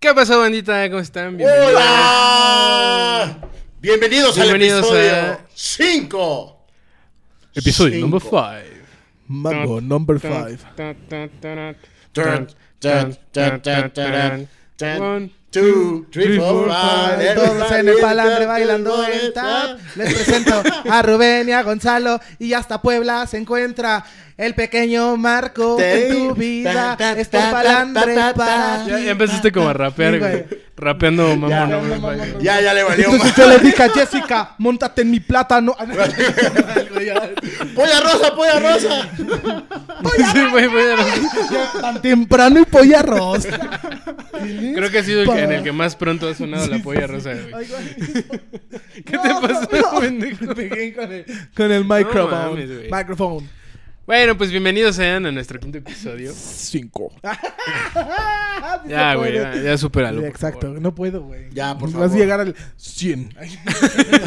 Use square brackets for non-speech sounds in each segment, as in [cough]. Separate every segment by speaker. Speaker 1: ¿Qué pasó, bandita? ¿Cómo están? Bienvenidos.
Speaker 2: ¡Hola! Bienvenidos,
Speaker 1: Bienvenidos
Speaker 2: al
Speaker 1: a-
Speaker 2: episodio 5.
Speaker 3: Episodio
Speaker 2: Cinco.
Speaker 3: number 5. Mambo number 5.
Speaker 1: One,
Speaker 2: Two, three,
Speaker 3: three,
Speaker 2: four,
Speaker 3: four,
Speaker 2: five.
Speaker 4: Todos en el palambre bailando en tap. Les presento a Rubén y a Gonzalo. Y hasta Puebla se encuentra el pequeño Marco en tu vida. Es tu palambre para
Speaker 1: Ya,
Speaker 4: ti.
Speaker 1: ya empezaste como a rapear,
Speaker 4: Sí,
Speaker 1: güey.
Speaker 4: güey.
Speaker 1: Rapeando mamón.
Speaker 2: Ya.
Speaker 1: hombre, güey.
Speaker 2: Ya, ya le valió.
Speaker 4: Entonces yo le dije a Jessica, montate en
Speaker 1: [laughs]
Speaker 4: mi plátano.
Speaker 2: ¡Polla rosa, polla rosa!
Speaker 1: [laughs] Sí, güey, güey, ya no-
Speaker 4: Tan temprano y polla rosa.
Speaker 1: Creo que ha sido el que- en el que más pronto ha sonado la polla rosa, güey.
Speaker 4: Ay, güey.
Speaker 1: ¿Qué te pasó, pendejo?
Speaker 4: Pegué con el, con el micrófono.
Speaker 1: mames, güey.
Speaker 4: micrófono.
Speaker 1: Bueno, pues bienvenidos sean a nuestro quinto episodio.
Speaker 3: 5.
Speaker 4: Ah,
Speaker 1: Ya, güey, ya, ya supéralo.
Speaker 4: Sí,
Speaker 1: por
Speaker 4: exacto,
Speaker 1: favor.
Speaker 4: no puedo, güey.
Speaker 2: Ya, por
Speaker 4: Vas
Speaker 2: favor.
Speaker 4: a llegar al
Speaker 2: [laughs]
Speaker 4: 100,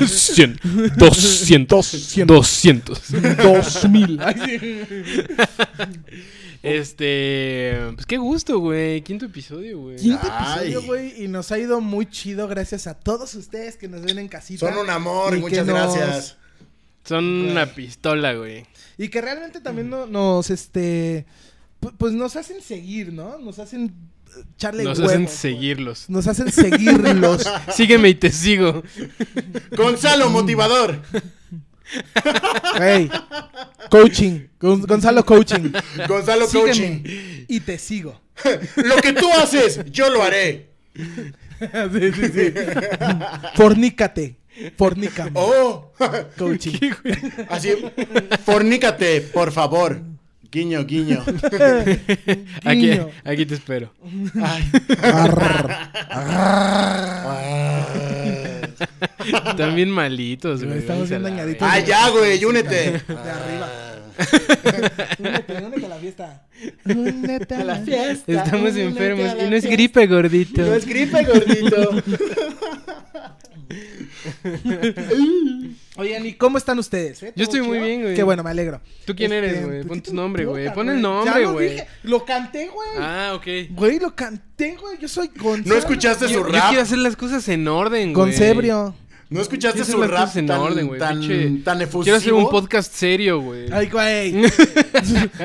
Speaker 3: 100. 200. 200.
Speaker 4: 2000.
Speaker 1: Este. Pues qué gusto, güey. Quinto episodio, güey.
Speaker 4: Quinto
Speaker 2: Ay.
Speaker 4: episodio, güey, y nos ha ido muy chido gracias a todos ustedes que nos ven en casita.
Speaker 2: Son un amor y
Speaker 4: Y
Speaker 2: muchas
Speaker 4: que nos-
Speaker 2: gracias.
Speaker 1: Son una pistola, güey.
Speaker 4: Y que realmente también no- nos, este, pu- pues nos hacen seguir, ¿no? Nos hacen eh, echarle
Speaker 1: Nos
Speaker 4: huevos,
Speaker 1: hacen
Speaker 4: güey.
Speaker 1: seguirlos.
Speaker 4: Nos
Speaker 2: [laughs]
Speaker 4: hacen seguirlos.
Speaker 1: Sígueme y te
Speaker 4: [laughs]
Speaker 1: sigo.
Speaker 2: Gonzalo, motivador.
Speaker 4: Güey. Coaching. Gon- Gonzalo Coaching.
Speaker 2: Gonzalo
Speaker 4: Sígueme
Speaker 2: Coaching. [laughs]
Speaker 4: y te sigo.
Speaker 2: Lo que tú haces, yo lo haré.
Speaker 4: sí, sí, sí. [laughs] Fornícate. Fornícame.
Speaker 2: Oh,
Speaker 1: [laughs]
Speaker 4: Coaching.
Speaker 1: ¿Qué, güey?
Speaker 2: así. Fornícate, por favor. Guiño, guiño.
Speaker 1: [laughs] Aquí,
Speaker 4: Guiño.
Speaker 1: aquí te espero.
Speaker 2: Ay.
Speaker 4: Arr.
Speaker 1: Ah. También malitos, güey.
Speaker 4: Estamos bien
Speaker 1: Váyanse a la
Speaker 4: dañaditos.
Speaker 2: Ah, ya, güey, únete.
Speaker 4: De
Speaker 2: [laughs]
Speaker 4: arriba. únete, únete a la fiesta. Únete a la fiesta.
Speaker 1: verga. Estamos enfermos. Y no es gripe, gordito.
Speaker 2: No es gripe, gordito.
Speaker 4: Oigan, ¿y cómo están ustedes? eh?
Speaker 1: Yo
Speaker 4: ¿Todo
Speaker 1: estoy muy
Speaker 4: chido?
Speaker 1: bien, güey.
Speaker 4: Qué bueno, me alegro.
Speaker 1: ¿Tú quién
Speaker 4: Este,
Speaker 1: eres, güey?
Speaker 4: pues,
Speaker 1: Pon
Speaker 4: ¿qué
Speaker 1: tu
Speaker 4: te
Speaker 1: nombre, güey.
Speaker 4: importa,
Speaker 1: Pon el nombre,
Speaker 4: Ya lo
Speaker 1: güey.
Speaker 4: dije, Lo canté, güey.
Speaker 1: Ah, ok.
Speaker 4: Güey, lo canté, güey. Yo soy Gonzalo.
Speaker 2: ¿No escuchaste su
Speaker 1: Yo, yo
Speaker 2: rap?
Speaker 1: quiero hacer las cosas en orden, güey.
Speaker 4: Concebrio.
Speaker 2: ¿No escuchaste
Speaker 1: Quiero hacer
Speaker 2: su
Speaker 1: las
Speaker 2: rap
Speaker 1: cosas en
Speaker 2: tan,
Speaker 1: orden, güey.
Speaker 2: tan,
Speaker 1: Pinche-
Speaker 2: tan efusivo?
Speaker 1: Quiero hacer un podcast serio, güey.
Speaker 4: Ay, güey. [laughs]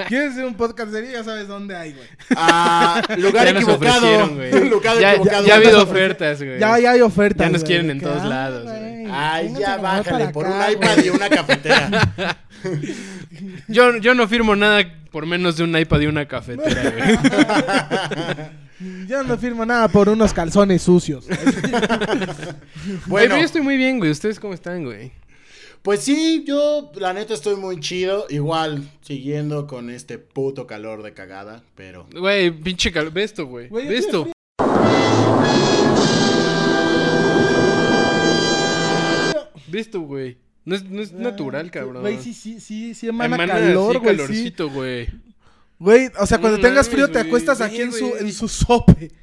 Speaker 4: ¿Quieres hacer un podcast serio? Ya sabes dónde hay, güey.
Speaker 2: Ah, lugar
Speaker 1: [laughs] Ya nos
Speaker 2: equivocado. [laughs]
Speaker 1: ofrecieron, güey.
Speaker 2: Lugar
Speaker 1: Ya-
Speaker 2: equivocado.
Speaker 1: ya ha habido
Speaker 2: Lugar-
Speaker 1: ofertas, güey.
Speaker 4: Ya, ya hay ofertas.
Speaker 1: Ya nos
Speaker 4: güey,
Speaker 1: quieren
Speaker 4: de
Speaker 1: en
Speaker 4: que,
Speaker 1: todos
Speaker 4: ah,
Speaker 1: vénganse a
Speaker 4: güey,
Speaker 2: Ay, ya
Speaker 4: vénganse a grabar
Speaker 2: bájale
Speaker 4: para
Speaker 2: por
Speaker 4: acá,
Speaker 2: un iPad
Speaker 4: güey.
Speaker 2: y
Speaker 4: [laughs]
Speaker 1: [laughs]
Speaker 2: una cafetera.
Speaker 1: Yo, yo no firmo nada por menos de un iPad y una cafetera, güey.
Speaker 4: Yo no firmo nada por unos calzones sucios.
Speaker 1: Güey,
Speaker 2: [laughs] Bueno,
Speaker 1: pero yo estoy muy bien, güey. ¿Ustedes cómo están, güey?
Speaker 2: pues sí, yo la neta estoy muy chido. Igual, siguiendo con este puto calor de cagada,
Speaker 1: [laughs]
Speaker 2: pero...
Speaker 1: Güey, pinche calor. Ve esto, güey.
Speaker 4: Güey,
Speaker 1: Ve
Speaker 4: yo
Speaker 1: esto.
Speaker 4: estoy
Speaker 1: Ve esto, güey. No es, no es natural, cabrón.
Speaker 4: Güey, Ah, sí, sí, sí, sí
Speaker 1: Emana
Speaker 4: emana,
Speaker 1: así
Speaker 4: calor, güey. Sí.
Speaker 1: calorcito, güey.
Speaker 4: Güey, o sea, cuando
Speaker 1: No
Speaker 4: tengas
Speaker 1: mames,
Speaker 4: frío te
Speaker 1: güey,
Speaker 4: acuestas
Speaker 1: sí,
Speaker 4: aquí en su,
Speaker 1: güey.
Speaker 4: en su sope. [laughs]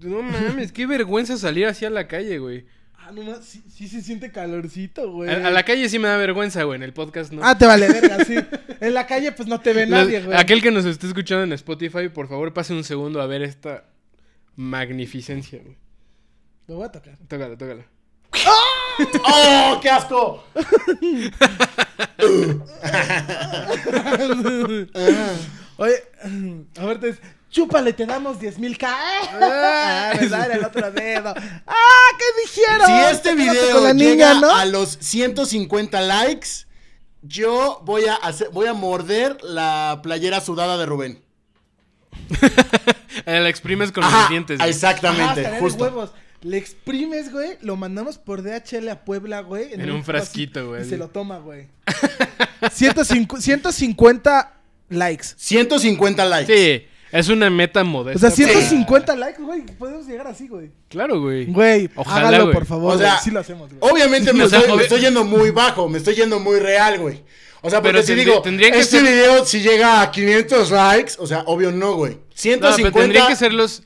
Speaker 1: No mames, qué vergüenza salir así a la calle, güey.
Speaker 4: Ah, no, no, sí, sí se siente calorcito, güey.
Speaker 1: A, a la calle sí me da vergüenza, güey. En el podcast no.
Speaker 4: Ah, te vale verga, sí. En la calle pues no te ve
Speaker 1: Los-
Speaker 4: nadie, güey.
Speaker 1: aquel que nos esté escuchando en Spotify, por favor, pase un segundo a ver esta magnificencia, güey.
Speaker 4: Lo voy a tocar.
Speaker 1: Tócala, tócala.
Speaker 2: ¡Oh, qué asco!
Speaker 4: [laughs] Oye, a ver, te chúpale, te damos 10 mil K. [laughs] Ah, ¿verdad? Era el otro [laughs] dedo. ¡Ah! ¿Qué dijeron?
Speaker 2: Si este
Speaker 4: Te quedaste
Speaker 2: video
Speaker 4: con la
Speaker 2: llega
Speaker 4: niña, ¿no?
Speaker 2: a los 150 likes, yo voy a hacer, voy a morder la playera sudada de Rubén.
Speaker 1: Eh, la exprimes con
Speaker 2: Ajá,
Speaker 1: los dientes. güey.
Speaker 4: Ajá,
Speaker 2: exactamente,
Speaker 4: hasta le
Speaker 2: justo.
Speaker 4: huevos. Le exprimes, güey, lo mandamos por DHL a Puebla, güey.
Speaker 1: En un frasquito, güey,
Speaker 4: Y
Speaker 1: así.
Speaker 4: se lo toma,
Speaker 1: [laughs]
Speaker 4: güey. 150, 150 likes.
Speaker 2: 150 likes.
Speaker 1: Sí, es una meta
Speaker 4: O
Speaker 1: modesta.
Speaker 4: sea, 150 likes, güey. Podemos llegar así, güey.
Speaker 1: Claro, güey.
Speaker 4: Güey,
Speaker 1: Ojalá,
Speaker 4: hágalo,
Speaker 1: güey.
Speaker 4: por favor.
Speaker 2: O sea,
Speaker 4: güey. sí lo hacemos, güey.
Speaker 2: Obviamente me,
Speaker 1: O sea,
Speaker 2: estoy, me
Speaker 1: obvi-
Speaker 2: estoy yendo muy bajo, me estoy yendo muy real, güey. O sea,
Speaker 1: Pero
Speaker 2: porque si
Speaker 1: tendrí-
Speaker 2: digo,
Speaker 1: tendrían que
Speaker 2: este
Speaker 1: ser-
Speaker 2: video si llega a 500 likes, o sea, obvio no, güey.
Speaker 1: No, pero
Speaker 2: 150
Speaker 1: tendrían que ser los.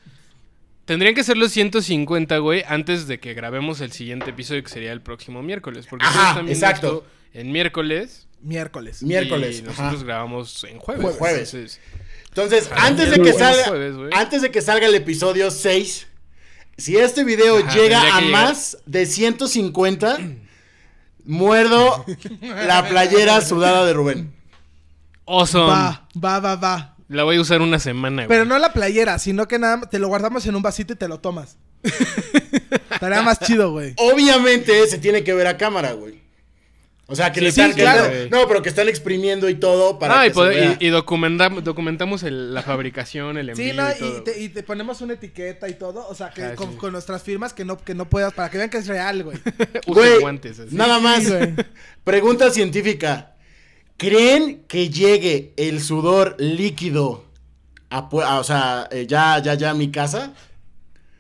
Speaker 1: Tendrían que ser los 150, güey, antes de que grabemos el siguiente episodio, que sería el próximo miércoles. Porque
Speaker 2: Ajá,
Speaker 1: ustedes están viendo esto
Speaker 2: exacto.
Speaker 1: en miércoles.
Speaker 4: Miércoles.
Speaker 2: miércoles.
Speaker 1: Y
Speaker 2: ajá.
Speaker 1: nosotros grabamos en jueves.
Speaker 2: Jueves.
Speaker 1: entonces,
Speaker 2: Entonces,
Speaker 1: Ah,
Speaker 2: antes
Speaker 1: ya
Speaker 2: de
Speaker 1: lo
Speaker 2: que
Speaker 1: bueno,
Speaker 2: salga
Speaker 1: jueves, güey.
Speaker 2: antes de que salga el episodio 6, Si este video
Speaker 1: Ajá, tendría
Speaker 2: llega a
Speaker 1: que llegar.
Speaker 2: más de 150, muerdo la playera sudada de Rubén.
Speaker 1: Awesome.
Speaker 4: Va, va, va, va.
Speaker 1: La voy a usar una semana, güey.
Speaker 4: Pero no la playera, sino que nada más te lo guardamos en un vasito y te lo
Speaker 1: [laughs]
Speaker 4: tomas. Estaría más chido, güey.
Speaker 2: Obviamente se tiene que ver a cámara, güey. O sea, que
Speaker 1: Sí,
Speaker 2: le
Speaker 1: sí,
Speaker 2: están
Speaker 1: claro.
Speaker 2: que- No, pero que están exprimiendo y todo para
Speaker 1: Ah, y,
Speaker 2: que se
Speaker 1: poder-
Speaker 2: vea.
Speaker 1: y- y documentam- documentamos el- la fabricación, el envío
Speaker 4: Sí, no,
Speaker 1: y todo.
Speaker 4: y te, y te ponemos una etiqueta y todo, o sea, que
Speaker 1: Ajá,
Speaker 4: con,
Speaker 1: sí.
Speaker 4: con nuestras firmas que no, que no puedas, para que vean que es real, [laughs] güey.
Speaker 1: Usen
Speaker 2: Güey,
Speaker 1: guantes. así.
Speaker 2: Nada más.
Speaker 4: güey.
Speaker 2: Pregunta científica. ¿Creen que llegue el sudor líquido a, pue- a- o sea, eh, ya, ya, ya a mi casa?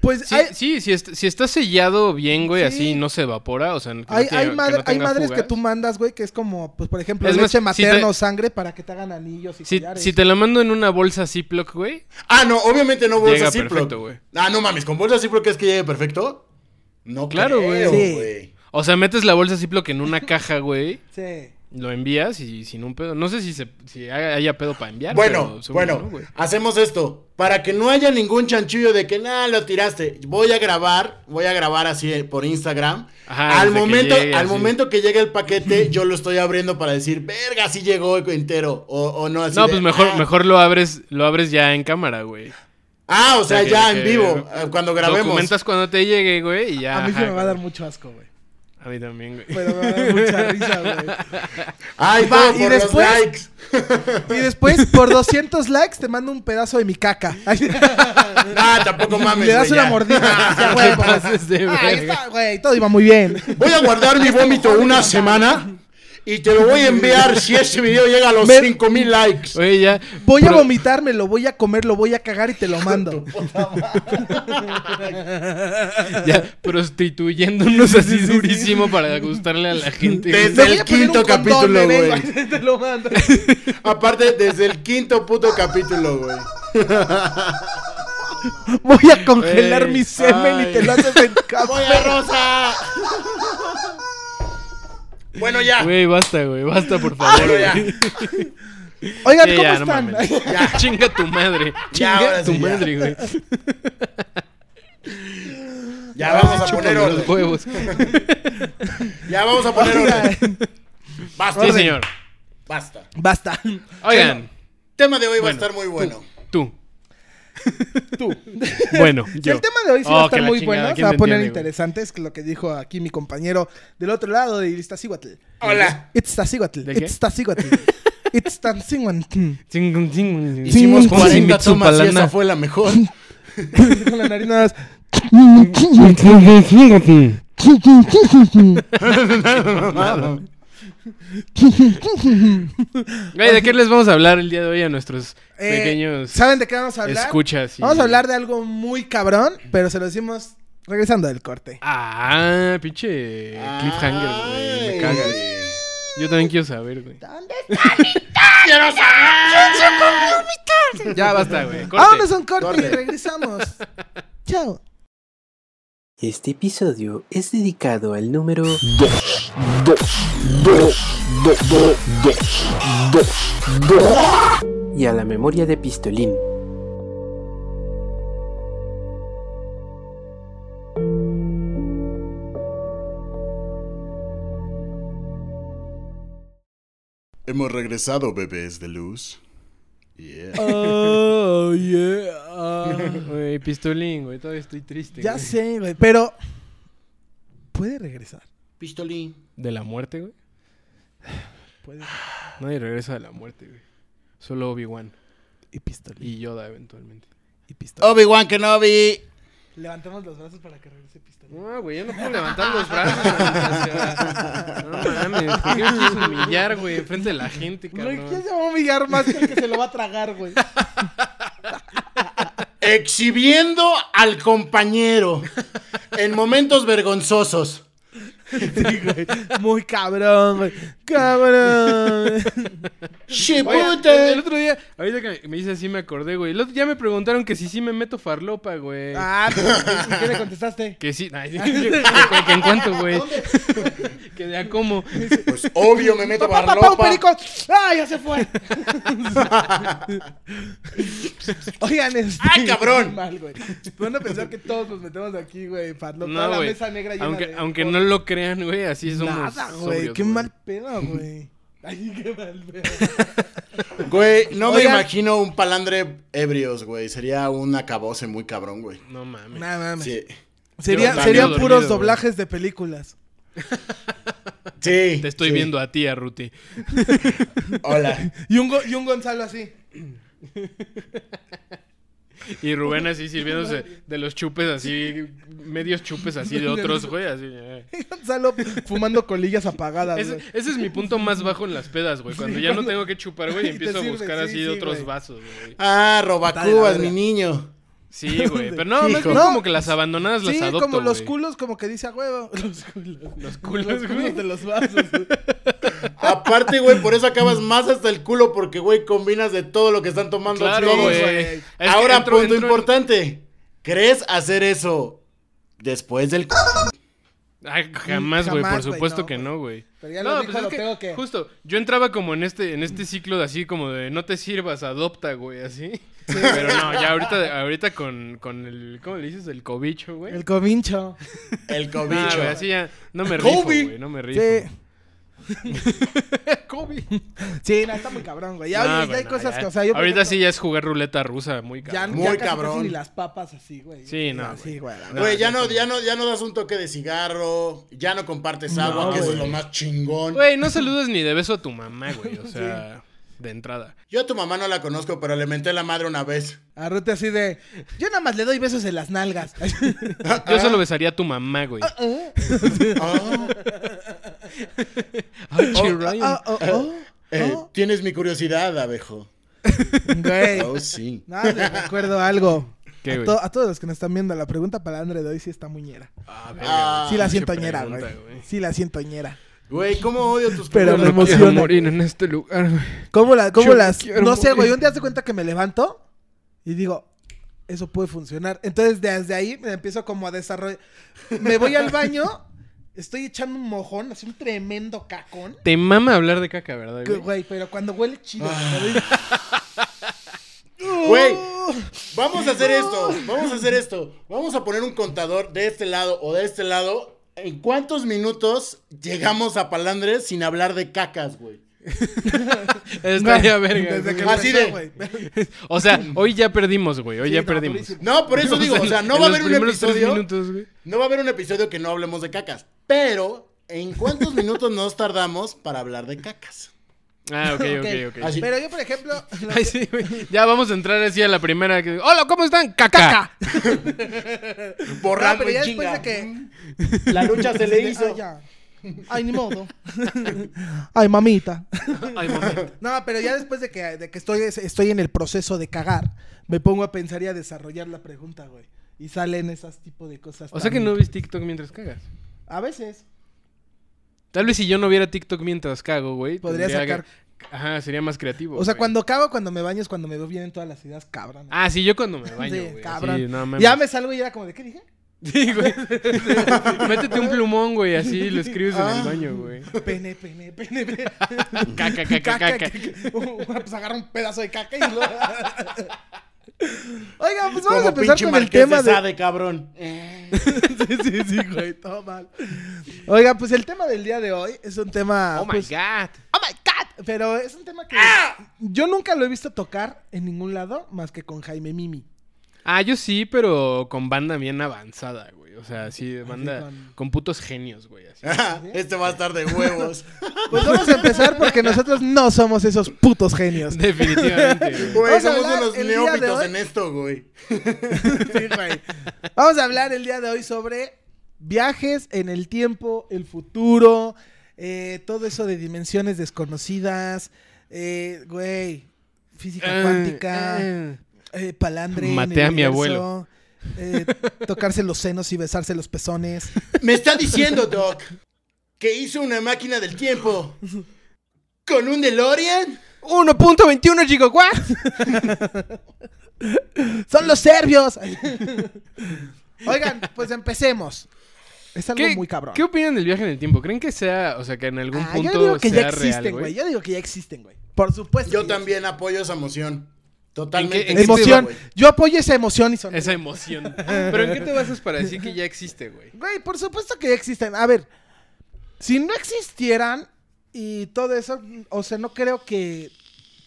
Speaker 4: Pues
Speaker 1: Sí,
Speaker 4: hay,
Speaker 1: sí, si, est- si está sellado bien, güey,
Speaker 4: Sí.
Speaker 1: así no se evapora, o sea, que no
Speaker 4: hay,
Speaker 1: tenga-
Speaker 4: hay
Speaker 1: que
Speaker 4: madre-
Speaker 1: no
Speaker 4: hay
Speaker 1: tenga
Speaker 4: madres que
Speaker 1: fugas.
Speaker 4: tú mandas, güey, que es como, pues, por ejemplo,
Speaker 1: Es más,
Speaker 4: leche
Speaker 1: si te-
Speaker 4: materna o sangre para que te hagan anillos y
Speaker 1: Si,
Speaker 4: collares.
Speaker 1: si te la mando en una bolsa Ziploc, güey,
Speaker 2: Ah, no, obviamente no bolsa
Speaker 1: Llega
Speaker 2: Ziploc.
Speaker 1: perfecto, güey.
Speaker 2: Ah, no mames, ¿con bolsa Ziploc es que llegue perfecto? No
Speaker 1: Claro,
Speaker 2: claro,
Speaker 1: güey.
Speaker 4: Sí.
Speaker 2: güey.
Speaker 1: o sea, metes la bolsa Ziploc en una [laughs] caja, güey,
Speaker 4: Sí.
Speaker 1: lo envías y sin un pedo. No sé si, se, si haya haya pedo para enviar.
Speaker 2: Bueno,
Speaker 1: pero seguro
Speaker 2: bueno,
Speaker 1: no, güey.
Speaker 2: hacemos esto. Para que no haya ningún chanchullo de que nada lo tiraste. Voy a grabar, voy a grabar así eh, por Instagram.
Speaker 1: Ajá,
Speaker 2: al
Speaker 1: desde que
Speaker 2: momento,
Speaker 1: llegue,
Speaker 2: al
Speaker 1: así.
Speaker 2: momento que llegue el
Speaker 1: [laughs]
Speaker 2: paquete, yo lo estoy abriendo para decir, verga, sí llegó entero. O, o no así.
Speaker 1: No,
Speaker 2: de,
Speaker 1: pues mejor,
Speaker 2: "Ah".
Speaker 1: mejor lo abres, lo abres ya en cámara, güey.
Speaker 2: Ah, o
Speaker 1: O
Speaker 2: sea,
Speaker 1: sea, que-
Speaker 2: ya
Speaker 1: que
Speaker 2: en vivo, eh, cuando grabemos.
Speaker 1: Documentas cuando te llegue, güey, y ya.
Speaker 4: a mí se
Speaker 1: ajá,
Speaker 4: me va a dar pues,
Speaker 1: güey.
Speaker 4: mucho asco, güey.
Speaker 1: A mí también, güey. [laughs]
Speaker 4: Pero me va a [laughs] dar mucha risa, güey.
Speaker 2: Ay,
Speaker 4: Va,
Speaker 2: todo
Speaker 4: y
Speaker 2: por
Speaker 4: después-
Speaker 2: los
Speaker 4: [laughs]
Speaker 2: likes.
Speaker 4: Y después, por 200 likes, te mando un pedazo de
Speaker 1: [laughs]
Speaker 4: mi caca.
Speaker 2: Ah, tampoco mames.
Speaker 4: Le das
Speaker 2: güey,
Speaker 4: una
Speaker 2: ya. [laughs]
Speaker 4: mordida. Ya, güey, pues.
Speaker 1: pases de
Speaker 4: Ah, ahí
Speaker 1: verga.
Speaker 4: está, güey. Todo iba muy bien.
Speaker 2: Voy a guardar mi
Speaker 1: Este
Speaker 2: vómito una semana y te lo voy a enviar si este video llega a los
Speaker 4: Me-
Speaker 2: 5000 likes.
Speaker 1: Güey, ya.
Speaker 4: Voy a
Speaker 1: pro-
Speaker 4: vomitar, me lo voy a comer, lo voy a cagar y te
Speaker 2: [laughs]
Speaker 4: lo mando.
Speaker 1: Ya prostituyéndonos así durísimo para gustarle a
Speaker 4: [laughs]
Speaker 1: la gente. güey.
Speaker 2: Desde
Speaker 4: Le voy
Speaker 2: el
Speaker 4: a poner un
Speaker 2: quinto
Speaker 4: condón,
Speaker 2: capítulo,
Speaker 4: bebé,
Speaker 2: güey.
Speaker 4: y Te lo mando.
Speaker 2: [laughs] Aparte, desde el quinto puto capítulo, güey.
Speaker 4: Voy a congelar
Speaker 1: Güey,
Speaker 4: mi semen y
Speaker 2: ay.
Speaker 4: te lo haces en
Speaker 2: ¡Voy
Speaker 4: café.
Speaker 2: a Rosa! bueno, ya.
Speaker 1: Güey, basta, güey, basta, por favor.
Speaker 2: Bueno, Ah, ya.
Speaker 1: güey.
Speaker 4: Oigan,
Speaker 1: Sí,
Speaker 4: ¿cómo
Speaker 1: ya, no
Speaker 4: están? [laughs]
Speaker 1: mames. Chinga tu madre.
Speaker 2: Ya,
Speaker 1: Chinga
Speaker 2: ahora
Speaker 1: tu
Speaker 2: sí, ya.
Speaker 1: madre, güey.
Speaker 2: Ya vamos a poner
Speaker 1: Chúpame los
Speaker 2: orden.
Speaker 1: huevos. Sí,
Speaker 2: Ya vamos a poner orden.
Speaker 4: Oigan,
Speaker 2: Basta.
Speaker 1: señor.
Speaker 2: Basta.
Speaker 4: Basta.
Speaker 1: Oigan,
Speaker 2: Tema de hoy va a
Speaker 1: Bueno,
Speaker 2: estar muy bueno.
Speaker 1: tú.
Speaker 4: Tú.
Speaker 1: [laughs] Bueno, yo.
Speaker 4: El tema de hoy sí va a
Speaker 1: Oh, que
Speaker 4: estar
Speaker 1: la
Speaker 4: muy
Speaker 1: chingada,
Speaker 4: bueno. Se
Speaker 1: ¿quién
Speaker 4: va a
Speaker 1: te
Speaker 4: poner
Speaker 1: entiende, güey?
Speaker 4: interesante. Es lo que dijo aquí mi compañero del otro lado de Iztaccíhuatl.
Speaker 2: Hola.
Speaker 4: It's Tazíhuatl.
Speaker 1: ¿De qué?
Speaker 4: It's Tazíhuatl.
Speaker 1: [laughs]
Speaker 4: It's Tanzíhuatl. [laughs]
Speaker 1: Chingum, chingum.
Speaker 2: Hicimos
Speaker 4: Sí,
Speaker 2: 40
Speaker 1: Mitsu
Speaker 2: tomas y
Speaker 1: Palana.
Speaker 2: esa fue la
Speaker 1: [laughs]
Speaker 2: mejor.
Speaker 4: Con la nariz nada más.
Speaker 1: Güey, ¿de qué les vamos a hablar el día de hoy a nuestros
Speaker 4: Eh,
Speaker 1: pequeños
Speaker 4: ¿Saben de qué vamos a hablar?
Speaker 1: escuchas? y-
Speaker 4: Vamos a hablar de algo muy cabrón, pero se lo decimos regresando del corte.
Speaker 1: Ah, pinche cliffhanger, güey. Me cagas. Yo también quiero saber, güey.
Speaker 4: [laughs]
Speaker 2: ¡Quiero saber!
Speaker 1: Ya basta, güey. corte.
Speaker 4: Vámonos a un corte,
Speaker 2: Corte.
Speaker 4: y regresamos. Chao.
Speaker 5: Este episodio es dedicado al número y a la memoria de Pistolín.
Speaker 2: Hemos regresado, bebés de luz. Yeah.
Speaker 3: Oh, yeah.
Speaker 1: Güey, pistolín, güey. Todavía estoy triste.
Speaker 4: Ya
Speaker 1: güey.
Speaker 4: sé, güey, pero puede regresar.
Speaker 2: Pistolín.
Speaker 1: ¿De la muerte, güey?
Speaker 4: Puede
Speaker 1: Nadie regresa de la muerte, güey. Solo Obi-Wan
Speaker 4: y pistolín
Speaker 1: y Yoda eventualmente.
Speaker 4: y pistolín.
Speaker 2: Obi-Wan Kenobi.
Speaker 4: Levantemos los brazos para que regrese pistolín.
Speaker 1: No, güey, yo no puedo levantar los brazos. güey, o sea, No mames, ¿por qué me quieres humillar, güey? Enfrente de la gente,
Speaker 4: Güey, ¿quién
Speaker 1: cabrón.
Speaker 4: se va a humillar más que el que se lo va a tragar, güey?
Speaker 2: Exhibiendo al compañero en momentos vergonzosos.
Speaker 4: Sí, güey. Muy cabrón, güey. Cabrón.
Speaker 1: Oye,
Speaker 2: Chipotle.
Speaker 1: el otro día, ahorita que me dice así me acordé, güey. El otro- ya me preguntaron que si sí me meto farlopa, güey.
Speaker 4: Ah, pues, ¿qué le contestaste?
Speaker 1: Que sí, [laughs] ay, que, que- que en cuanto, güey. que de a cómo.
Speaker 2: Pues obvio me meto
Speaker 4: Papá,
Speaker 2: para
Speaker 4: papá, un perico. ¡Ah, ya
Speaker 1: [laughs]
Speaker 4: se fue! Oigan, este...
Speaker 2: ¡Ah, cabrón!
Speaker 4: [laughs] Mal, güey. Van a pensar que todos nos metemos aquí, güey. Farlo, [laughs] toda
Speaker 1: No,
Speaker 4: la
Speaker 1: güey.
Speaker 4: mesa negra llena
Speaker 1: Aunque,
Speaker 4: de-
Speaker 1: aunque no lo crean, güey, así somos.
Speaker 4: Nada, güey.
Speaker 1: sobrios,
Speaker 4: Qué mal pedo, güey.
Speaker 1: [laughs]
Speaker 4: Ay, qué mal pedo.
Speaker 2: Güey, no me
Speaker 4: Oigan.
Speaker 2: imagino un palandre ebrios, güey. Sería un acabose muy cabrón, güey.
Speaker 1: No mames.
Speaker 4: Nada mames.
Speaker 2: Sí.
Speaker 4: Sería,
Speaker 2: Yo
Speaker 4: serían
Speaker 1: dormido,
Speaker 4: puros
Speaker 1: güey.
Speaker 4: doblajes de películas.
Speaker 2: Sí.
Speaker 1: Te estoy
Speaker 2: sí.
Speaker 1: viendo a ti, a Ruti.
Speaker 2: Hola.
Speaker 4: Y un, Go- y un Gonzalo así. [laughs]
Speaker 1: Y Rubén así
Speaker 4: [laughs]
Speaker 1: sirviéndose de los chupes así, medios chupes así de otros, güey, así.
Speaker 4: [laughs]
Speaker 1: eh.
Speaker 4: Y Gonzalo fumando colillas apagadas,
Speaker 1: Ese,
Speaker 4: güey.
Speaker 1: ese es mi punto más bajo en las pedas, güey. Cuando
Speaker 4: Sí,
Speaker 1: ya no
Speaker 4: cuando-
Speaker 1: tengo que chupar, güey,
Speaker 4: [laughs]
Speaker 1: y
Speaker 4: Y te
Speaker 1: empiezo a
Speaker 4: sirve,
Speaker 1: buscar
Speaker 4: sí,
Speaker 1: así de
Speaker 4: sí,
Speaker 1: otros
Speaker 4: güey.
Speaker 1: vasos,
Speaker 4: [laughs]
Speaker 1: güey.
Speaker 2: Ah,
Speaker 4: Está de la
Speaker 2: Robacubas,
Speaker 4: verga.
Speaker 2: mi niño.
Speaker 1: Sí, güey. Pero no, más
Speaker 2: Hijo.
Speaker 1: bien
Speaker 4: No.
Speaker 1: como que las abandonadas las
Speaker 4: Sí,
Speaker 1: adopto,
Speaker 4: como los
Speaker 1: güey.
Speaker 4: culos, como que dice a huevo. [laughs] Los culos.
Speaker 1: Los culos,
Speaker 4: Los
Speaker 1: güey.
Speaker 4: culos de
Speaker 1: [laughs]
Speaker 4: los vasos. güey.
Speaker 2: Aparte, güey, por eso acabas más hasta el culo, porque, güey, combinas de todo lo que están tomando
Speaker 1: Claro,
Speaker 2: todos,
Speaker 1: güey.
Speaker 2: güey.
Speaker 1: Es que
Speaker 2: Ahora,
Speaker 1: entro-
Speaker 2: punto
Speaker 1: entro en-
Speaker 2: importante. ¿Crees hacer eso después del...
Speaker 1: Ay, jamás, güey, por
Speaker 4: Jamás, güey,
Speaker 1: supuesto
Speaker 4: no,
Speaker 1: que
Speaker 4: güey.
Speaker 1: no, güey.
Speaker 4: Pero ya
Speaker 1: no, pues
Speaker 4: lo dijo,
Speaker 1: es
Speaker 4: lo tengo que-
Speaker 1: Justo, yo entraba como en este, en este ciclo de así, como de no te sirvas, adopta, güey, así. Pero no, ya ahorita, ahorita con, con el, ¿cómo le dices? El cobicho, güey.
Speaker 4: El comincho.
Speaker 1: [laughs]
Speaker 2: El
Speaker 1: No,
Speaker 2: cobicho?
Speaker 1: güey, así ya, no me rifo,
Speaker 2: Kobe.
Speaker 1: güey, no me rifo.
Speaker 4: Sí.
Speaker 1: [laughs] Kobe.
Speaker 4: Sí, no, está muy cabrón, güey. Ya,
Speaker 1: No,
Speaker 4: oye, ya
Speaker 1: güey,
Speaker 4: hay
Speaker 1: no,
Speaker 4: cosas
Speaker 1: ya.
Speaker 4: que, o sea, yo. por
Speaker 1: Ahorita
Speaker 4: ejemplo,
Speaker 1: sí ya es jugar ruleta rusa, muy
Speaker 4: Ya,
Speaker 1: cabrón.
Speaker 4: ya
Speaker 2: Muy
Speaker 4: casi
Speaker 2: cabrón.
Speaker 4: casi Ni las papas así, güey.
Speaker 1: Sí, no,
Speaker 4: Así, güey. la
Speaker 2: Güey, ya no, ya, no, ya no das un toque de cigarro, ya no compartes agua, que eso es lo más chingón.
Speaker 1: Güey, no saludas ni de beso a tu mamá, güey,
Speaker 4: [laughs]
Speaker 1: o sea, de entrada.
Speaker 2: Yo a tu mamá no la conozco, pero le menté la madre una
Speaker 4: [laughs]
Speaker 2: vez.
Speaker 4: A Ruth así de. Yo nada más le doy besos en las nalgas. [laughs] Ah,
Speaker 1: Yo solo besaría a tu mamá, güey.
Speaker 2: Ah,
Speaker 1: Ay, che, Ryan.
Speaker 4: Oh, oh, oh.
Speaker 2: eh, Tienes mi curiosidad, abejo.
Speaker 4: Güey.
Speaker 2: Oh, sí.
Speaker 4: No, me recuerdo algo.
Speaker 1: ¿Qué,
Speaker 4: a,
Speaker 1: güey?
Speaker 4: a todos los que nos están viendo, la pregunta para Andre de hoy sí está muñera.
Speaker 1: Ah,
Speaker 2: Ah,
Speaker 4: Sí la
Speaker 1: pinche
Speaker 4: siento ñera, güey.
Speaker 1: pregunta,
Speaker 4: Sí la siento ñera.
Speaker 2: Güey, ¿cómo odio tus
Speaker 4: Pero
Speaker 2: propios
Speaker 4: me
Speaker 1: No
Speaker 2: recuerdos?
Speaker 1: quiero
Speaker 4: emociona.
Speaker 1: morir en este lugar, güey.
Speaker 4: ¿Cómo, la, cómo
Speaker 1: Yo
Speaker 4: las...?
Speaker 1: quiero
Speaker 4: No sé,
Speaker 1: morir.
Speaker 4: güey. Un día se cuenta que me levanto y digo, eso puede funcionar. Entonces, desde ahí me empiezo como a desarrollar. Me voy al baño, estoy echando un mojón, así un tremendo cacón.
Speaker 1: Te mama hablar de caca, ¿verdad,
Speaker 4: Que,
Speaker 1: güey?
Speaker 4: Güey, pero cuando huele chido.
Speaker 2: Güey, vamos a hacer esto, vamos a hacer esto. Vamos a poner un contador de este lado o de este lado. ¿En cuántos minutos llegamos a Palandres sin hablar de cacas, güey?
Speaker 1: Estaría verga.
Speaker 4: [laughs] Desde que
Speaker 1: güey.
Speaker 2: Así
Speaker 4: empezó,
Speaker 2: de-
Speaker 4: güey.
Speaker 1: O sea, hoy ya perdimos, güey. Hoy
Speaker 4: Sí,
Speaker 1: ya
Speaker 4: no, pues,
Speaker 1: perdimos.
Speaker 4: durísimo.
Speaker 2: No,
Speaker 1: [laughs]
Speaker 2: por eso digo, o sea, no va a
Speaker 1: en los
Speaker 2: haber un
Speaker 1: primeros tres
Speaker 2: episodio.
Speaker 1: minutos, güey.
Speaker 2: No va a haber un episodio que no hablemos de cacas. Pero, ¿en cuántos minutos nos tardamos para hablar de cacas?
Speaker 1: Ah, ok, ok,
Speaker 4: Ok.
Speaker 1: ok.
Speaker 2: Así.
Speaker 4: Pero yo, por ejemplo... lo
Speaker 1: Ay, sí, güey. Ya vamos a entrar así a la primera. que- Hola, ¿cómo están? ¡Caca!
Speaker 4: No,
Speaker 2: Borrando
Speaker 4: pero ya
Speaker 2: en
Speaker 4: después
Speaker 2: chinga.
Speaker 4: de que.
Speaker 2: La lucha se
Speaker 4: [laughs]
Speaker 2: le hizo.
Speaker 4: Ay, ya. Ay, ni modo. [laughs] Ay, mamita.
Speaker 1: [laughs] Ay, mamá.
Speaker 4: No, pero ya después de que, de que estoy, estoy en el proceso de cagar, me pongo a pensar y a desarrollar la pregunta, güey. Y salen esas tipo de cosas.
Speaker 1: O sea que
Speaker 4: tan-
Speaker 1: no ves TikTok mientras cagas.
Speaker 4: A veces.
Speaker 1: Tal vez si yo no viera TikTok mientras cago, güey.
Speaker 4: Podría
Speaker 1: tendría-
Speaker 4: sacar-
Speaker 1: Ajá, sería más creativo.
Speaker 4: O sea,
Speaker 1: güey.
Speaker 4: cuando cago, cuando me baño, es cuando me veo bien en todas las ideas, cabrón.
Speaker 1: Ah, sí, yo cuando me baño,
Speaker 4: Sí,
Speaker 1: güey.
Speaker 4: cabrón.
Speaker 1: así, no mames.
Speaker 4: ya me salgo y era como, ¿de qué dije?
Speaker 1: Sí, güey. [laughs] Métete un plumón, güey, así lo escribes en
Speaker 4: Ah.
Speaker 1: el baño,
Speaker 4: [laughs]
Speaker 1: güey.
Speaker 4: Pene, pene, pene, pene.
Speaker 1: [laughs] Caca, caca, caca.
Speaker 4: Uh, Pues agarra un pedazo de caca y luego. [laughs] Oiga, pues vamos a
Speaker 2: Como
Speaker 4: empezar
Speaker 2: pinche
Speaker 4: con el
Speaker 2: marqués de
Speaker 4: tema de.
Speaker 2: Sade, cabrón. [laughs]
Speaker 4: sí, sí, [laughs] sí, güey, todo mal. Oiga, pues el tema del día de hoy es un tema.
Speaker 1: Oh my
Speaker 4: pues,
Speaker 1: god.
Speaker 4: ¡Oh my God! Pero es un tema que yo nunca lo he visto tocar en ningún lado más que con Jaime Mimi.
Speaker 1: Ah, yo sí, pero con banda bien avanzada, güey. O sea, sí, banda
Speaker 4: con-
Speaker 1: con... putos genios, güey. Así.
Speaker 4: Ah.
Speaker 2: este va a estar de huevos.
Speaker 4: Pues vamos a empezar porque nosotros no somos esos putos genios.
Speaker 1: [laughs] Definitivamente. güey.
Speaker 4: [laughs]
Speaker 2: Güey,
Speaker 4: Vamos a
Speaker 2: somos
Speaker 4: hablar
Speaker 2: unos
Speaker 4: el día de
Speaker 2: neófitos
Speaker 4: hoy.
Speaker 2: en esto, güey.
Speaker 4: [laughs] Sí, güey. Vamos a hablar el día de hoy sobre viajes en el tiempo, el futuro, eh, todo eso de dimensiones desconocidas, eh, güey, física
Speaker 1: Ah,
Speaker 4: cuántica.
Speaker 1: ah.
Speaker 4: Eh, palandre. en
Speaker 1: Maté
Speaker 4: el
Speaker 1: a mi
Speaker 4: universo, eh, tocarse los senos y besarse los pezones.
Speaker 2: Me está diciendo, Doc, que hizo una máquina del tiempo con un DeLorean
Speaker 3: 1.21 gigawatts.
Speaker 4: Son
Speaker 1: [laughs]
Speaker 4: los serbios. Oigan, pues empecemos. Es algo
Speaker 1: ¿Qué,
Speaker 4: muy cabrón.
Speaker 1: ¿Qué opinan del viaje en el tiempo? ¿Creen que sea, o sea, que en algún
Speaker 4: Ah,
Speaker 1: punto
Speaker 4: yo digo que
Speaker 1: sea
Speaker 4: ya existen,
Speaker 1: real,
Speaker 4: güey.
Speaker 1: güey?
Speaker 4: Yo digo que ya existen, güey. Por supuesto.
Speaker 2: Yo
Speaker 4: que ya
Speaker 2: también apoyo esa moción.
Speaker 1: ¿En
Speaker 2: Totalmente.
Speaker 1: qué- en qué te
Speaker 4: Emoción.
Speaker 2: güey.
Speaker 4: Yo apoyo esa emoción y son.
Speaker 1: Esa emoción. ¿Pero en qué te basas para decir que ya existe, güey?
Speaker 4: Güey, por supuesto que ya existen. A ver, si no existieran y todo eso, o sea, no creo que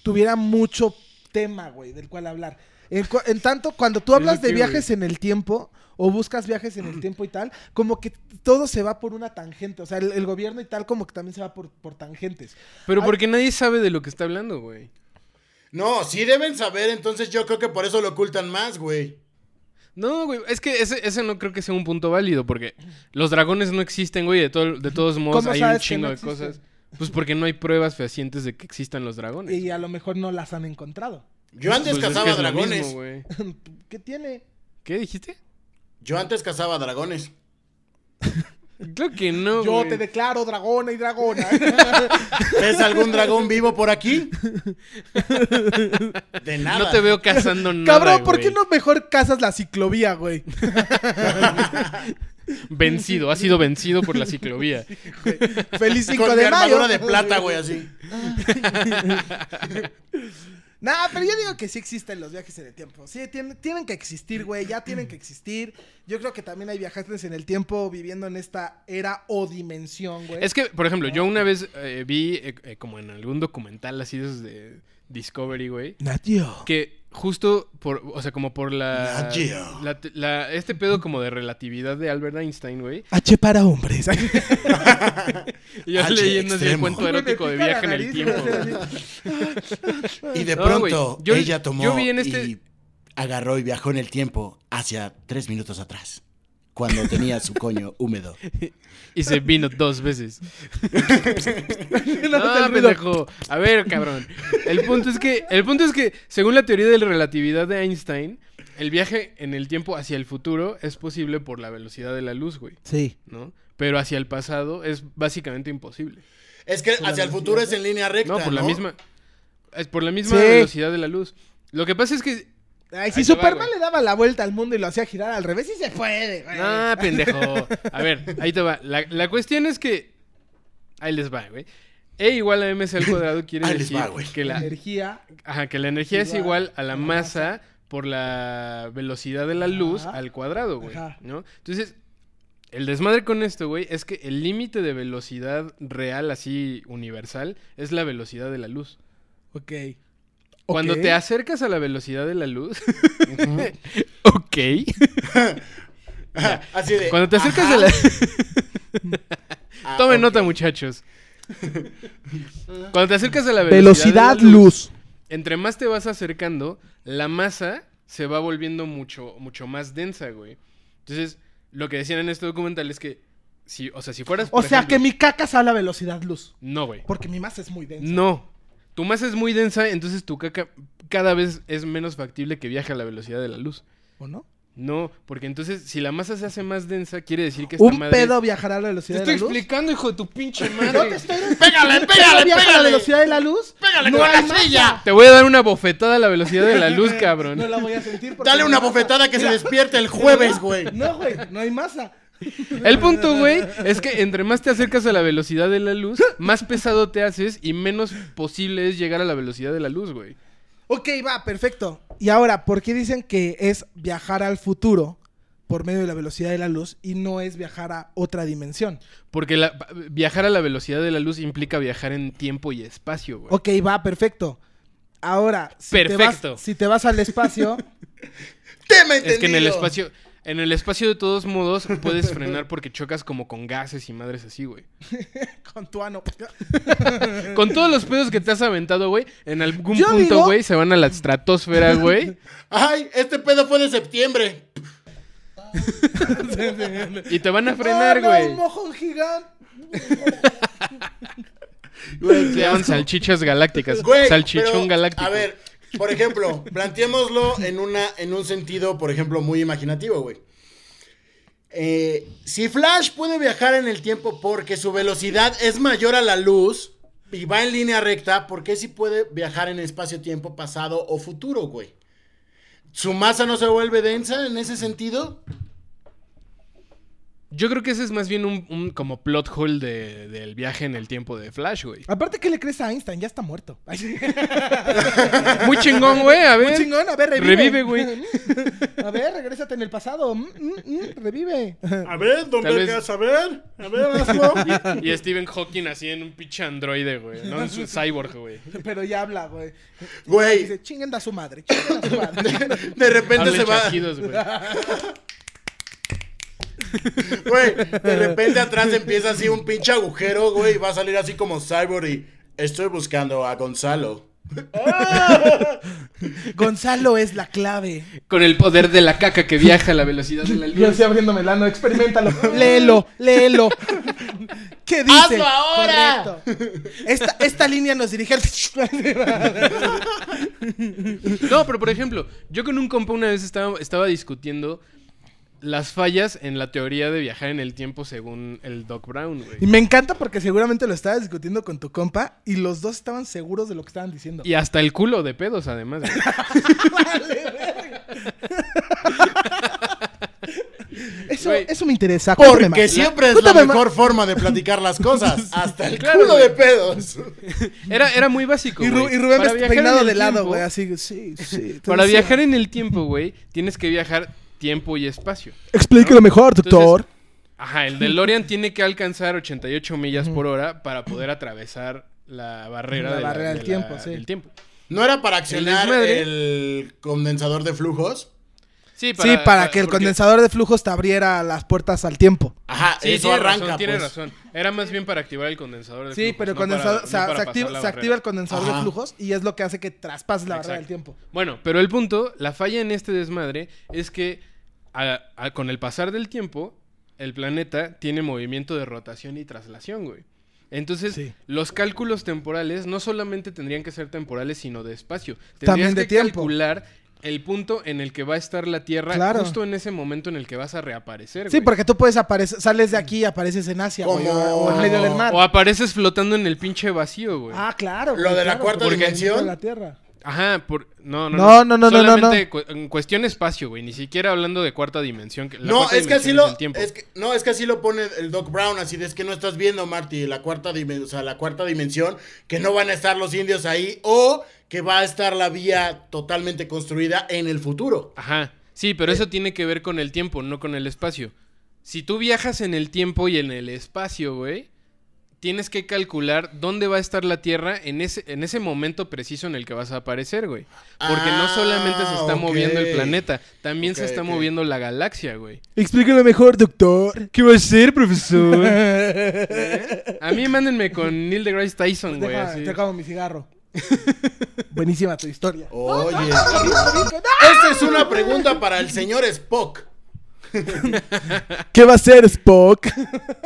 Speaker 4: tuviera mucho tema, güey, del cual hablar. En, cu- en tanto, cuando tú
Speaker 1: Es
Speaker 4: hablas
Speaker 1: lo
Speaker 4: de
Speaker 1: que,
Speaker 4: viajes en el tiempo o buscas viajes en el tiempo y tal, como que todo se va por una tangente. O sea, el, el gobierno y tal, como que también se va por, por tangentes.
Speaker 1: Pero
Speaker 4: Ay.
Speaker 1: porque nadie sabe de lo que está hablando, güey.
Speaker 2: No, sí deben saber, entonces yo creo que por eso lo ocultan más, güey.
Speaker 1: No, güey, es que ese, ese no creo que sea un punto válido, porque los dragones no existen, güey, de, todo- de todos modos
Speaker 4: ¿Cómo
Speaker 1: hay un
Speaker 4: sabes que
Speaker 1: chingo
Speaker 4: no
Speaker 1: de
Speaker 4: existen?
Speaker 1: cosas. Pues porque no hay pruebas fehacientes de que existan los dragones.
Speaker 4: Y a lo mejor no las han encontrado.
Speaker 2: Yo antes
Speaker 1: Pues es que
Speaker 2: cazaba
Speaker 1: es lo mismo,
Speaker 2: dragones.
Speaker 1: güey.
Speaker 4: ¿Qué tiene?
Speaker 1: ¿Qué dijiste?
Speaker 2: yo antes cazaba dragones.
Speaker 1: Claro que no,
Speaker 4: Yo
Speaker 1: güey.
Speaker 4: te declaro dragona
Speaker 1: [laughs]
Speaker 4: y dragona.
Speaker 2: ¿Ves algún dragón vivo por aquí? De nada.
Speaker 1: No te veo cazando
Speaker 4: [laughs]
Speaker 1: nada,
Speaker 4: Cabrón, ¿por qué
Speaker 1: güey.
Speaker 4: no mejor casas la ciclovía, güey?
Speaker 1: Vencido, ha sido vencido por la
Speaker 4: [laughs]
Speaker 1: ciclovía.
Speaker 4: Feliz 5
Speaker 2: Con mi
Speaker 4: de mayo.
Speaker 2: armadura de plata, güey, así.
Speaker 4: Nah, pero yo digo que sí existen los viajes en el tiempo. Sí, tienen, tienen que existir, güey. Ya tienen que existir. Yo creo que también hay viajantes en el tiempo viviendo en esta era o dimensión, güey.
Speaker 1: Es que, por ejemplo, yo una vez eh, vi eh, eh, como en algún documental así de esos de Discovery, güey,
Speaker 4: Nadio.
Speaker 1: que justo por, o sea, como por la,
Speaker 2: Nagio.
Speaker 1: la, la- este pedo como de relatividad de Albert Einstein, güey.
Speaker 4: H para
Speaker 1: [laughs]
Speaker 4: hombres.
Speaker 1: Y yo
Speaker 2: H
Speaker 1: leyendo así el
Speaker 2: extremo.
Speaker 1: cuento erótico de viaje en el tiempo. güey.
Speaker 4: [laughs]
Speaker 2: Y de
Speaker 1: No,
Speaker 2: pronto
Speaker 1: güey, yo-
Speaker 2: ella tomó
Speaker 1: yo vi en este-
Speaker 2: y agarró y viajó en el tiempo hacia tres minutos atrás, cuando tenía
Speaker 1: [laughs]
Speaker 2: su coño húmedo.
Speaker 1: Y se vino dos veces.
Speaker 4: No,
Speaker 1: No,
Speaker 4: te olvido.
Speaker 1: Ah, pendejo. A ver, cabrón. El punto es que, el punto es que, según la teoría de la relatividad de Einstein, el viaje en el tiempo hacia el futuro es posible por la velocidad de la luz, güey.
Speaker 4: Sí.
Speaker 1: ¿no? Pero hacia el pasado es básicamente imposible.
Speaker 2: Es que hacia el futuro es en línea recta,
Speaker 1: No, por la misma. Es por la misma
Speaker 4: Sí.
Speaker 1: velocidad de la luz. Lo que pasa es que.
Speaker 4: Ay, si
Speaker 1: Ahí te va,
Speaker 4: Superman
Speaker 1: güey.
Speaker 4: le daba la vuelta al mundo y lo hacía girar al revés, sí se puede, güey.
Speaker 1: Ah, pendejo. A ver, ahí te va. La, la cuestión es que. Ahí les va, güey. E igual a mc al cuadrado quiere
Speaker 2: Ahí les
Speaker 1: decir
Speaker 2: va, güey.
Speaker 1: que, la,
Speaker 4: Energía.
Speaker 1: ajá, que la energía es
Speaker 4: Igual
Speaker 1: igual a la masa por la velocidad de la luz
Speaker 4: Ajá.
Speaker 1: al cuadrado, güey.
Speaker 4: Ajá.
Speaker 1: ¿No? Entonces, el desmadre con esto, güey, es que el límite de velocidad real, así universal, es la velocidad de la luz.
Speaker 4: Ok.
Speaker 1: Cuando
Speaker 4: Ok.
Speaker 1: te acercas a la velocidad de la luz. [laughs] ok.
Speaker 2: Así de,
Speaker 1: Cuando te acercas
Speaker 2: ajá,
Speaker 1: a la. [laughs]
Speaker 2: ah,
Speaker 1: Tomen
Speaker 2: ok.
Speaker 1: nota, muchachos. Cuando te acercas a la velocidad. de la
Speaker 4: Velocidad, luz.
Speaker 1: Entre más te vas acercando, la masa se va volviendo mucho, mucho más densa, güey. Entonces, lo que decían en este documental es que. Si, o sea, si fueras.
Speaker 4: O
Speaker 1: por
Speaker 4: sea
Speaker 1: ejemplo-
Speaker 4: que mi caca sale a velocidad luz.
Speaker 1: No, güey.
Speaker 4: Porque mi masa es muy densa.
Speaker 1: No. Tu masa es muy densa, entonces tu caca cada vez es menos factible que viaje a la velocidad de la luz.
Speaker 4: ¿O no?
Speaker 1: No, porque entonces si la masa se hace más densa, quiere decir que esta
Speaker 4: Un
Speaker 1: madre.
Speaker 4: pedo viajará a la
Speaker 1: Te
Speaker 4: velocidad
Speaker 1: estoy
Speaker 4: de la luz.
Speaker 1: explicando, hijo de tu
Speaker 4: [laughs]
Speaker 1: pinche
Speaker 4: No te
Speaker 1: madre.
Speaker 4: estoy
Speaker 2: ¡Pégale,
Speaker 4: ¿Pedo
Speaker 2: pégale,
Speaker 4: viaja a la
Speaker 2: pégale!
Speaker 4: velocidad de la luz?
Speaker 2: ¡Pégale
Speaker 4: [laughs] No
Speaker 2: con
Speaker 4: hay
Speaker 2: la
Speaker 4: masa.
Speaker 2: silla!
Speaker 1: Te voy a dar una bofetada a la velocidad de la luz,
Speaker 4: [laughs] No
Speaker 1: cabrón.
Speaker 4: la voy a sentir porque
Speaker 2: Dale
Speaker 4: no hay
Speaker 2: una
Speaker 4: masa.
Speaker 2: bofetada que se despierte el
Speaker 1: [laughs]
Speaker 2: jueves, güey.
Speaker 4: No, güey, no hay masa.
Speaker 1: El punto, güey, es que entre más te acercas a la velocidad de la
Speaker 4: [laughs]
Speaker 1: luz, más pesado te haces y menos posible es llegar a la velocidad de la luz, güey.
Speaker 4: Ok, va, perfecto. Y ahora, ¿por qué dicen que es viajar al futuro por medio de la velocidad de la luz y no es viajar a otra dimensión?
Speaker 1: Porque la- viajar a la velocidad de la luz implica viajar en tiempo y espacio, güey.
Speaker 4: Ok, va, perfecto. Ahora, si, Te,
Speaker 1: Perfecto.
Speaker 4: vas, si te vas al espacio,
Speaker 2: ¡Te me
Speaker 1: Es que en el espacio, en el espacio de todos modos puedes frenar porque chocas como con gases y madres así,
Speaker 4: [laughs]
Speaker 1: güey.
Speaker 4: con tu [laughs] ano.
Speaker 1: Con todos los pedos que te has aventado, güey, en algún
Speaker 4: Yo
Speaker 1: punto,
Speaker 4: digo-
Speaker 1: güey, se van a la estratosfera, güey.
Speaker 2: ¡Ay, este pedo fue de septiembre!
Speaker 1: Y te van a frenar,
Speaker 4: Oh, [laughs] no,
Speaker 1: güey.
Speaker 4: un mojón gigante.
Speaker 1: [laughs] Se llaman salchichas galácticas.
Speaker 2: Pues, Güey,
Speaker 1: Salchichón
Speaker 2: pero,
Speaker 1: galáctico.
Speaker 2: A ver, por ejemplo, planteémoslo en, una, en un sentido, por ejemplo, muy imaginativo, güey. Eh, si Flash puede viajar en el tiempo porque su velocidad es mayor a la luz, y va en línea recta porque sí puede viajar en espacio-tiempo pasado o futuro, güey. ¿Su masa no se vuelve densa en ese sentido?
Speaker 1: Yo creo que ese es más bien un, un como plot hole de- del viaje en el tiempo de Flash,
Speaker 2: [laughs]
Speaker 1: güey.
Speaker 4: Aparte, ¿qué le crees a Einstein? Ya está muerto. [laughs] Ay, sí.
Speaker 1: Muy chingón, güey. A ver.
Speaker 4: Muy chingón, a ver, revive.
Speaker 1: Revive, güey.
Speaker 4: [laughs] a ver, regrésate en el pasado. Mm, mm, mm, revive.
Speaker 2: A ver, don
Speaker 1: Tal vez-
Speaker 2: Vergas, a ver, a ver, hazlo.
Speaker 1: [laughs] Y Stephen Hawking así en un pinche androide, güey. No en su cyborg, güey.
Speaker 4: [laughs] Pero ya habla, güey.
Speaker 2: Güey,
Speaker 4: Dice, chinguen a su madre, chinguen a su madre. [laughs]
Speaker 2: de repente
Speaker 1: Darle
Speaker 2: se va.
Speaker 1: chasquidos,
Speaker 2: [laughs]
Speaker 1: güey.
Speaker 2: Güey, de repente atrás empieza así un pinche agujero, güey, y va a salir así como Cyborg y estoy buscando a Gonzalo.
Speaker 4: Gonzalo es la clave.
Speaker 1: Con el poder de la caca que viaja a la velocidad de la
Speaker 4: Yo
Speaker 1: luz.
Speaker 4: estoy abriéndome el ano, experimentalo. [laughs] Léelo, léelo. ¿Qué dice?
Speaker 2: ¡Hazlo ahora!
Speaker 4: Correcto. Esta, esta línea nos dirige al...
Speaker 1: No, pero por ejemplo, yo con un compa una vez estaba, estaba discutiendo las fallas en la teoría de viajar en el tiempo según el Doc Brown,
Speaker 4: [laughs] Y
Speaker 1: güey.
Speaker 4: me encanta porque seguramente lo estabas discutiendo con tu compa y los dos estaban seguros de lo que estaban diciendo.
Speaker 1: Y hasta el culo de pedos, además. güey.
Speaker 4: Eso,
Speaker 1: Güey.
Speaker 4: eso me interesa. cuéntame
Speaker 2: Porque
Speaker 4: más.
Speaker 2: siempre es la
Speaker 4: Cuéntame más.
Speaker 2: mejor forma de platicar
Speaker 1: [laughs]
Speaker 2: las cosas. Hasta el
Speaker 1: Claro,
Speaker 2: culo
Speaker 1: güey.
Speaker 2: de pedos.
Speaker 1: Era, era muy básico.
Speaker 4: Y, Ru-
Speaker 1: güey.
Speaker 4: y Rubén
Speaker 1: Para
Speaker 4: vest-
Speaker 1: viajar en
Speaker 4: peinado
Speaker 1: el
Speaker 4: de lado,
Speaker 1: tiempo-
Speaker 4: güey, así, sí, sí. te
Speaker 1: Para
Speaker 4: decía.
Speaker 1: viajar en el tiempo, güey, tienes que viajar tiempo y espacio.
Speaker 4: Explíquelo mejor,
Speaker 1: Entonces,
Speaker 4: doctor.
Speaker 1: Ajá, el
Speaker 4: [laughs]
Speaker 1: DeLorean tiene que alcanzar 88 millas por hora para poder atravesar la barrera,
Speaker 4: La
Speaker 1: de
Speaker 4: barrera del
Speaker 1: de
Speaker 4: tiempo, sí.
Speaker 1: del tiempo.
Speaker 2: ¿No era para accionar
Speaker 1: El desmadre.
Speaker 2: el condensador de flujos?
Speaker 1: Sí,
Speaker 4: sí, para que el
Speaker 1: porque-
Speaker 4: condensador de flujos te abriera las puertas al tiempo.
Speaker 2: Ajá,
Speaker 1: Sí,
Speaker 2: eso
Speaker 1: tiene
Speaker 2: arranca,
Speaker 1: razón, tiene
Speaker 2: pues.
Speaker 1: razón. Era más bien para activar el condensador de
Speaker 4: Sí,
Speaker 1: flujos,
Speaker 4: pero el
Speaker 1: no
Speaker 4: condensador,
Speaker 1: para-
Speaker 4: o sea,
Speaker 1: no para
Speaker 4: se, activa,
Speaker 1: pasar la
Speaker 4: se
Speaker 1: barrera.
Speaker 4: activa el condensador
Speaker 2: Ajá.
Speaker 4: de flujos y es lo que hace que traspases la barrera del
Speaker 1: Exacto.
Speaker 4: tiempo.
Speaker 1: Bueno, pero el punto, la falla en este desmadre es que a- a- con el pasar del tiempo, el planeta tiene movimiento de rotación y traslación, güey. Entonces,
Speaker 4: Sí.
Speaker 1: los cálculos temporales no solamente tendrían que ser temporales, sino de espacio.
Speaker 4: También
Speaker 1: Tendrías
Speaker 4: de
Speaker 1: que
Speaker 4: tiempo.
Speaker 1: calcular el punto en el que va a estar la Tierra
Speaker 4: Claro.
Speaker 1: justo en ese momento en el que vas a reaparecer,
Speaker 4: Sí,
Speaker 1: güey.
Speaker 4: porque tú puedes aparecer, sales de aquí y apareces en Asia, güey, o,
Speaker 2: Como-
Speaker 4: o en medio del mar.
Speaker 1: O apareces flotando en el pinche vacío, güey.
Speaker 4: Ah, claro.
Speaker 2: Lo
Speaker 4: güey,
Speaker 2: de la
Speaker 4: claro,
Speaker 2: cuarta
Speaker 4: por el
Speaker 2: dimensión.
Speaker 4: movimiento de la Tierra.
Speaker 1: Ajá, por... No, no, no.
Speaker 4: No, no, no, no, no, no.
Speaker 1: Solamente cu- en cuestión espacio, güey. Ni siquiera hablando de cuarta dimensión. que- la
Speaker 2: No,
Speaker 1: cuarta
Speaker 2: es que así
Speaker 1: dimensión es
Speaker 2: lo
Speaker 1: el tiempo.
Speaker 2: es que- no, es que así lo pone el Doc Brown, así de es que no estás viendo, Marty, la cuarta dimensión, o sea, la cuarta dimensión, que no van a estar los indios ahí o que va a estar la vía totalmente construida en el futuro.
Speaker 1: Ajá. Sí,
Speaker 2: Eh.
Speaker 1: pero eso tiene que ver con el tiempo, no con el espacio. Si tú viajas en el tiempo y en el espacio, güey, tienes que calcular dónde va a estar la Tierra en ese, en ese momento preciso en el que vas a aparecer, güey. Porque no solamente se está
Speaker 2: Ah,
Speaker 1: moviendo el
Speaker 2: ok.
Speaker 1: planeta, también se
Speaker 2: Ok,
Speaker 1: está
Speaker 2: ok.
Speaker 1: moviendo la galaxia, güey.
Speaker 4: Explíquelo mejor, doctor.
Speaker 1: ¿Qué va a ser,
Speaker 4: [laughs]
Speaker 1: profesor? A mí mándenme con Neil deGrasse Tyson, güey.
Speaker 4: Pues Deja,
Speaker 1: así.
Speaker 4: te acabo mi [laughs] cigarro. Buenísima tu historia.
Speaker 2: Oye, esta es una pregunta para el señor Spock.
Speaker 4: ¿Qué va a ser Spock?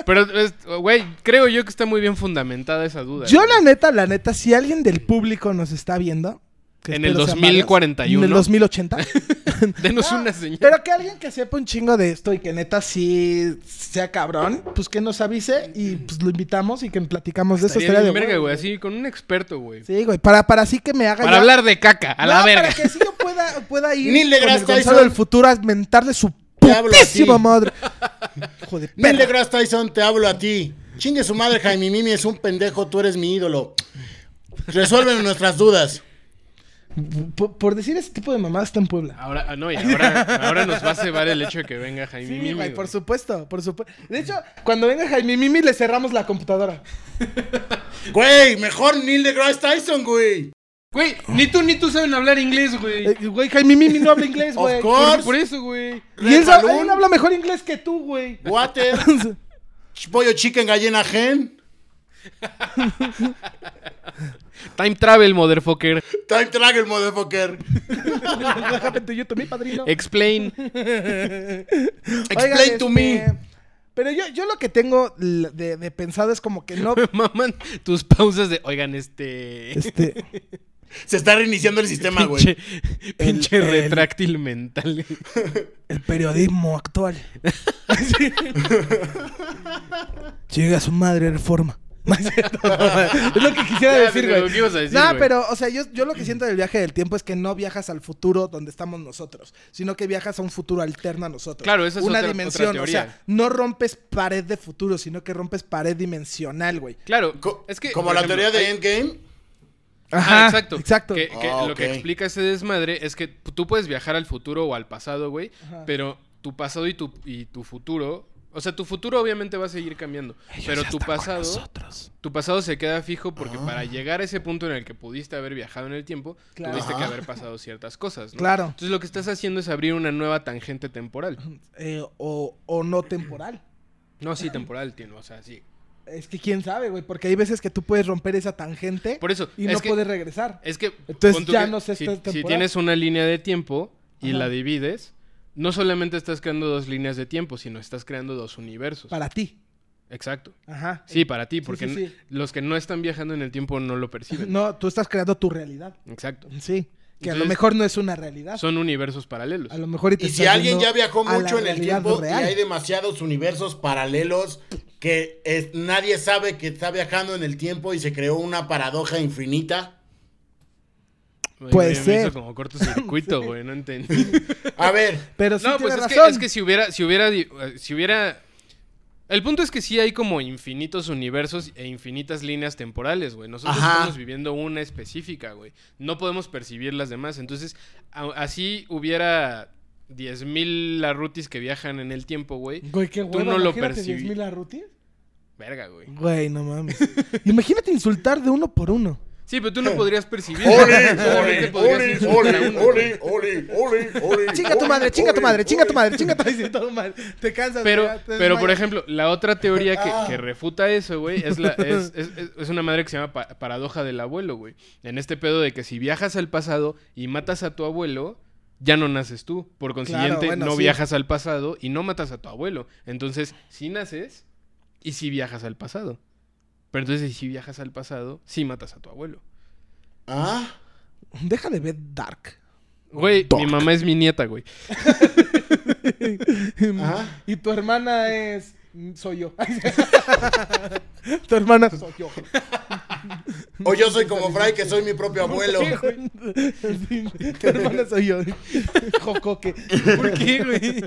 Speaker 1: Pero, es- güey, creo yo que está muy bien fundamentada esa duda.
Speaker 4: Yo
Speaker 1: güey.
Speaker 4: la neta, la neta, si alguien del público nos está viendo... que
Speaker 1: En el
Speaker 4: espero sean
Speaker 1: 2041.
Speaker 4: varios, En el
Speaker 1: [laughs]
Speaker 4: 2080.
Speaker 1: Denos una señal.
Speaker 4: Pero que alguien que sepa un chingo de esto y que neta sí sea cabrón, pues que nos avise y pues lo invitamos y que platicamos de eso.
Speaker 1: Estaría
Speaker 4: Estaría de
Speaker 1: bien verga,
Speaker 4: huevo.
Speaker 1: güey, así con un experto, güey.
Speaker 4: Sí, güey, para, para así que me haga...
Speaker 1: Para
Speaker 4: ya-
Speaker 1: hablar de caca, a
Speaker 4: No,
Speaker 1: la verga.
Speaker 4: Para que así yo pueda, pueda ir
Speaker 2: Neil
Speaker 4: con el
Speaker 2: deGrasse
Speaker 4: Gonzalo
Speaker 2: Tyson.
Speaker 4: del futuro a mentarle su
Speaker 2: Te hablo a ti. [laughs]
Speaker 4: putísima madre. Hijo de
Speaker 2: Neil
Speaker 4: perra.
Speaker 2: deGrasse Tyson, te hablo a ti. Chingue su madre, Jaime Mimi es un pendejo, tú eres mi ídolo. Resuelven nuestras dudas.
Speaker 4: Por, por decir ese tipo de mamadas está en Puebla.
Speaker 1: Ahora, ah, no, y ahora, ahora nos va a cebar el hecho de que venga Jaime
Speaker 4: Sí,
Speaker 1: Mimi,
Speaker 4: güey, por
Speaker 1: güey.
Speaker 4: supuesto, por supuesto. De hecho, cuando venga Jaime Mimi le cerramos la computadora.
Speaker 2: Güey, mejor Neil deGrasse Tyson, güey.
Speaker 1: Güey, ni tú ni tú saben hablar inglés, güey.
Speaker 4: Eh, Güey, Jaime Mimi no habla inglés,
Speaker 2: [laughs] Of
Speaker 4: güey.
Speaker 2: course.
Speaker 1: Por, por eso, güey.
Speaker 4: Y él, sabe-
Speaker 2: Balloon.
Speaker 4: él habla mejor inglés que tú,
Speaker 2: [laughs]
Speaker 4: güey.
Speaker 2: Water. Ch- Pollo chicken, gallina gen.
Speaker 1: Time travel, motherfucker.
Speaker 2: Time travel, motherfucker.
Speaker 4: Déjame tu YouTube, mi padrino.
Speaker 1: Explain. [laughs]
Speaker 2: Explain
Speaker 4: Oigan,
Speaker 2: to
Speaker 4: este,
Speaker 2: me.
Speaker 4: Pero yo, yo lo que tengo l- de, de pensado es como que
Speaker 2: [laughs]
Speaker 4: no.
Speaker 1: Maman tus pausas de, oigan, este... [laughs]
Speaker 4: Este,
Speaker 2: Se está reiniciando el sistema, güey.
Speaker 1: Pinche, pinche
Speaker 4: El- el-
Speaker 1: retráctil mental.
Speaker 4: el periodismo [laughs] actual. Llega su madre reforma. No es cierto, no, es lo que quisiera
Speaker 1: Ya,
Speaker 4: decir,
Speaker 1: pero,
Speaker 4: güey.
Speaker 1: ¿qué ibas a decir,
Speaker 4: No,
Speaker 1: güey?
Speaker 4: pero, o sea, yo, yo lo que siento del viaje del tiempo es que no viajas al futuro donde estamos nosotros, sino que viajas a un futuro alterno a nosotros.
Speaker 1: Claro, esa es
Speaker 4: Una
Speaker 1: otra- otra
Speaker 4: dimensión,
Speaker 1: teoría.
Speaker 4: o sea, no rompes pared de futuro, sino que rompes pared dimensional, güey.
Speaker 1: Claro,
Speaker 2: Co-
Speaker 1: es que...
Speaker 2: como
Speaker 1: por
Speaker 2: la
Speaker 1: ejemplo,
Speaker 2: teoría de
Speaker 1: hay-
Speaker 2: Endgame.
Speaker 1: Ajá, Ah, exacto.
Speaker 4: Exacto.
Speaker 1: Que, que
Speaker 2: Ah,
Speaker 1: Lo que
Speaker 2: ok.
Speaker 1: explica ese desmadre es que p- tú puedes viajar al futuro o al pasado, güey,
Speaker 4: Ajá.
Speaker 1: pero tu pasado y tu, y tu futuro... O sea, tu futuro obviamente va a seguir cambiando, pero tu pasado, tu pasado se queda fijo
Speaker 2: Ah.
Speaker 1: porque para llegar a ese punto en el que pudiste haber viajado en el tiempo,
Speaker 4: Claro.
Speaker 1: tuviste que
Speaker 2: Ajá.
Speaker 1: haber pasado ciertas cosas, ¿no?
Speaker 4: Claro.
Speaker 1: Entonces lo que estás haciendo es abrir una nueva tangente temporal.
Speaker 4: Eh, o, o no temporal.
Speaker 1: No, sí, temporal, tiene, o sea, sí.
Speaker 4: Es que quién sabe, güey, porque hay veces que tú puedes romper esa tangente
Speaker 1: Por eso,
Speaker 4: y
Speaker 1: es
Speaker 4: no
Speaker 1: que-
Speaker 4: puedes regresar.
Speaker 1: Es que
Speaker 4: Entonces,
Speaker 1: pon tú
Speaker 4: ya
Speaker 1: que
Speaker 4: no sé
Speaker 1: si,
Speaker 4: esta
Speaker 1: si
Speaker 4: temporada.
Speaker 1: tienes una línea de tiempo y
Speaker 4: Ajá.
Speaker 1: la divides, no solamente estás creando dos líneas de tiempo, sino estás creando dos universos.
Speaker 4: Para ti.
Speaker 1: Exacto.
Speaker 4: Ajá.
Speaker 1: Sí, para ti,
Speaker 4: Sí,
Speaker 1: porque
Speaker 4: sí,
Speaker 1: n-
Speaker 4: sí.
Speaker 1: los que no están viajando en el tiempo no lo perciben.
Speaker 4: No, tú estás creando tu realidad.
Speaker 1: Exacto.
Speaker 4: Sí. Que a lo
Speaker 1: Entonces,
Speaker 4: mejor no es una realidad.
Speaker 1: Son universos paralelos.
Speaker 4: A lo mejor y te
Speaker 2: Y si
Speaker 4: estás
Speaker 2: alguien
Speaker 4: yendo
Speaker 2: ya viajó
Speaker 4: a la
Speaker 2: mucho en el
Speaker 4: realidad
Speaker 2: tiempo
Speaker 4: real.
Speaker 2: y hay demasiados universos paralelos que es- nadie sabe que está viajando en el tiempo y se creó una paradoja infinita.
Speaker 1: Ay,
Speaker 4: puede
Speaker 1: güey, me hizo
Speaker 4: ser.
Speaker 1: como cortocircuito, güey,
Speaker 4: [laughs]
Speaker 1: no entendí.
Speaker 2: A ver,
Speaker 1: [laughs]
Speaker 4: Pero sí
Speaker 1: no, pues
Speaker 4: tienes
Speaker 1: es que,
Speaker 4: razón.
Speaker 1: es que si hubiera, si hubiera, di- eh, si hubiera... El punto es que sí hay como infinitos universos e infinitas líneas temporales, güey. Nosotros
Speaker 2: Ajá.
Speaker 1: estamos viviendo una específica, güey. No podemos percibir las demás. Entonces, a- así hubiera 10.000 larrutis que viajan en el tiempo, güey.
Speaker 4: Güey, qué
Speaker 1: Tú
Speaker 4: hueva,
Speaker 1: no lo
Speaker 4: imagínate
Speaker 1: percibí.
Speaker 4: 10.000 arrutis.
Speaker 1: Verga, güey.
Speaker 4: Güey, no mames. imagínate insultar de uno por uno.
Speaker 1: Sí, pero tú no podrías percibir.
Speaker 2: Eh. Ole,
Speaker 1: Solamente
Speaker 2: ole,
Speaker 1: podrías
Speaker 2: ole,
Speaker 1: insultar a
Speaker 2: ole,
Speaker 1: uno, güey.
Speaker 2: ole, ole, ole, ole.
Speaker 4: Chinga tu madre,
Speaker 2: ole,
Speaker 4: chinga tu
Speaker 2: ole,
Speaker 4: madre, chinga tu
Speaker 2: ole.
Speaker 4: madre, chinga tu madre. Todo mal. Te cansas.
Speaker 1: Pero,
Speaker 4: ya, te
Speaker 1: pero por
Speaker 4: desmayas. Ah.
Speaker 1: ejemplo, la otra teoría que, que refuta eso, güey, es, la- es, es- es- es una madre que se llama pa- paradoja del abuelo, güey. En este pedo de que si viajas al pasado y matas a tu abuelo, ya no naces tú. Por consiguiente,
Speaker 4: bueno,
Speaker 1: no
Speaker 4: sí.
Speaker 1: viajas al pasado y no matas a tu abuelo. Entonces, sí naces y sí viajas al pasado. Pero entonces, si viajas al pasado, sí matas a tu abuelo.
Speaker 2: Ah,
Speaker 4: Deja de ver Dark.
Speaker 1: Güey, mi mamá es mi nieta, güey.
Speaker 2: ah.
Speaker 4: Y tu hermana es. Soy yo. [laughs] tu hermana soy yo.
Speaker 2: O yo soy como Fry, que soy mi
Speaker 1: [laughs]
Speaker 2: propio abuelo. [laughs]
Speaker 4: Sí, tu hermana soy yo. Jocoque.
Speaker 1: ¿Por qué, güey?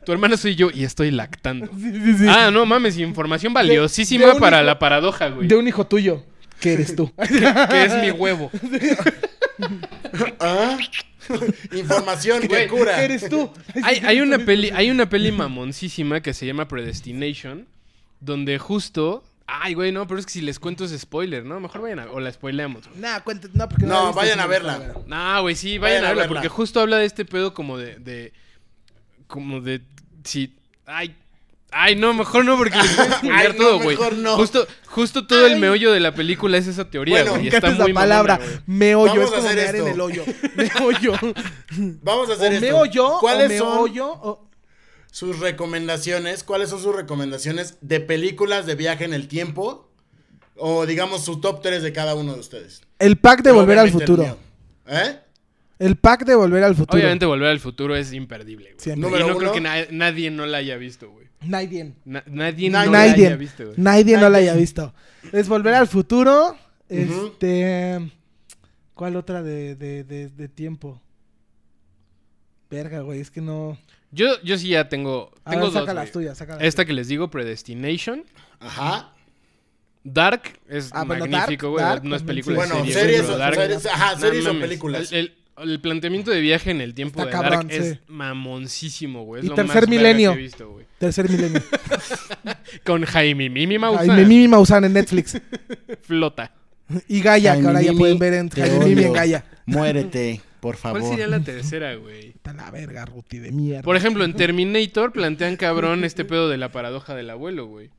Speaker 4: [laughs]
Speaker 1: Tu hermana soy yo y estoy lactando.
Speaker 4: Sí, sí, sí.
Speaker 1: Ah, no mames, información valiosísima
Speaker 4: de un
Speaker 1: para
Speaker 4: hijo-
Speaker 1: la paradoja, güey.
Speaker 4: de un hijo tuyo. Que
Speaker 2: [laughs]
Speaker 4: eres tú.
Speaker 1: Que es
Speaker 4: [laughs]
Speaker 1: mi huevo.
Speaker 2: Ah. [laughs] Información
Speaker 1: Güey,
Speaker 2: que cura.
Speaker 4: Que eres tú.
Speaker 1: Hay, hay una peli, hay una peli mamoncísima que se llama Predestination, donde justo. Ay, güey, no, pero es que si les cuento es spoiler, ¿no? Mejor vayan a. O la spoileamos.
Speaker 4: Nah, cuenta- no, porque la
Speaker 2: No,
Speaker 4: he visto,
Speaker 2: vayan
Speaker 4: sí,
Speaker 2: a
Speaker 4: no,
Speaker 2: verla.
Speaker 1: No, güey, sí, vayan,
Speaker 2: Vayan
Speaker 1: a
Speaker 2: a
Speaker 1: verla,
Speaker 2: verla.
Speaker 1: porque justo habla de este pedo como de. de como de. Si. Ay. Ay, no, mejor no, porque les
Speaker 4: [laughs]
Speaker 1: voy a spoilear
Speaker 2: Ay, no,
Speaker 1: todo, güey.
Speaker 2: mejor no.
Speaker 1: Justo, justo todo el meollo de la película es esa teoría,
Speaker 2: Bueno,
Speaker 1: güey.
Speaker 4: Me
Speaker 1: y
Speaker 4: encanta
Speaker 1: está
Speaker 4: esa
Speaker 1: muy mamona,
Speaker 4: palabra.
Speaker 1: güey.
Speaker 4: me hoyo.
Speaker 2: Vamos
Speaker 4: es
Speaker 2: a
Speaker 4: como
Speaker 2: hacer
Speaker 4: mear en
Speaker 2: esto. [laughs]
Speaker 4: el hoyo. Me hoyo.
Speaker 2: Vamos a
Speaker 4: O
Speaker 2: hacer
Speaker 4: me
Speaker 2: esto.
Speaker 4: hoyo. o
Speaker 2: ¿Cuáles
Speaker 4: me
Speaker 2: son
Speaker 4: hoyo. o-
Speaker 2: sus recomendaciones? ¿Cuáles son sus recomendaciones de películas de viaje en el tiempo? O digamos su top 3 de cada uno de ustedes.
Speaker 4: El pack de
Speaker 2: Yo,
Speaker 4: volver al
Speaker 2: obviamente, el
Speaker 4: futuro.
Speaker 2: mío. ¿Eh?
Speaker 4: El pack de volver al futuro.
Speaker 1: Obviamente, volver al futuro es imperdible, güey.
Speaker 4: Siempre.
Speaker 1: Y
Speaker 2: Número
Speaker 1: no creo
Speaker 2: uno.
Speaker 1: que na- nadie no la haya visto, güey.
Speaker 4: Nadie.
Speaker 1: Na- nadie
Speaker 2: Nadie.
Speaker 1: no la
Speaker 4: Nadie.
Speaker 1: haya visto, güey.
Speaker 4: Nadie no la haya visto. Es volver al futuro. Este. ¿Cuál otra de, de, de, de tiempo? Verga, güey. Es que no.
Speaker 1: Yo, yo sí ya tengo,
Speaker 4: A
Speaker 1: tengo
Speaker 4: ver,
Speaker 1: dos,
Speaker 4: saca
Speaker 1: güey.
Speaker 4: las tuyas, saca las
Speaker 1: Esta que les digo, Predestination.
Speaker 2: Ajá.
Speaker 1: Dark es
Speaker 4: Ah, bueno,
Speaker 1: magnífico,
Speaker 4: Dark,
Speaker 1: güey.
Speaker 4: Dark
Speaker 1: no es
Speaker 4: también,
Speaker 1: película,
Speaker 4: sí. Ah,
Speaker 1: es
Speaker 2: Bueno,
Speaker 1: Pues serie, güey,
Speaker 2: series,
Speaker 1: pero
Speaker 2: o-
Speaker 1: Dark-
Speaker 2: series, ajá,
Speaker 1: No
Speaker 2: series o
Speaker 1: mames.
Speaker 2: películas.
Speaker 1: El, el- el planteamiento de viaje en el tiempo
Speaker 4: Está
Speaker 1: de
Speaker 4: cabrón,
Speaker 1: Dark es
Speaker 4: sí.
Speaker 1: mamoncísimo, güey. Es
Speaker 4: Y
Speaker 1: lo
Speaker 4: Tercer
Speaker 1: más verga
Speaker 4: Milenio.
Speaker 1: que he visto, güey. [laughs]
Speaker 4: Tercer milenio.
Speaker 1: Con Jaime Mimi
Speaker 4: Ay,
Speaker 1: Maussan.
Speaker 4: mi Mimi Maussan
Speaker 1: [laughs]
Speaker 4: en Netflix.
Speaker 1: Flota.
Speaker 4: Y Gaia, que
Speaker 2: Jaime
Speaker 4: ahora ya
Speaker 2: Mimi,
Speaker 4: pueden ver en
Speaker 2: te
Speaker 4: Jaime Mimi en
Speaker 2: odio.
Speaker 4: Gaia.
Speaker 2: Muérete, por favor.
Speaker 1: ¿Cuál sería la tercera, güey?
Speaker 4: Está la verga, Ruti, de mierda.
Speaker 1: Por ejemplo, en Terminator plantean cabrón este pedo de la paradoja del abuelo, güey.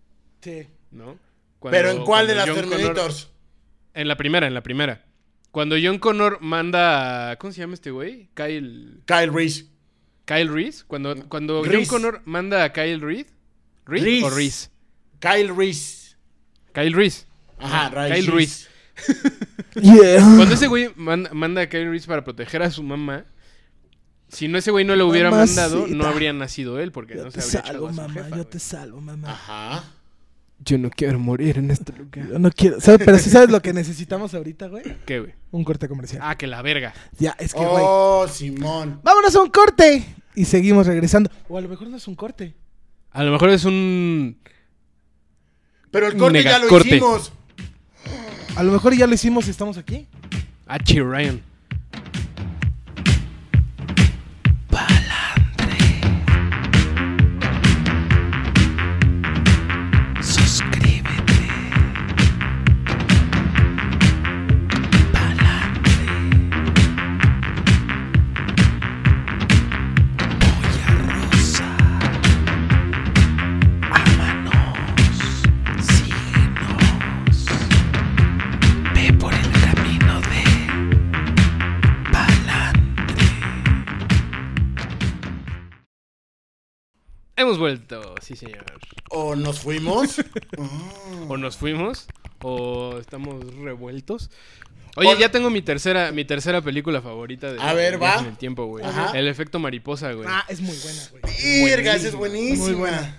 Speaker 4: Sí.
Speaker 1: ¿No?
Speaker 2: Pero
Speaker 1: Cuando-
Speaker 2: en cuál de las
Speaker 1: cuando John Connor-
Speaker 2: Terminators?
Speaker 1: En la primera, en la primera. Cuando John Connor manda. a- ¿Cómo se llama este güey? Kyle.
Speaker 2: Kyle Reese.
Speaker 1: Kyle Reese. Cuando, cuando John
Speaker 2: Reese.
Speaker 1: Connor manda a Kyle Reed. ¿Reed
Speaker 2: Reese.
Speaker 1: o Reese?
Speaker 2: Kyle Reese.
Speaker 1: Kyle Reese.
Speaker 2: Ajá,
Speaker 1: Kyle
Speaker 2: Reese.
Speaker 1: Reese.
Speaker 4: Yeah. [laughs]
Speaker 1: Cuando ese güey man- manda a Kyle Reese para proteger a su mamá. Si no ese güey no lo hubiera
Speaker 4: Mamacita.
Speaker 1: mandado, no habría nacido él, porque
Speaker 4: Yo
Speaker 1: no se
Speaker 4: te
Speaker 1: habría echado
Speaker 4: salvo,
Speaker 1: a su
Speaker 4: mamá.
Speaker 1: jefa,
Speaker 4: yo
Speaker 1: güey.
Speaker 4: te salvo, mamá.
Speaker 2: Ajá.
Speaker 1: Yo no quiero morir en este lugar.
Speaker 4: Yo no quiero. ¿sabes? Pero sí sabes lo que necesitamos ahorita, güey.
Speaker 1: ¿Qué, güey?
Speaker 4: Un corte comercial.
Speaker 1: Ah, que la verga.
Speaker 4: Ya, es que, güey.
Speaker 2: Oh, Simón.
Speaker 4: ¡Vámonos a un corte! Y seguimos regresando. O a lo mejor no es un corte.
Speaker 1: A lo mejor es un.
Speaker 2: Pero el corte ya lo
Speaker 1: Megacorte.
Speaker 2: hicimos.
Speaker 4: A lo mejor ya lo hicimos y estamos aquí.
Speaker 1: H. Ryan. Hemos vuelto, sí, señor.
Speaker 2: O nos
Speaker 4: [laughs]
Speaker 2: fuimos.
Speaker 1: O nos fuimos, o estamos revueltos. Oye,
Speaker 2: O-
Speaker 1: ya tengo mi tercera, mi tercera película favorita de
Speaker 2: A ver,
Speaker 1: Viajes
Speaker 2: va.
Speaker 1: en el tiempo, güey.
Speaker 2: Ajá.
Speaker 1: El efecto mariposa, güey.
Speaker 4: Ah, es muy buena, güey.
Speaker 2: Virga, esa es buenísima.
Speaker 4: Muy buena.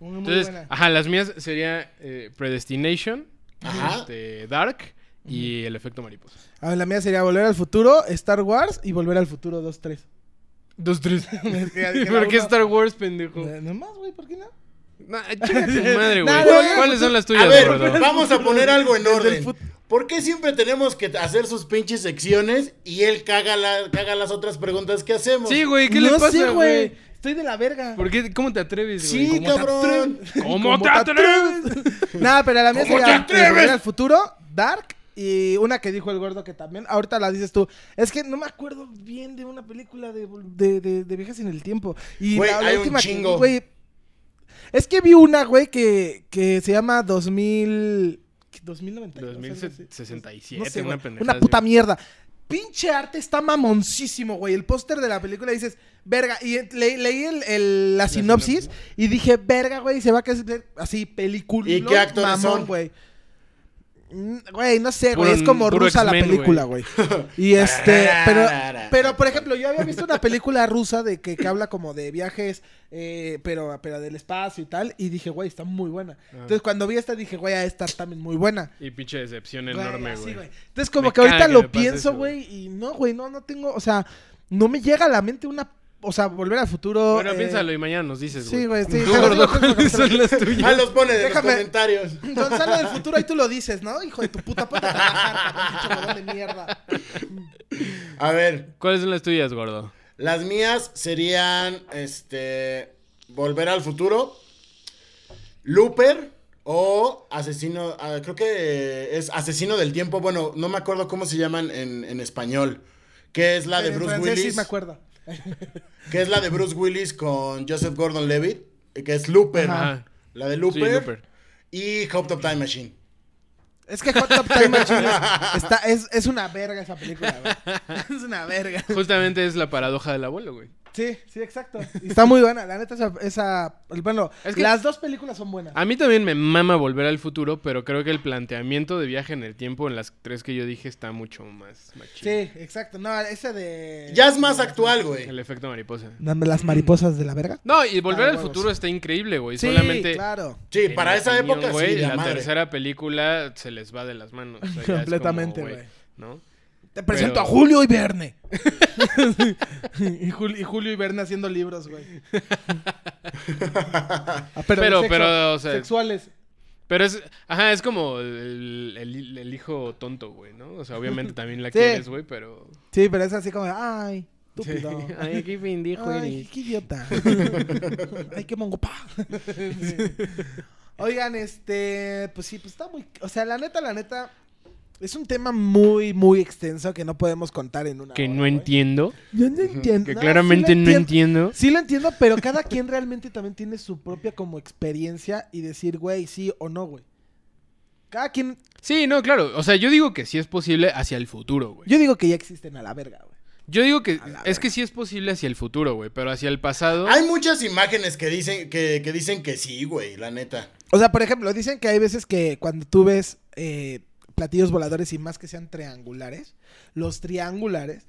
Speaker 4: Muy, muy
Speaker 1: Entonces,
Speaker 4: buena.
Speaker 1: ajá, las mías sería eh, Predestination,
Speaker 4: Ah.
Speaker 2: Ajá.
Speaker 1: este, Dark y el efecto mariposa.
Speaker 4: A ver, la mía sería Volver al Futuro, Star Wars y Volver al Futuro 2-3.
Speaker 1: Dos, [laughs] tres.
Speaker 4: Es que ya dije,
Speaker 1: ¿Por
Speaker 4: no,
Speaker 1: qué
Speaker 4: no.
Speaker 1: Star Wars, pendejo?
Speaker 4: Eh, No más, güey, ¿por qué no?
Speaker 1: No, chinga tu
Speaker 4: [laughs]
Speaker 1: madre, güey.
Speaker 4: No, no, no,
Speaker 1: ¿Cuáles son las tuyas,
Speaker 2: A ver,
Speaker 1: gordo?
Speaker 2: vamos a poner algo en
Speaker 4: [laughs] Desde el
Speaker 2: orden.
Speaker 4: fut-
Speaker 2: ¿Por qué siempre tenemos que hacer sus pinches secciones y él caga, la- caga las otras preguntas que hacemos?
Speaker 1: Sí, güey, ¿qué
Speaker 4: no
Speaker 1: le
Speaker 4: sé,
Speaker 1: pasa, güey?
Speaker 4: Estoy de la verga.
Speaker 1: ¿Por qué? ¿Cómo te atreves, güey?
Speaker 2: Sí,
Speaker 1: ¿Cómo te
Speaker 2: cabrón.
Speaker 1: atreves? ¿Cómo te atreves?
Speaker 4: Nada, pero la mía
Speaker 2: ¿Cómo
Speaker 4: sería
Speaker 2: te atreves?
Speaker 4: Volver al Futuro, Dark y una que dijo el gordo que también. Ahorita la dices tú. Es que no me acuerdo bien de una película de, vol- de, de, de viajes en el tiempo. Y
Speaker 2: Güey,
Speaker 4: la, la
Speaker 2: hay un
Speaker 4: última que-
Speaker 2: chingo.
Speaker 4: güey, es que vi una, güey, que, que se llama 2000. ¿qué? 2092, algo así.
Speaker 1: 2067,
Speaker 4: No sé,
Speaker 1: una
Speaker 4: güey,
Speaker 1: pendejada.
Speaker 4: Una puta
Speaker 1: así.
Speaker 4: mierda. Pinche arte está mamoncísimo, güey. El póster de la película dices, verga. Y eh, le- leí el- el- la, sinopsis y dije, verga, güey, se va a quedar así, película.
Speaker 2: ¿Y qué actores son?
Speaker 4: güey. Mm, Güey, no sé,
Speaker 1: Puro-
Speaker 4: güey. Es como
Speaker 1: puro
Speaker 4: rusa la
Speaker 1: X-Men,
Speaker 4: película, güey.
Speaker 1: [laughs]
Speaker 4: Y este,
Speaker 2: [laughs]
Speaker 4: pero, pero por ejemplo, yo había visto una película rusa de que, que habla como de viajes, eh, pero, pero del espacio y tal. Y dije, güey, está muy buena.
Speaker 1: Ah.
Speaker 4: Entonces, cuando vi esta, dije, güey, esta también muy buena.
Speaker 1: Y pinche decepción
Speaker 4: Güey,
Speaker 1: enorme,
Speaker 4: así,
Speaker 1: güey.
Speaker 4: Entonces, como
Speaker 1: Me
Speaker 4: que ahorita
Speaker 1: caga que me
Speaker 4: lo
Speaker 1: pase
Speaker 4: pienso,
Speaker 1: eso, güey.
Speaker 4: güey, y no, güey, no, no tengo, o sea, no me llega a la mente una, o sea, volver al futuro.
Speaker 1: Bueno,
Speaker 4: eh,
Speaker 1: piénsalo y mañana nos dices, güey.
Speaker 4: Sí, güey, sí.
Speaker 1: Tú,
Speaker 4: Pero
Speaker 1: gordo,
Speaker 4: sí, lo tengo
Speaker 1: ¿cuáles son las tuyas?
Speaker 2: Ah, los pone en los
Speaker 4: Déjame.
Speaker 2: comentarios.
Speaker 1: [laughs]
Speaker 4: Gonzalo del futuro, ahí tú lo dices, ¿no? Hijo de tu puta, ponte a trabajar, cabrón, pinche huevón de mierda.
Speaker 2: A ver,
Speaker 1: ¿Cuáles son las tuyas, gordo?
Speaker 2: las mías serían, este, Volver al Futuro, Looper o Asesino, ah, creo que es Asesino del Tiempo, bueno, no me acuerdo cómo se llaman en, en español, que es la Ah, de
Speaker 4: En
Speaker 2: Bruce
Speaker 4: francés
Speaker 2: Willis.
Speaker 4: Sí, me acuerdo.
Speaker 2: Que es la de Bruce Willis con Joseph Gordon Levitt. Que es Looper.
Speaker 4: Ah,
Speaker 1: Ajá.
Speaker 2: La de
Speaker 1: Sí,
Speaker 2: Looper.
Speaker 1: Looper.
Speaker 2: Y Hop Top Time Machine.
Speaker 4: Es que Hot Top Time Machine es- está, es, es una verga esa película,
Speaker 1: [laughs]
Speaker 4: güey. Es una verga.
Speaker 1: Justamente es la paradoja del abuelo, güey.
Speaker 4: Sí, sí, exacto. Y está muy buena, la neta, esa, esa- bueno,
Speaker 1: Es que- Ah,
Speaker 4: las dos películas son buenas.
Speaker 1: A mí también me mama volver al futuro, pero creo que el planteamiento de viaje en el tiempo en las tres que yo dije está mucho más, más chido.
Speaker 4: Sí, exacto. No, ese de.
Speaker 2: Ya es más actual, güey.
Speaker 1: El efecto mariposa.
Speaker 4: Dame las mariposas de la verga.
Speaker 1: No, y volver
Speaker 4: Ah,
Speaker 1: al
Speaker 4: huevos.
Speaker 1: futuro está increíble, güey.
Speaker 4: Sí,
Speaker 1: Solamente.
Speaker 4: claro.
Speaker 2: Sí,
Speaker 1: en
Speaker 2: para
Speaker 1: mi
Speaker 2: esa
Speaker 1: opinión,
Speaker 2: época
Speaker 1: güey,
Speaker 2: sí, la,
Speaker 1: la
Speaker 2: madre.
Speaker 1: tercera película se les va de las manos. O sea, ya es como,
Speaker 4: Completamente,
Speaker 1: güey,
Speaker 4: güey.
Speaker 1: ¿No?
Speaker 4: Te presento
Speaker 1: Pero-
Speaker 4: a Julio
Speaker 1: [laughs]
Speaker 4: y Verne. y, Jul- y Julio y Verne haciendo libros, [laughs] güey. Ah, de
Speaker 1: Pero-
Speaker 4: sexo-
Speaker 1: pero, o sea-
Speaker 4: Sexuales.
Speaker 1: Pero es, ajá, es como el, el- el hijo tonto, güey, ¿no? O sea, obviamente también la
Speaker 4: Sí.
Speaker 1: quieres, güey, pero...
Speaker 4: Sí, pero es así como, ay,
Speaker 1: [laughs]
Speaker 4: estúpido.
Speaker 1: Ay, qué pendejo
Speaker 4: Ay,
Speaker 1: [laughs]
Speaker 4: qué idiota. Ay, qué mongopa. Oigan, este, pues sí, pues está muy, o sea, la neta, la neta, es un tema muy, muy extenso que no podemos contar en una
Speaker 1: Que
Speaker 4: hora,
Speaker 1: no
Speaker 4: güey.
Speaker 1: entiendo.
Speaker 4: Yo no entiendo.
Speaker 1: Que
Speaker 4: No,
Speaker 1: claramente
Speaker 4: sí lo
Speaker 1: no entiendo.
Speaker 4: Sí lo entiendo, pero cada quien realmente también tiene su propia como experiencia y decir, güey, sí o no, güey. Cada quien,
Speaker 1: Sí, no, claro. O sea, yo digo que sí es posible hacia el futuro, güey.
Speaker 4: yo digo que ya existen a la verga, güey.
Speaker 1: Yo digo que es que sí es posible hacia el futuro, güey, pero hacia el pasado...
Speaker 2: Hay muchas imágenes que dicen que, que dicen que sí, güey, la neta.
Speaker 4: O sea, por ejemplo, dicen que hay veces que cuando tú ves eh, platillos voladores y más que sean triangulares, los triangulares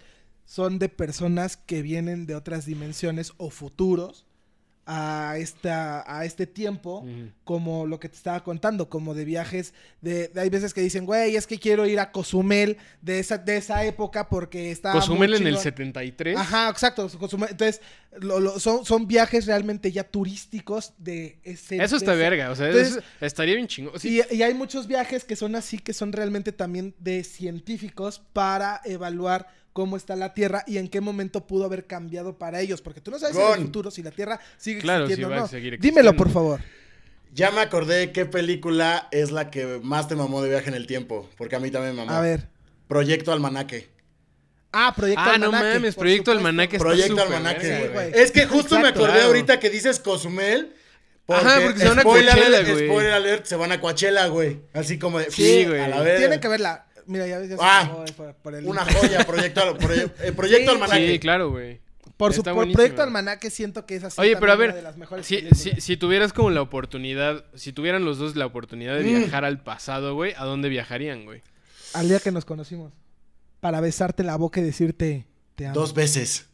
Speaker 4: son de personas que vienen de otras dimensiones o futuros a, esta, a este tiempo,
Speaker 1: Ujú.
Speaker 4: como lo que te estaba contando, como de viajes, de, de- hay veces que dicen, güey, es que quiero ir a Cozumel de esa, de esa época porque está... muy
Speaker 1: Cozumel pues en el
Speaker 4: chingón".
Speaker 1: 73.
Speaker 4: Ajá, exacto. su- Cozumel. Entonces, lo- lo- son, son viajes realmente ya turísticos de ese...
Speaker 1: Eso está
Speaker 4: de ese-
Speaker 1: verga, o sea,
Speaker 4: Entonces-
Speaker 1: eso estaría bien chingón. Sí,
Speaker 4: y, y hay muchos viajes que son así, que son realmente también de científicos para evaluar cómo está la Tierra y en qué momento pudo haber cambiado para ellos. Porque tú no sabes en
Speaker 2: Gon.
Speaker 4: el futuro si la Tierra sigue
Speaker 1: Claro, si
Speaker 4: existiendo
Speaker 1: va
Speaker 4: o
Speaker 1: a
Speaker 4: no.
Speaker 1: seguir
Speaker 4: Dímelo,
Speaker 1: existiendo.
Speaker 4: por favor.
Speaker 2: Ya me acordé qué película es la que más te mamó de viaje en el tiempo. Porque a mí también me mamó.
Speaker 4: A ver.
Speaker 2: Proyecto Almanaque.
Speaker 4: Ah, Proyecto
Speaker 1: ah, no
Speaker 4: Almanaque.
Speaker 1: mames,
Speaker 4: por
Speaker 1: Proyecto
Speaker 4: supuesto.
Speaker 1: Almanaque está
Speaker 2: Proyecto
Speaker 1: súper
Speaker 2: Almanaque,
Speaker 1: verga,
Speaker 4: Sí,
Speaker 2: güey.
Speaker 4: güey.
Speaker 2: Es que justo me
Speaker 4: Exacto.
Speaker 2: acordé
Speaker 1: Claro.
Speaker 2: ahorita que dices Cozumel.
Speaker 1: Ajá, porque se van a
Speaker 2: spoiler
Speaker 1: Coachella,
Speaker 2: alert,
Speaker 1: güey.
Speaker 2: Spoiler alert, se van a Coachella, güey. Así como de.
Speaker 1: Sí,
Speaker 2: "Pff,
Speaker 1: güey.
Speaker 2: A la verga".
Speaker 4: Tienen que verla. Mira, ya ves. ya se
Speaker 2: Ah,
Speaker 4: acabó de- por- por el
Speaker 2: Una
Speaker 4: link.
Speaker 2: joya, Proyecto, al- proye- eh, proyecto
Speaker 4: Sí,
Speaker 2: Almanaque.
Speaker 1: Sí, claro, güey.
Speaker 4: Por su
Speaker 1: Está
Speaker 4: por
Speaker 1: buenísima.
Speaker 4: Proyecto Almanaque siento que es así.
Speaker 1: Oye, pero a
Speaker 4: también una de
Speaker 1: ver,
Speaker 4: las mejores
Speaker 1: si,
Speaker 4: películas.
Speaker 1: si, si tuvieras como la oportunidad, si tuvieran los dos la oportunidad de
Speaker 4: Mm.
Speaker 1: viajar al pasado, güey, ¿a dónde viajarían, güey? [laughs]
Speaker 4: Al día que nos conocimos. Para besarte la boca y decirte te amo.
Speaker 2: Dos veces.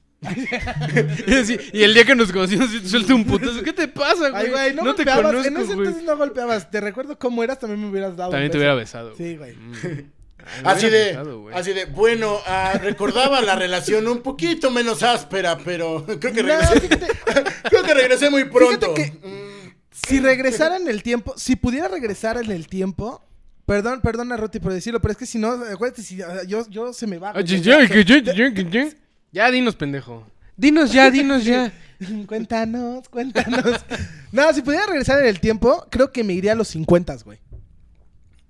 Speaker 1: Y así- y el día que nos conocimos, [laughs] te suelta un putazo. ¿Qué te pasa, güey?
Speaker 4: Ay, güey, no,
Speaker 1: te
Speaker 4: golpeabas.
Speaker 1: conozco,
Speaker 4: en ese
Speaker 1: güey.
Speaker 4: entonces no golpeabas. Te recuerdo cómo eras, también me hubieras dado. un
Speaker 1: También te
Speaker 4: beso.
Speaker 1: hubiera besado.
Speaker 4: Sí, güey. [laughs]
Speaker 1: Mm. Ay, me
Speaker 2: Así
Speaker 1: hubiera
Speaker 2: de,
Speaker 1: besado, güey.
Speaker 2: así de, bueno, ah, recordaba la relación un poquito menos áspera, pero [laughs] creo que
Speaker 4: No,
Speaker 2: regresé,
Speaker 4: fíjate,
Speaker 2: [laughs] creo que regresé muy pronto.
Speaker 4: Fíjate que-
Speaker 2: Mm,
Speaker 4: si regresara en el tiempo, si pudiera regresar en el tiempo. Perdón, perdón a Roti por decirlo, pero es que si no, acuérdate, si ah, yo, yo se me va.
Speaker 1: Ay,
Speaker 4: güey.
Speaker 1: ya, que ya, que ya, que ya. Ya dinos, pendejo. Dinos ya, dinos
Speaker 4: [laughs]
Speaker 1: ya.
Speaker 4: [laughs] Cuéntanos, cuéntanos. [laughs] no, si pudiera regresar en el tiempo, creo que me iría a los 50, güey.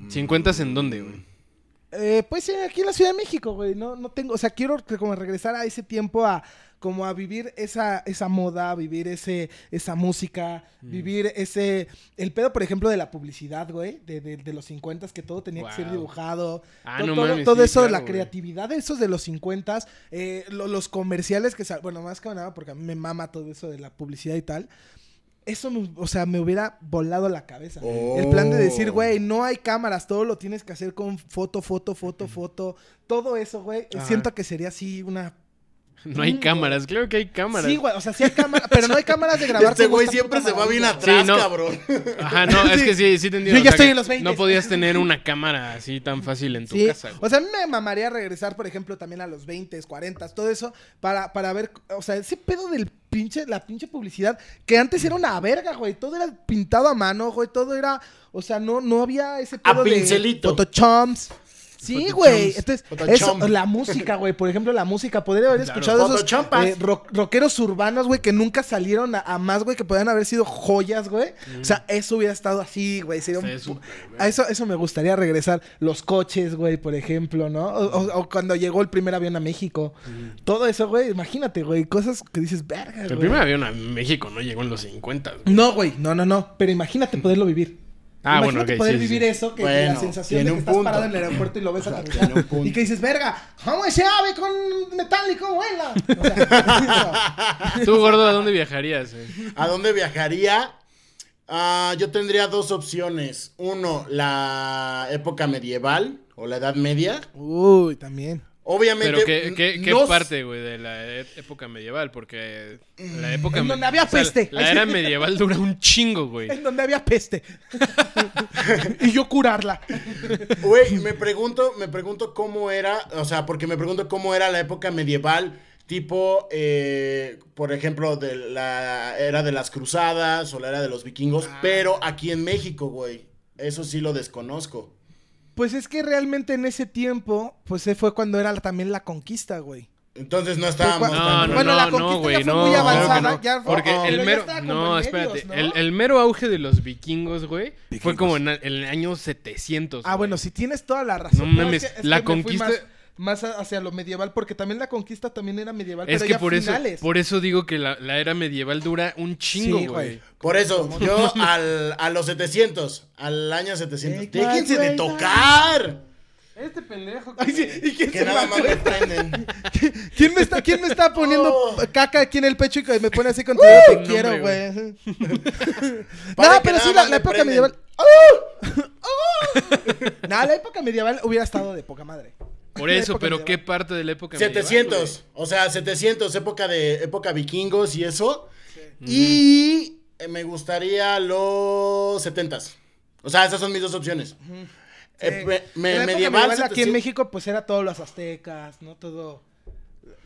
Speaker 1: 50 en dónde, güey.
Speaker 4: Eh, pues eh, aquí en la Ciudad de México, güey. No, no tengo, o sea, quiero que como regresar a ese tiempo a como a vivir esa, esa moda, vivir ese, esa música, vivir ese. El pedo, por ejemplo, de la publicidad, güey, de, de- de los 50 que todo tenía que ser
Speaker 1: Guau.
Speaker 4: dibujado.
Speaker 1: Ah,
Speaker 4: todo
Speaker 1: no
Speaker 4: todo-
Speaker 1: mames,
Speaker 4: todo
Speaker 1: sí,
Speaker 4: eso de la
Speaker 1: claro, güey.
Speaker 4: creatividad, esos de los 50 eh, lo- los comerciales que sal- Bueno, más que nada, porque a mí me mama todo eso de la publicidad y tal. Eso, me- o sea, me hubiera volado la cabeza. El plan de decir,
Speaker 2: Oh.
Speaker 4: güey, no hay cámaras, todo lo tienes que hacer con foto, foto, foto, foto. Todo eso, güey. eh,
Speaker 1: Ajá.
Speaker 4: Siento que sería así una.
Speaker 1: No hay cámaras, claro que hay cámaras.
Speaker 4: Sí, güey, o sea, sí hay cámaras, pero no
Speaker 1: [laughs]
Speaker 4: hay cámaras de grabar.
Speaker 2: Este
Speaker 4: como
Speaker 2: güey
Speaker 4: esta
Speaker 2: siempre
Speaker 4: puta
Speaker 2: se va bien
Speaker 4: maravilla.
Speaker 2: atrás,
Speaker 1: Sí, no.
Speaker 2: cabrón.
Speaker 1: Ajá, no, es que sí, sí te entiendo,
Speaker 4: Yo ya
Speaker 1: o sea,
Speaker 4: estoy
Speaker 1: que
Speaker 4: en los 20.
Speaker 1: No podías tener una cámara así tan fácil en tu
Speaker 4: Sí,
Speaker 1: casa, güey.
Speaker 4: o sea, a mí me mamaría regresar, por ejemplo, también a los 20, 40, todo eso, para, para ver, o sea, ese pedo del pinche, la pinche publicidad, que antes era una verga, güey, todo era pintado a mano, güey, todo era, o sea, no, no había ese
Speaker 2: A
Speaker 4: pedo de
Speaker 2: pincelito.
Speaker 4: Photochomps. Sí,
Speaker 2: Photochomps.
Speaker 4: güey. Entonces, eso,
Speaker 2: Photochomp.
Speaker 4: la música, güey. Por ejemplo, la música. Podría haber escuchado esos
Speaker 2: Photochompas.
Speaker 4: eh, ro- rockeros urbanos, güey, que nunca salieron a, a más, güey, que podían haber sido joyas, güey.
Speaker 2: Mm.
Speaker 4: O sea, eso hubiera estado así, güey. Sería un
Speaker 1: Estaría
Speaker 4: pu-
Speaker 1: súper, güey.
Speaker 4: a eso, eso me gustaría regresar. Los coches, güey, por ejemplo, ¿no? O, o- o cuando llegó el primer avión a México. Todo eso, güey. Imagínate, güey. Cosas que dices, verga,
Speaker 1: El
Speaker 4: güey".
Speaker 1: primer avión a México no llegó en los 50, güey.
Speaker 4: No, güey. No, no, no. Pero imagínate poderlo vivir.
Speaker 1: Ah, bueno,
Speaker 4: imagínate
Speaker 1: ok,
Speaker 4: poder
Speaker 1: sí,
Speaker 4: vivir
Speaker 1: sí.
Speaker 4: eso, que
Speaker 2: Bueno,
Speaker 4: la sensación
Speaker 2: tiene
Speaker 4: de
Speaker 2: un
Speaker 4: que estás
Speaker 2: punto.
Speaker 4: parado en el aeropuerto y lo ves
Speaker 2: O sea, [laughs]
Speaker 4: aterrizar.
Speaker 2: tiene un punto.
Speaker 4: Y que dices, verga, ¿cómo ese ave con metálico vuela? O
Speaker 1: [laughs]
Speaker 4: sea,
Speaker 1: Tú, gordo, ¿a dónde viajarías? eh? güey?
Speaker 2: ¿A dónde viajaría? Ah, yo tendría dos opciones. Uno, la época medieval o la Edad Media.
Speaker 4: Uy, también.
Speaker 2: Obviamente.
Speaker 1: Pero ¿qué, qué,
Speaker 2: n-
Speaker 1: qué
Speaker 2: no s-
Speaker 1: parte, güey, de la e- época medieval? Porque la época...
Speaker 4: Mm, En
Speaker 1: me-
Speaker 4: donde había peste.
Speaker 1: la era medieval dura un chingo, güey.
Speaker 4: En donde había peste. y yo curarla.
Speaker 2: Güey, me pregunto, me pregunto cómo era, o sea, porque me pregunto cómo era la época medieval, tipo, eh, por ejemplo, de la era de las cruzadas o la era de los vikingos, pero aquí en México, güey. Eso sí lo desconozco.
Speaker 4: Pues es que realmente en ese tiempo, pues eh, fue cuando era la- también la conquista, güey.
Speaker 2: Entonces no
Speaker 4: Fue
Speaker 2: estábamos
Speaker 4: cua-
Speaker 1: No,
Speaker 2: tan...
Speaker 1: no,
Speaker 4: bueno,
Speaker 1: no,
Speaker 4: la
Speaker 1: no,
Speaker 4: conquista ya
Speaker 1: güey,
Speaker 4: fue
Speaker 1: no,
Speaker 4: muy
Speaker 1: claro que
Speaker 4: avanzada,
Speaker 1: no.
Speaker 4: [laughs] ya fue-
Speaker 1: Porque
Speaker 2: Oh,
Speaker 1: el
Speaker 4: pero ya
Speaker 1: mero,
Speaker 4: estaba como
Speaker 1: no,
Speaker 4: en medios,
Speaker 1: espérate,
Speaker 4: ¿no?
Speaker 1: El, el mero auge de los vikingos, güey, fue como en el- el año 700.
Speaker 4: Ah,
Speaker 1: güey.
Speaker 4: bueno, si tienes toda la razón.
Speaker 1: No
Speaker 4: es
Speaker 1: mames,
Speaker 4: que- es
Speaker 1: la
Speaker 4: que me fui
Speaker 1: conquista-
Speaker 4: Más, más a- hacia lo medieval, porque también la conquista también era medieval,
Speaker 1: Es
Speaker 4: pero
Speaker 1: que
Speaker 4: ya
Speaker 1: por eso,
Speaker 4: finales.
Speaker 1: por eso digo que la, la era medieval dura un chingo,
Speaker 4: Sí,
Speaker 1: güey.
Speaker 4: güey.
Speaker 2: Por
Speaker 4: [laughs]
Speaker 2: eso, yo al, a los 700, al año 700.
Speaker 4: Ey,
Speaker 2: ¡Déjense
Speaker 4: güey,
Speaker 2: de
Speaker 4: güey,
Speaker 2: tocar!
Speaker 1: Este pendejo.
Speaker 4: Ay, sí, ¿y quién,
Speaker 2: Que
Speaker 4: se
Speaker 2: nada
Speaker 4: va?
Speaker 2: más me
Speaker 4: [laughs]
Speaker 2: prenden.
Speaker 4: ¿Quién me está, quién me está poniendo
Speaker 2: Oh.
Speaker 4: caca aquí en el pecho y que me pone así con tu dedo, te
Speaker 1: No,
Speaker 4: quiero,
Speaker 1: hombre,
Speaker 4: güey?
Speaker 1: [laughs]
Speaker 2: Para
Speaker 4: no,
Speaker 2: que
Speaker 4: pero
Speaker 2: nada
Speaker 4: sí, la,
Speaker 2: más
Speaker 4: la
Speaker 2: me
Speaker 4: época
Speaker 2: prenden.
Speaker 4: medieval. ¡Oh! ¡Oh! no, la época medieval hubiera estado de poca madre.
Speaker 1: Por
Speaker 4: La
Speaker 1: eso,
Speaker 4: época
Speaker 1: pero
Speaker 4: medieval.
Speaker 1: ¿qué parte de la época medieval,
Speaker 2: 700, o sea, 700, época de época vikingos y eso. Y eh, me gustaría los 70s. O sea, esas son mis dos opciones. Eh, me-
Speaker 4: En
Speaker 2: me-
Speaker 4: la época
Speaker 2: medieval,
Speaker 4: aquí en
Speaker 2: 700.
Speaker 4: México, pues era todo los aztecas, ¿no? Todo.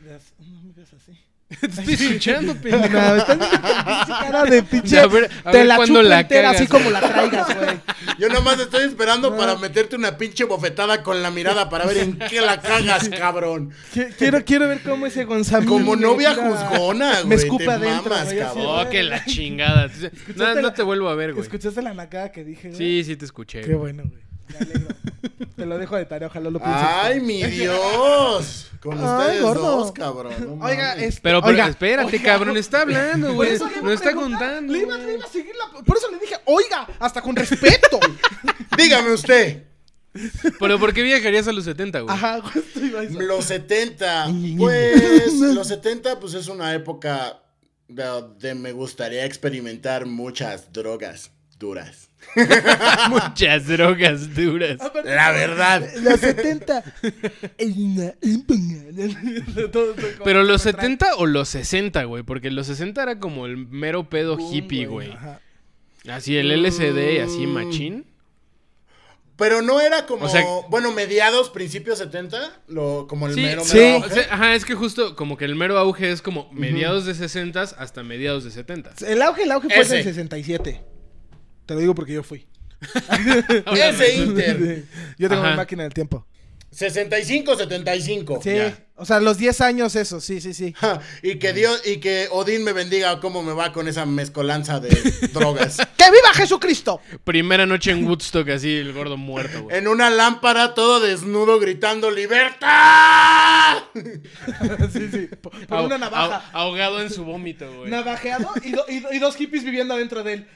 Speaker 4: las- No me veas así.
Speaker 1: güey? [laughs] Te estoy
Speaker 4: [laughs]
Speaker 1: escuchando,
Speaker 4: No,
Speaker 1: pendejo.
Speaker 4: estás viendo con pinche cara de
Speaker 1: [laughs]
Speaker 4: pinche.
Speaker 1: A ver- a
Speaker 4: te
Speaker 1: ver
Speaker 4: la
Speaker 1: cuándo
Speaker 4: chupo
Speaker 1: la
Speaker 4: entera, así
Speaker 1: cagas,
Speaker 4: como la traigas, güey.
Speaker 2: Yo nomás estoy esperando
Speaker 4: [laughs]
Speaker 2: para meterte una pinche bofetada con la mirada para ver en qué la cagas, cabrón.
Speaker 4: Qui- Quiero, quiero ver cómo ese Gonzalo.
Speaker 2: Como
Speaker 4: me
Speaker 2: novia
Speaker 4: tira-
Speaker 2: juzgona, güey.
Speaker 4: [laughs] Me escupe
Speaker 2: te
Speaker 4: adentro,
Speaker 2: mamas,
Speaker 4: güey, así,
Speaker 2: cabrón.
Speaker 1: Oh, que la chingada. No, no te vuelvo a ver, güey.
Speaker 4: ¿Escuchaste la nacada que dije, güey?
Speaker 1: Sí, sí te escuché.
Speaker 4: Qué bueno, güey. Me alegro. te lo dejo de tarea, ojalá lo pienses.
Speaker 2: Ay, mi Dios. Con
Speaker 4: Ay,
Speaker 2: ustedes
Speaker 4: gordo.
Speaker 2: dos, cabrón. no
Speaker 4: Oiga,
Speaker 2: mames.
Speaker 4: este,
Speaker 1: Pero, pero
Speaker 4: oiga,
Speaker 1: espérate, cabrón, está hablando,
Speaker 4: Por
Speaker 1: güey.
Speaker 4: eso le iba
Speaker 1: No
Speaker 4: a
Speaker 1: está
Speaker 4: preguntar,
Speaker 1: contando.
Speaker 4: Le iba, le iba a seguir la- Por eso le dije, oiga, hasta con
Speaker 1: [laughs]
Speaker 4: respeto.
Speaker 2: Dígame usted.
Speaker 1: Pero ¿por qué viajarías a los 70, güey? [laughs]
Speaker 4: Ajá, justo iba a eso.
Speaker 2: Los 70. Pues los 70 pues es una época de, de me gustaría experimentar muchas drogas duras.
Speaker 1: Muchas drogas duras.
Speaker 2: [laughs]
Speaker 4: Aparte,
Speaker 2: La verdad.
Speaker 4: Los 70. Es una época. Todo- todo-
Speaker 1: Pero los 70 o los 60, güey. Porque los 60 era como el mero pedo
Speaker 4: Boom,
Speaker 1: hippie, güey.
Speaker 4: Ajá.
Speaker 1: Así el LSD, así machín.
Speaker 2: Pero no era como
Speaker 1: O sea-
Speaker 2: bueno, mediados, principios 70, lo como el
Speaker 1: Sí,
Speaker 2: mero
Speaker 1: sí.
Speaker 2: mero
Speaker 1: O
Speaker 2: auge.
Speaker 1: sea, ajá, es que justo como que el mero auge es como mediados de 60 hasta mediados de 70.
Speaker 4: El auge, el auge fue en
Speaker 2: Ese.
Speaker 4: el 67. Te lo digo porque yo fui.
Speaker 1: [laughs]
Speaker 2: Ese Inter.
Speaker 4: [laughs] Yo tengo mi
Speaker 1: Ajá.
Speaker 4: máquina del tiempo.
Speaker 2: 65, 75.
Speaker 4: Sí.
Speaker 1: Ya.
Speaker 4: O sea, los 10 años, eso, sí, sí, sí.
Speaker 2: Ja, [laughs] Y que Dios y que Odín me bendiga cómo me va con esa mezcolanza de drogas.
Speaker 4: ¡Que viva Jesucristo! [laughs]
Speaker 1: Primera noche en Woodstock, así el gordo muerto,
Speaker 4: Eh,
Speaker 1: güey.
Speaker 2: En una lámpara todo desnudo gritando [laughs] libertad.
Speaker 4: sí, sí. Por, por
Speaker 1: Ahog-
Speaker 4: una navaja.
Speaker 1: ahog- Ahogado en su vómito, güey.
Speaker 4: Navajeado y, do- y do- y dos hippies viviendo adentro de él.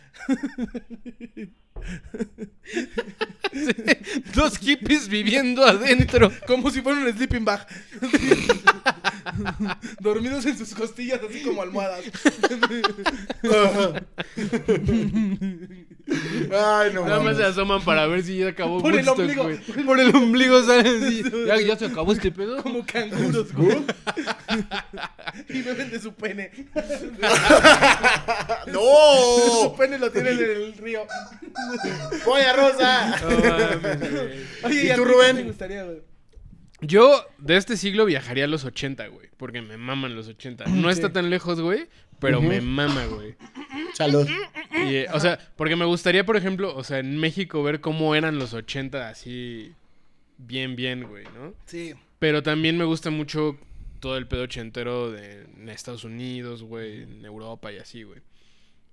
Speaker 1: Dos hippies viviendo adentro.
Speaker 4: Como si fuera un sleeping bag. [laughs] Dormidos en sus costillas, así como almohadas.
Speaker 2: Ay, no
Speaker 1: Nada más se
Speaker 2: mames.
Speaker 1: asoman para ver si ya acabó
Speaker 4: Por el
Speaker 1: Woodstock,
Speaker 4: ombligo.
Speaker 1: güey. Por el ombligo salen así. ¿Ya, ya se acabó este pedo?
Speaker 4: Como canguros, güey. y beben de su pene.
Speaker 2: ¡No!
Speaker 1: Oh.
Speaker 4: Su pene lo tienen en el río.
Speaker 2: ¡Polla rosa!
Speaker 1: No mames, güey.
Speaker 4: Oye,
Speaker 2: ¿Y
Speaker 4: a
Speaker 2: tú,
Speaker 4: ti qué
Speaker 2: Rubén?
Speaker 4: te gustaría, güey?
Speaker 1: Yo de este siglo viajaría a los 80, güey. Porque me maman los 80. No está tan lejos, güey. Pero me mama, güey.
Speaker 2: Salud.
Speaker 1: Y, eh, o sea, porque me gustaría, por ejemplo, o sea, en México ver cómo eran los 80 así bien, bien, güey, ¿no?
Speaker 4: Sí.
Speaker 1: Pero también me gusta mucho todo el pedo ochentero de en Estados Unidos, güey, en Europa y así, güey.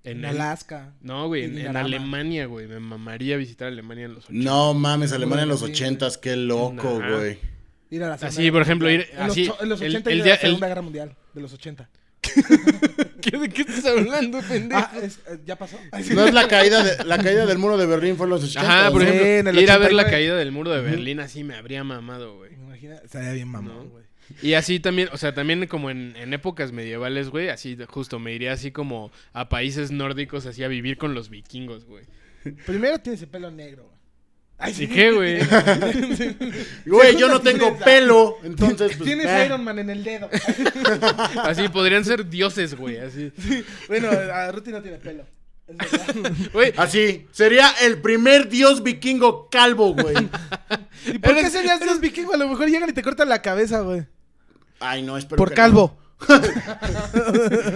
Speaker 1: En,
Speaker 4: En
Speaker 1: el-
Speaker 4: Alaska.
Speaker 1: No, güey, en, en
Speaker 4: Dinarama.
Speaker 1: Alemania, güey. Me mamaría visitar Alemania en los 80.
Speaker 2: No mames, Alemania en los
Speaker 4: Sí.
Speaker 2: ochentas, qué loco,
Speaker 1: Nah.
Speaker 2: güey.
Speaker 4: Ir a la Segunda
Speaker 1: Así,
Speaker 4: Guerra
Speaker 1: por ejemplo,
Speaker 4: Mundial.
Speaker 1: ir-
Speaker 4: En los
Speaker 1: así,
Speaker 4: cho- En los
Speaker 1: el-
Speaker 4: 80
Speaker 1: el
Speaker 4: ir a
Speaker 1: día-
Speaker 4: la
Speaker 1: el-
Speaker 4: Segunda Guerra Mundial. De los 80.
Speaker 1: [laughs] ¿Qué- ¿De qué estás hablando, pendejo?
Speaker 4: Ah, es- eh, ¿ya pasó?
Speaker 2: No es la caída, de- la caída del muro de Berlín fue en los ochentas.
Speaker 1: Ajá, por
Speaker 4: Sí,
Speaker 1: ejemplo,
Speaker 4: en el
Speaker 1: ir a ver la
Speaker 4: 89.
Speaker 1: caída del muro de Berlín así me habría mamado, güey.
Speaker 4: Me imagino, estaría bien mamón,
Speaker 1: No.
Speaker 4: güey.
Speaker 1: Y así también, o sea, también como en, en épocas medievales, güey, así de- justo me iría así como a países nórdicos, así a vivir con los vikingos, güey.
Speaker 4: Primero tienes el pelo negro, güey. Ay,
Speaker 1: Así que,
Speaker 4: [laughs]
Speaker 1: güey.
Speaker 2: Güey, yo no
Speaker 4: Segunda
Speaker 2: tengo
Speaker 4: tigresa.
Speaker 2: pelo, entonces pues,
Speaker 4: Tienes
Speaker 2: eh.
Speaker 4: Iron Man en el dedo.
Speaker 1: Así podrían ser dioses, güey. Así.
Speaker 4: bueno, a Ruti no tiene pelo. Es verdad.
Speaker 1: Güey,
Speaker 2: Así, sería el primer dios vikingo calvo, güey.
Speaker 4: ¿Y por qué
Speaker 1: Eres-
Speaker 4: serías dios vikingo? A lo mejor llegan y te cortan la cabeza, güey.
Speaker 2: Ay, no, espero
Speaker 4: Por
Speaker 2: que
Speaker 4: calvo.
Speaker 2: no.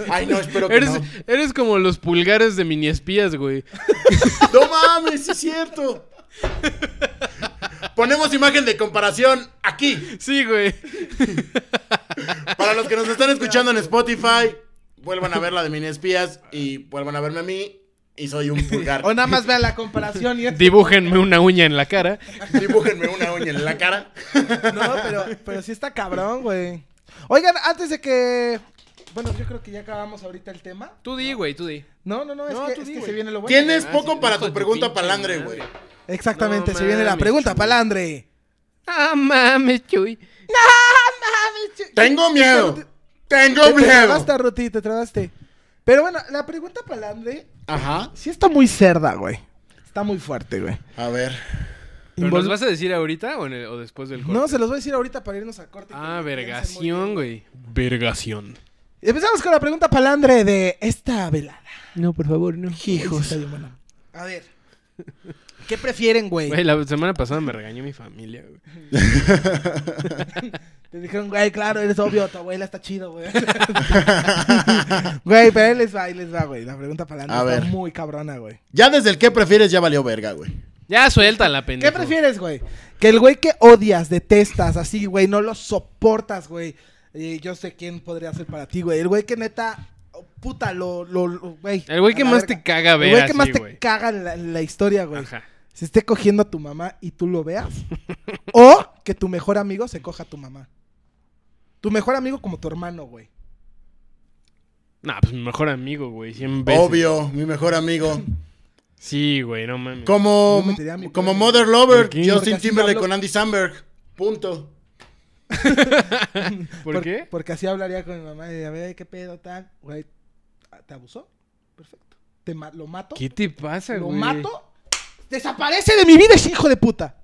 Speaker 2: Ay, no, espero que
Speaker 1: eres,
Speaker 2: no.
Speaker 1: eres como los pulgares de mini espías, güey.
Speaker 2: No mames, sí es cierto. Ponemos imagen de comparación aquí.
Speaker 1: Sí, güey.
Speaker 2: Para los que nos están escuchando en Spotify, vuelvan a ver la de Mini Espías y vuelvan a verme a mí. Y soy un pulgar.
Speaker 4: O nada más vea la
Speaker 1: [laughs]
Speaker 4: comparación y es-
Speaker 1: Dibújenme una uña en la cara.
Speaker 2: Dibújenme una uña en la cara.
Speaker 4: No, pero, pero sí está cabrón, güey. Oigan, antes de que. Bueno, yo creo que ya acabamos ahorita el tema.
Speaker 1: Tú di, güey, tú di.
Speaker 4: No, no, no, es
Speaker 1: No,
Speaker 4: que,
Speaker 1: tú
Speaker 4: es
Speaker 1: di,
Speaker 4: que
Speaker 1: güey.
Speaker 4: se viene lo bueno.
Speaker 2: Tienes poco para
Speaker 1: hijo de
Speaker 2: tu
Speaker 1: tu
Speaker 2: pregunta
Speaker 1: pinche
Speaker 2: palandre,
Speaker 1: madre.
Speaker 2: güey.
Speaker 4: Exactamente,
Speaker 1: No
Speaker 4: se viene la
Speaker 1: mames,
Speaker 4: pregunta,
Speaker 1: chulo.
Speaker 4: palandre.
Speaker 1: Ah, mames, chuy.
Speaker 2: Tengo miedo. Tengo
Speaker 4: Te
Speaker 2: miedo.
Speaker 4: trabaste, Ruti, te trabaste. Pero bueno, la pregunta palandre
Speaker 2: Ajá.
Speaker 4: sí está muy cerda, güey. Está muy fuerte, güey.
Speaker 2: A ver. [laughs]
Speaker 1: ¿Pero
Speaker 4: invol-
Speaker 1: nos vas a decir ahorita o, en el- o después del corte?
Speaker 4: No, se los voy a decir ahorita para irnos a corte.
Speaker 1: Ah,
Speaker 4: que me piensen muy
Speaker 1: vergación,
Speaker 4: bien.
Speaker 1: güey. Vergación.
Speaker 4: Empezamos con la pregunta palandre de esta velada.
Speaker 3: No, por favor, no.
Speaker 4: Hijos. A ver. ¿Qué prefieren, güey?
Speaker 1: Güey, la semana pasada me regañó mi familia, güey.
Speaker 4: Te dijeron, güey, claro, eres obvio, tu abuela está chido, güey. [laughs] güey, pero ahí les va, ahí les va, güey. La pregunta palandre
Speaker 2: A
Speaker 4: está
Speaker 2: ver.
Speaker 4: muy cabrona, güey.
Speaker 2: Ya desde el que prefieres ya valió verga, güey.
Speaker 1: Ya suéltala,
Speaker 4: ¿Qué
Speaker 1: pendejo.
Speaker 4: prefieres, güey? Que el güey que odias, detestas, así, güey, no lo soportas, güey. Eh, yo sé quién podría ser para ti, güey. El güey que neta, oh, puta, lo, lo, lo- güey.
Speaker 1: El güey
Speaker 4: a
Speaker 1: que
Speaker 4: la
Speaker 1: más
Speaker 4: verga.
Speaker 1: te caga ver
Speaker 4: El güey que
Speaker 1: así,
Speaker 4: más te
Speaker 1: güey.
Speaker 4: caga en la, en la historia, güey.
Speaker 1: Ajá.
Speaker 4: Se esté cogiendo a tu mamá y tú lo veas. o que tu mejor amigo se coja a tu mamá. Tu mejor amigo como tu hermano, güey.
Speaker 1: Nah, pues mi mejor amigo, güey. 100 veces.
Speaker 2: Obvio, mi mejor amigo.
Speaker 1: Sí, güey, no mames.
Speaker 2: Este, Como,
Speaker 4: Yo metería a mi
Speaker 2: como
Speaker 4: perro.
Speaker 2: Mother Lover,
Speaker 1: ¿Por qué?
Speaker 4: Porque
Speaker 2: Justin
Speaker 4: así
Speaker 2: Timberlake
Speaker 4: hablo.
Speaker 2: con Andy Samberg. Punto.
Speaker 1: [laughs] ¿Por,
Speaker 4: Por-
Speaker 1: qué?
Speaker 4: Porque así hablaría con mi mamá y a ver qué pedo tal, güey. ¿Te abusó? Perfecto. Te ma- lo mato.
Speaker 1: ¿Qué te pasa,
Speaker 4: lo
Speaker 1: güey?
Speaker 4: mato. Desaparece de mi vida ese hijo de puta.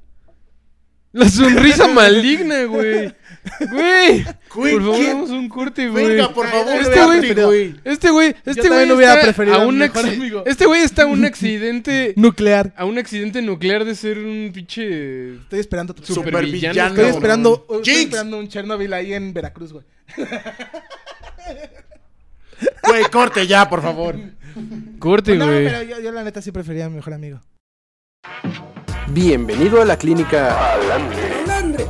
Speaker 1: La
Speaker 4: [laughs]
Speaker 1: sonrisa maligna, güey. Güey. Por
Speaker 2: Güey,
Speaker 1: favor,
Speaker 2: ¿quién?
Speaker 1: hagamos un corte, güey.
Speaker 2: Venga, por favor,
Speaker 1: Este
Speaker 2: vea
Speaker 1: güey-
Speaker 2: Arctic, güey.
Speaker 1: Este güey, este güey
Speaker 4: también hubiera
Speaker 1: está
Speaker 4: preferido
Speaker 1: a
Speaker 4: a mi
Speaker 1: un
Speaker 4: mejor
Speaker 1: acci-
Speaker 4: amigo.
Speaker 1: Este güey está a
Speaker 4: [laughs]
Speaker 1: un accidente
Speaker 4: Nuclear.
Speaker 1: a un accidente nuclear de ser un pinche
Speaker 4: Estoy esperando tu
Speaker 1: Super-
Speaker 2: Supervillano,
Speaker 1: Supervillano,
Speaker 4: Estoy
Speaker 1: cabrón.
Speaker 4: esperando, estoy
Speaker 2: Jinx.
Speaker 4: esperando un Chernobyl ahí en Veracruz, güey.
Speaker 2: Güey, corte ya, por favor.
Speaker 1: corte,
Speaker 4: Pues no,
Speaker 1: güey.
Speaker 4: pero yo, yo la neta sí prefería a mi mejor amigo.
Speaker 5: Bienvenido a la clínica Alandre.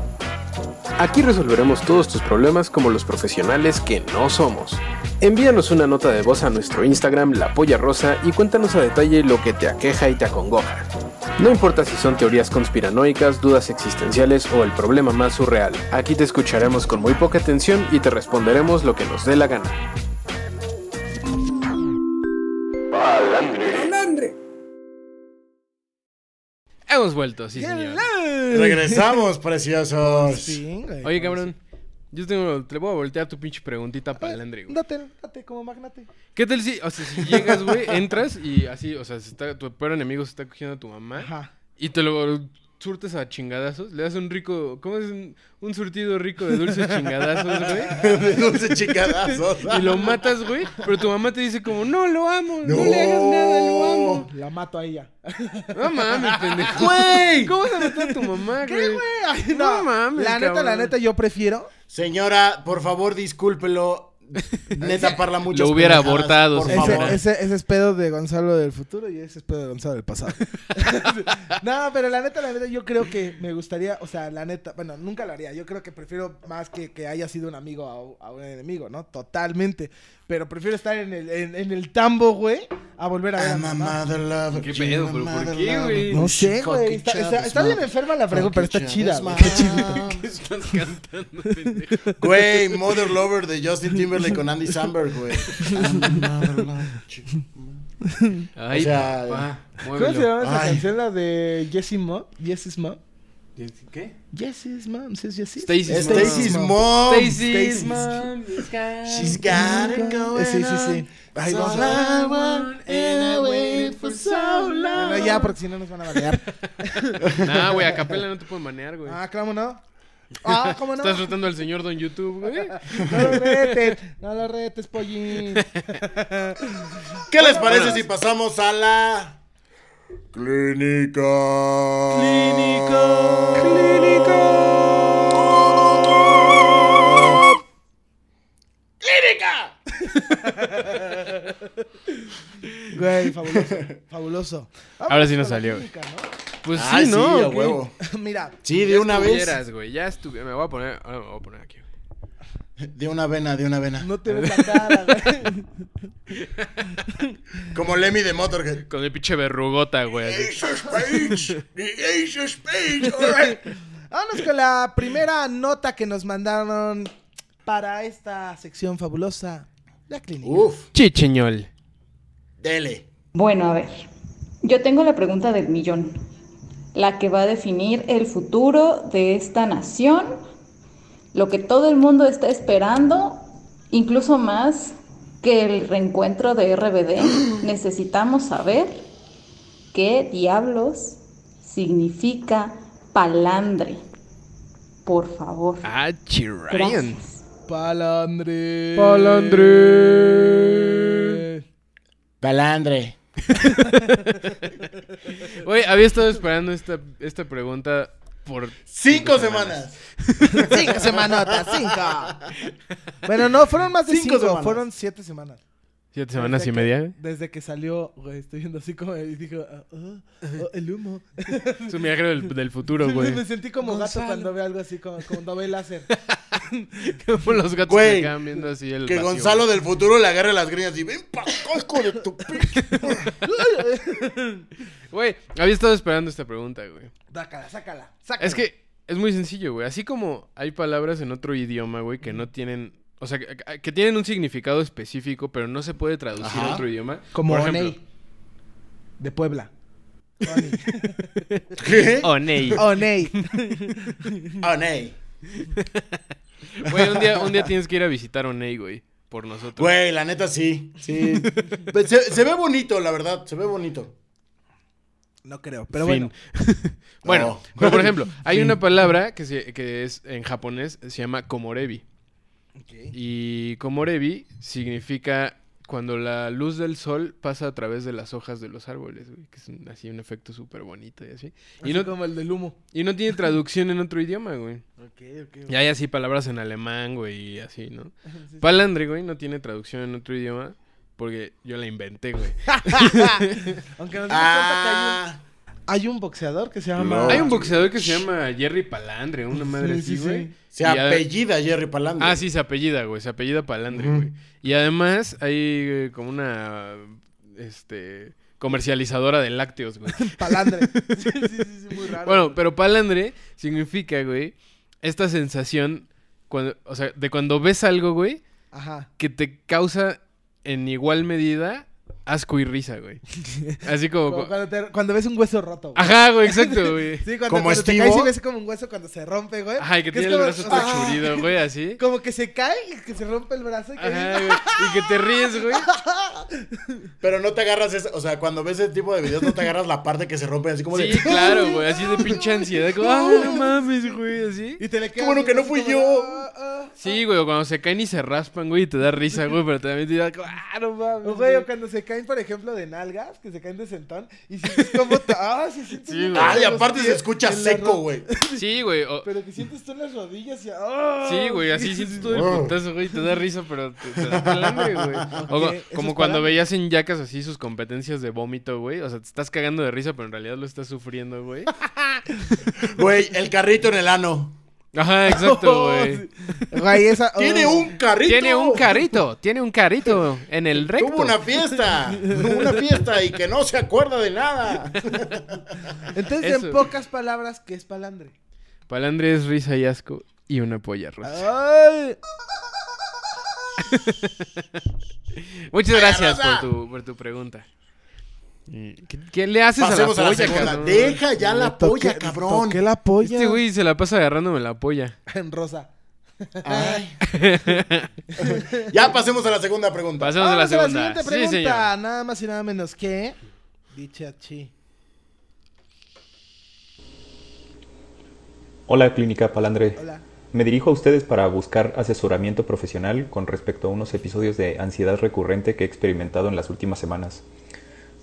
Speaker 5: Aquí resolveremos todos tus problemas como los profesionales que no somos. Envíanos una nota de voz a nuestro Instagram, La Polla Rosa, y cuéntanos a detalle lo que te aqueja y te acongoja. No importa si son teorías conspiranoicas, dudas existenciales o el problema más surreal, aquí te escucharemos con muy poca atención y te responderemos lo que nos dé la gana.
Speaker 1: Hemos vuelto, sí, señor.
Speaker 4: [laughs]
Speaker 2: Regresamos, preciosos.
Speaker 4: Sí, güey.
Speaker 1: Oye, cabrón. Yo tengo, te voy a voltear tu pinche preguntita para el ¿Eh? André, güey.
Speaker 4: Eh, Date, date como magnate.
Speaker 1: ¿Qué tal si, o sea, si llegas,
Speaker 4: [laughs]
Speaker 1: güey, entras y así, o sea, se está, tu peor enemigo se está cogiendo a tu mamá
Speaker 4: Ajá.
Speaker 1: y te lo surtes a chingadazos? Le das un rico, ¿cómo es? Un, un surtido rico de dulces chingadazos, güey.
Speaker 2: [laughs] De dulce chingadazos.
Speaker 1: Y lo matas, güey, pero tu mamá te dice como, no, lo amo, no,
Speaker 2: No.
Speaker 1: le hagas nada, lo amo.
Speaker 4: La mato a ella.
Speaker 1: No mames, pendejo. [laughs]
Speaker 2: Güey.
Speaker 1: ¿Cómo vas a matar a tu mamá, güey?
Speaker 4: Ay,
Speaker 1: No mames,
Speaker 4: La neta, la
Speaker 1: cabrón.
Speaker 4: neta, yo prefiero.
Speaker 2: Señora, por favor, discúlpelo.
Speaker 4: [laughs]
Speaker 2: Neta, parla mucho.
Speaker 1: Lo hubiera abortado,
Speaker 2: Por
Speaker 1: sí.
Speaker 2: favor.
Speaker 4: Ese, ese, ese es pedo de Gonzalo del futuro y ese es pedo de Gonzalo del pasado. [laughs] no, pero la neta, la neta, yo creo que me gustaría, o sea, la neta, bueno, nunca lo haría. Yo creo que prefiero más que, que haya sido un amigo a un- a, un enemigo, ¿no? Totalmente. Pero prefiero estar en el, en, en el tambo, güey, a volver a ver a
Speaker 2: I'm
Speaker 4: mi
Speaker 2: a
Speaker 4: mamá.
Speaker 2: mother lover,
Speaker 1: ¿Qué
Speaker 2: you're
Speaker 1: pedo,
Speaker 2: a
Speaker 1: pero por
Speaker 2: mother
Speaker 1: qué,
Speaker 2: lover.
Speaker 1: güey?
Speaker 4: No sé, güey.
Speaker 2: Fucking
Speaker 4: Está,
Speaker 2: child
Speaker 4: está-
Speaker 2: is
Speaker 4: está bien
Speaker 2: mad.
Speaker 4: enferma la frego, pero está
Speaker 2: Fucking
Speaker 4: chida.
Speaker 2: child
Speaker 4: güey,
Speaker 2: is
Speaker 4: Está chida.
Speaker 2: mad.
Speaker 1: Estás cantando, pendejo.
Speaker 2: Güey, Mother Lover de Justin Timberlake con Andy Samberg,
Speaker 4: [laughs]
Speaker 2: güey.
Speaker 1: Ay,
Speaker 2: O sea,
Speaker 1: papá,
Speaker 4: [laughs] ¿Cómo se
Speaker 1: muévelo.
Speaker 4: llama esa
Speaker 2: Ay.
Speaker 4: canción? La de Jessie's Mom. Jessie's Mom.
Speaker 1: ¿Qué?
Speaker 4: Jessie's Mom. ¿Sí es Este Jessie's?
Speaker 1: Stacy's
Speaker 2: Stacy's
Speaker 4: mom.
Speaker 2: mom.
Speaker 1: Stacy's mom.
Speaker 2: She's got it going
Speaker 4: Sí, sí, sí.
Speaker 2: on.
Speaker 4: Ay,
Speaker 2: It's
Speaker 4: vamos
Speaker 2: all
Speaker 4: a-
Speaker 2: I want and I waited for so long.
Speaker 4: Bueno, ya, porque si no nos van a banear.
Speaker 1: Nah, güey, a capela no te puedes manear, güey.
Speaker 4: ah, ¿cómo no? Ah, ¿cómo no?
Speaker 1: Estás retando al señor Don YouTube, güey.
Speaker 4: No lo retes, no lo retes, pollín.
Speaker 2: ¿Qué les parece si pasamos a la clínica? Clínica. Clínica.
Speaker 4: Güey, fabuloso, fabuloso. Vamos
Speaker 1: Ahora sí
Speaker 4: con
Speaker 1: nos
Speaker 4: la
Speaker 1: salió, güey.
Speaker 4: clínica,
Speaker 1: Pues sí,
Speaker 2: Ay, Ah, sí,
Speaker 1: ¿no?
Speaker 2: a
Speaker 1: ¿Qué?
Speaker 2: huevo.
Speaker 4: ¿no? [laughs] Mira,
Speaker 2: Sí, de una vez.
Speaker 1: Estuvieras, güey, ya estuve. Me voy a poner. Ahora me voy a poner aquí. güey.
Speaker 2: De una vena, de una vena.
Speaker 4: no te ves la cara, güey.
Speaker 2: Como Lemmy de Motorhead.
Speaker 1: Con el pinche verrugota, güey. así.
Speaker 2: Ace of [laughs] Spades, the Ace of Spades, all right.
Speaker 4: Vámonos con la primera nota que nos mandaron para esta sección fabulosa. La clínica.
Speaker 2: Uf,
Speaker 1: Chicheñol.
Speaker 2: dele.
Speaker 6: Bueno, a ver, yo tengo la pregunta del millón, la que va a definir el futuro de esta nación, lo que todo el mundo está esperando, incluso más que el reencuentro de RBD. Necesitamos saber qué diablos significa palandre. Por favor.
Speaker 1: Ah, Ryan.
Speaker 6: Gracias.
Speaker 3: Palandre.
Speaker 1: Palandre.
Speaker 2: Palandre.
Speaker 1: Güey, había estado esperando esta, esta pregunta por...
Speaker 2: Cinco semanas. [laughs]
Speaker 4: Cinco semanotas, cinco. Bueno, no, fueron más de
Speaker 2: Cinco
Speaker 4: cinco,
Speaker 2: semanas.
Speaker 4: fueron siete semanas.
Speaker 1: ¿Siete semanas
Speaker 4: Desde
Speaker 1: y
Speaker 4: que-
Speaker 1: media?
Speaker 4: Desde que salió, güey, estoy viendo así como y dijo, ah, ah, ah, el
Speaker 1: [laughs]
Speaker 4: humo.
Speaker 1: Es un milagro del, del futuro,
Speaker 4: Sí, me,
Speaker 1: güey.
Speaker 4: me sentí como
Speaker 1: Gonzalo.
Speaker 4: gato cuando ve algo así, como cuando
Speaker 1: [laughs]
Speaker 4: ve láser.
Speaker 1: Como los gatos
Speaker 2: Güey,
Speaker 1: que acaban viendo así el
Speaker 2: Que
Speaker 1: vacío.
Speaker 2: Gonzalo del futuro le agarre las greñas y ven pa' cojo de tu
Speaker 1: [laughs]
Speaker 2: pinche.
Speaker 1: Güey, había estado esperando esta pregunta, güey.
Speaker 4: Dácala, sácala, sácala.
Speaker 1: Es que es muy sencillo, güey. Así como hay palabras en otro idioma, güey, que no tienen... O sea, que, que tienen un significado específico, pero no se puede traducir
Speaker 2: Ajá.
Speaker 1: a otro idioma.
Speaker 4: Como
Speaker 1: Por
Speaker 4: Oney.
Speaker 1: ejemplo,
Speaker 4: De Puebla. [laughs]
Speaker 2: ¿Qué?
Speaker 1: Oney.
Speaker 4: Oney.
Speaker 2: Oh, ney.
Speaker 1: [laughs] Güey, un día, un día tienes que ir a visitar Oney, güey. Por nosotros.
Speaker 2: Güey, la neta sí. Sí. Pues se, se ve bonito, la verdad. Se ve bonito.
Speaker 4: No creo, pero
Speaker 1: Fin.
Speaker 4: bueno.
Speaker 1: [laughs]
Speaker 4: Oh.
Speaker 1: Bueno,
Speaker 2: No.
Speaker 1: pero por ejemplo, hay una palabra que, se- que es en japonés, se llama komorebi.
Speaker 4: Ok.
Speaker 1: Y komorebi significa cuando la luz del sol pasa a través de las hojas de los árboles, güey, que es un- así un efecto súper bonito y así. Y
Speaker 4: Así
Speaker 1: no,
Speaker 4: como el del humo.
Speaker 1: y no tiene traducción en otro idioma, güey.
Speaker 4: Ok, ok.
Speaker 1: Y hay así palabras en alemán, güey, y así,
Speaker 4: [laughs]
Speaker 1: ¿no? Palandre, güey, no tiene traducción en otro idioma porque yo la inventé,
Speaker 2: [laughs]
Speaker 1: güey.
Speaker 4: Aunque nos dimos cuenta
Speaker 2: Ah.
Speaker 4: que hay un, hay un boxeador que se llama...
Speaker 2: No.
Speaker 1: Hay un boxeador que se llama Jerry Palandre, una madre
Speaker 4: Sí,
Speaker 1: así,
Speaker 4: sí,
Speaker 1: güey.
Speaker 4: sí.
Speaker 2: Se
Speaker 1: Y a-
Speaker 2: apellida Jerry Palandre.
Speaker 1: Ah, sí, se apellida, güey. Se apellida Palandre,
Speaker 2: Ujú.
Speaker 1: güey. Y además hay eh, como una. Este. Comercializadora de lácteos, güey.
Speaker 4: Palandre.
Speaker 1: [laughs]
Speaker 4: Sí, sí, sí, sí, muy [laughs] raro.
Speaker 1: bueno, pero Palandre significa, güey, esta sensación. Cuando, o sea, de cuando ves algo, güey,
Speaker 4: Ajá.
Speaker 1: que te causa en igual medida asco y risa,
Speaker 4: [laughs]
Speaker 1: güey. Así como.
Speaker 4: Como cuando, te- cuando ves un hueso roto. güey.
Speaker 1: Ajá, güey, exacto, güey.
Speaker 4: [laughs] Sí, cuando,
Speaker 2: Como
Speaker 4: cuando te
Speaker 2: Steve-O.
Speaker 4: caes y ves como un hueso cuando se rompe, güey.
Speaker 1: Ajá, y que
Speaker 4: es
Speaker 1: tiene el
Speaker 4: como-
Speaker 1: brazo todo
Speaker 4: ah, [laughs]
Speaker 1: churido, güey, así.
Speaker 4: Como que se cae y que se rompe el brazo y que
Speaker 1: Ajá, güey. Y que te ríes,
Speaker 4: [laughs]
Speaker 1: güey.
Speaker 2: Pero no te agarras esa, o sea, cuando ves ese tipo de videos no te agarras la parte que se rompe así como
Speaker 1: Sí,
Speaker 2: [laughs]
Speaker 4: [laughs]
Speaker 2: de
Speaker 1: claro, güey. Así de pinche ansiedad. Como, ah, no mames, güey. Así.
Speaker 4: Y te le quedas
Speaker 2: bueno que no
Speaker 4: así
Speaker 2: fui
Speaker 4: como,
Speaker 2: yo.
Speaker 4: ah, ah.
Speaker 1: Sí, güey. o Cuando se caen y se raspan, güey. Y te da risa, güey. Pero también te da. como, Ah, no
Speaker 4: O,
Speaker 1: mames.
Speaker 4: güey,
Speaker 1: güey".
Speaker 4: o cuando se caen, por ejemplo, de nalgas, que se caen de sentón, y sientes como... Ah, sí, sientes
Speaker 1: Sí,
Speaker 4: bien
Speaker 1: güey.
Speaker 4: raro
Speaker 2: Ay,
Speaker 4: en los
Speaker 2: aparte se
Speaker 4: pies,
Speaker 2: escucha
Speaker 4: en la
Speaker 2: seco,
Speaker 4: ro-
Speaker 2: güey.
Speaker 1: Sí, güey. o-
Speaker 4: Pero que sientes tú en las rodillas y... ah.
Speaker 1: Sí, güey, así
Speaker 4: [laughs]
Speaker 1: sientes todo el putazo, güey, y te da risa, pero te, te da calambre, güey. O
Speaker 4: [laughs] Ok,
Speaker 1: co-
Speaker 4: eso
Speaker 1: como
Speaker 4: es
Speaker 1: cuando
Speaker 4: parámetro.
Speaker 1: veías en Yacas así sus competencias de vómito, güey. O sea, te estás cagando de risa, pero en realidad lo estás sufriendo, güey.
Speaker 2: Güey, el carrito en el ano.
Speaker 1: Ajá, exacto, güey.
Speaker 4: Güey, esa... oh.
Speaker 2: Tiene un
Speaker 1: [laughs]
Speaker 2: carrito.
Speaker 1: Tiene un carrito, tiene un carrito en el recto.
Speaker 2: Tuvo una fiesta, tuvo una fiesta y que no se acuerda de nada.
Speaker 4: Entonces,
Speaker 1: Eso.
Speaker 4: en pocas palabras, ¿qué es palandre?
Speaker 1: Palandre es risa y asco y una polla rosa.
Speaker 4: Ay.
Speaker 1: Muchas gracias
Speaker 2: Rosa.
Speaker 1: por tu, por tu pregunta. Mm, ¿Qué, qué le haces
Speaker 2: Pasemos
Speaker 1: a la
Speaker 2: a la
Speaker 1: polla,
Speaker 2: segunda.
Speaker 1: cabrón?
Speaker 2: Deja ya la
Speaker 4: Toqué-
Speaker 2: polla, cabrón.
Speaker 4: Toqué la polla.
Speaker 1: Este güey se la pasa agarrándome la polla.
Speaker 4: En rosa.
Speaker 1: Ah,
Speaker 2: Ay. Ya pasemos a la segunda pregunta.
Speaker 1: Pasemos a la
Speaker 4: Vamos a la
Speaker 1: segunda.
Speaker 4: siguiente
Speaker 1: sí, señor.
Speaker 4: pregunta. nada más y nada menos que... Dicha chi.
Speaker 7: Hola Clínica Palandre.
Speaker 4: Hola.
Speaker 7: Me dirijo a ustedes para buscar asesoramiento profesional con respecto a unos episodios de ansiedad recurrente que he experimentado en las últimas semanas.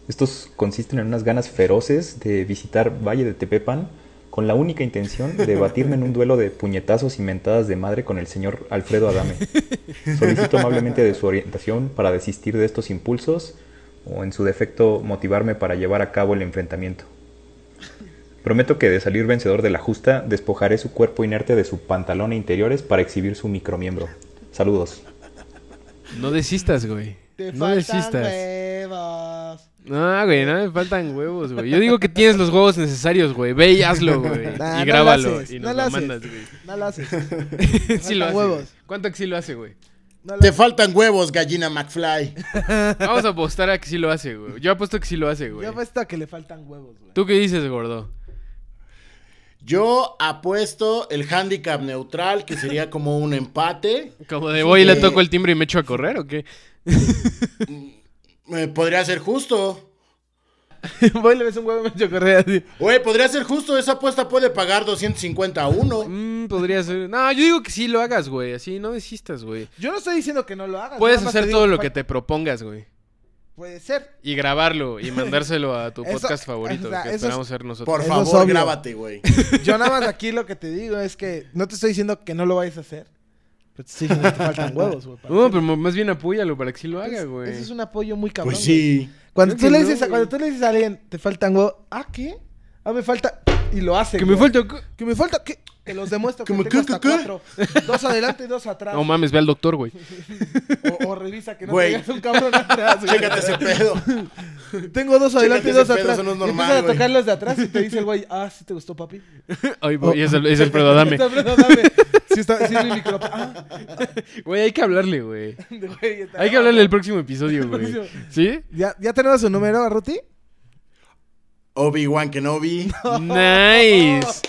Speaker 7: Estos consisten en unas ganas feroces de visitar Valle de Tepepan con la única intención de batirme en un duelo de puñetazos y mentadas de madre con el señor Alfredo Adame. Solicito amablemente de su orientación para desistir de estos impulsos o en su defecto motivarme para llevar a cabo el enfrentamiento. Prometo que de salir vencedor de la justa, despojaré su cuerpo inerte de su pantalón e interiores para exhibir su micromiembro. Saludos.
Speaker 1: No desistas, güey.
Speaker 4: Te
Speaker 1: no
Speaker 4: faltan
Speaker 1: desistas.
Speaker 4: huevos.
Speaker 1: No, güey, no me faltan huevos, güey. Yo digo que tienes los huevos necesarios, güey. Ve y hazlo, güey.
Speaker 4: Nah,
Speaker 1: y
Speaker 4: [laughs] no
Speaker 1: grábalo.
Speaker 4: lo haces,
Speaker 1: y
Speaker 4: no
Speaker 1: nos
Speaker 4: lo
Speaker 1: lo
Speaker 4: haces.
Speaker 1: mandas, güey.
Speaker 4: No lo
Speaker 1: [laughs]
Speaker 4: haces.
Speaker 1: sí lo hace.
Speaker 4: huevos.
Speaker 1: güey. ¿Cuánto que sí lo hace, güey?
Speaker 4: No lo
Speaker 2: Te faltan huevos, gallina McFly.
Speaker 1: Vamos a apostar a que sí lo hace, güey. Yo apuesto que sí lo hace, güey.
Speaker 4: Yo apuesto a que le faltan huevos, güey.
Speaker 1: ¿Tú qué dices, gordo?
Speaker 2: Yo apuesto el handicap neutral, que sería como un empate.
Speaker 1: ¿Como de voy y le
Speaker 2: Sí.
Speaker 1: toco el timbre y me echo a correr o qué?
Speaker 2: Eh, podría ser justo.
Speaker 4: [laughs] Voy y le ves un huevo a Macho Correa así.
Speaker 2: Güey, podría ser justo, esa apuesta puede pagar 250 a uno.
Speaker 1: Mm, podría ser. No, yo digo que sí lo hagas, güey. Así no desistas, güey.
Speaker 4: Yo no estoy diciendo que no lo hagas.
Speaker 1: Puedes
Speaker 4: nada más
Speaker 1: hacer
Speaker 4: te digo
Speaker 1: todo lo que
Speaker 4: pu-
Speaker 1: te propongas, güey.
Speaker 4: Puede ser.
Speaker 1: Y grabarlo
Speaker 4: [laughs]
Speaker 1: y mandárselo a tu
Speaker 4: Eso-
Speaker 1: podcast favorito,
Speaker 4: o sea,
Speaker 1: que
Speaker 4: eso es-
Speaker 1: esperamos ser nosotros.
Speaker 2: Por
Speaker 4: Eso es
Speaker 2: favor,
Speaker 4: obvio. Pues
Speaker 2: grábate, güey.
Speaker 4: Yo nada más aquí lo que te digo es que no te estoy diciendo que no lo vayas a hacer. Pero te estoy diciendo que te faltan huevos, güey.
Speaker 1: [laughs]
Speaker 4: para
Speaker 1: No,
Speaker 4: hacerlo.
Speaker 1: pero mo- más bien apóyalo para que sí lo haga,
Speaker 4: Ese-
Speaker 1: güey.
Speaker 4: Ese es un apoyo muy cabrón.
Speaker 2: Pues sí.
Speaker 4: Cuando
Speaker 1: Creo
Speaker 4: tú,
Speaker 1: que no,
Speaker 4: le dices a,
Speaker 1: güey.
Speaker 4: cuando tú le dices a alguien, te faltan huevos, ah, ¿qué? Ah, me falta. Y lo hace.
Speaker 1: Que me
Speaker 4: güey.
Speaker 1: falta.
Speaker 4: Que me falta. ¿qué? Te los
Speaker 1: [laughs]
Speaker 4: demuestro que
Speaker 2: ¿Que me
Speaker 4: tengo
Speaker 2: qué,
Speaker 4: hasta
Speaker 2: qué, qué?
Speaker 4: cuatro. Dos adelante y dos atrás.
Speaker 1: No mames, ve al doctor,
Speaker 4: [laughs]
Speaker 1: güey.
Speaker 4: o, o revisa que no
Speaker 2: Güey.
Speaker 4: tengas un
Speaker 1: [laughs]
Speaker 4: cabrón atrás. güey.
Speaker 2: Chécate ese pedo.
Speaker 4: Tengo dos adelante y
Speaker 2: Chécate
Speaker 4: dos
Speaker 2: ese pedo,
Speaker 4: atrás.
Speaker 2: eso no es
Speaker 4: Y
Speaker 2: normal,
Speaker 4: empiezan a
Speaker 2: güey.
Speaker 4: tocar los de atrás y te dice
Speaker 2: [laughs]
Speaker 4: el güey, ah, sí te gustó, papi.
Speaker 1: Ay, güey, es, el, es Alfredo
Speaker 4: [laughs]
Speaker 1: Adame.
Speaker 4: Está, perdóname. Sí, está, sí es mi micro.
Speaker 2: [laughs]
Speaker 4: Ah,
Speaker 1: Güey, hay que hablarle,
Speaker 4: [laughs]
Speaker 1: güey.
Speaker 4: de güey, está-
Speaker 1: Hay que hablarle el próximo episodio, güey.
Speaker 4: [laughs]
Speaker 1: ¿Sí?
Speaker 4: ¿Ya, ¿Ya tenemos su número, Ruti?
Speaker 2: Obi-Wan
Speaker 4: [laughs]
Speaker 2: Kenobi.
Speaker 1: Nice.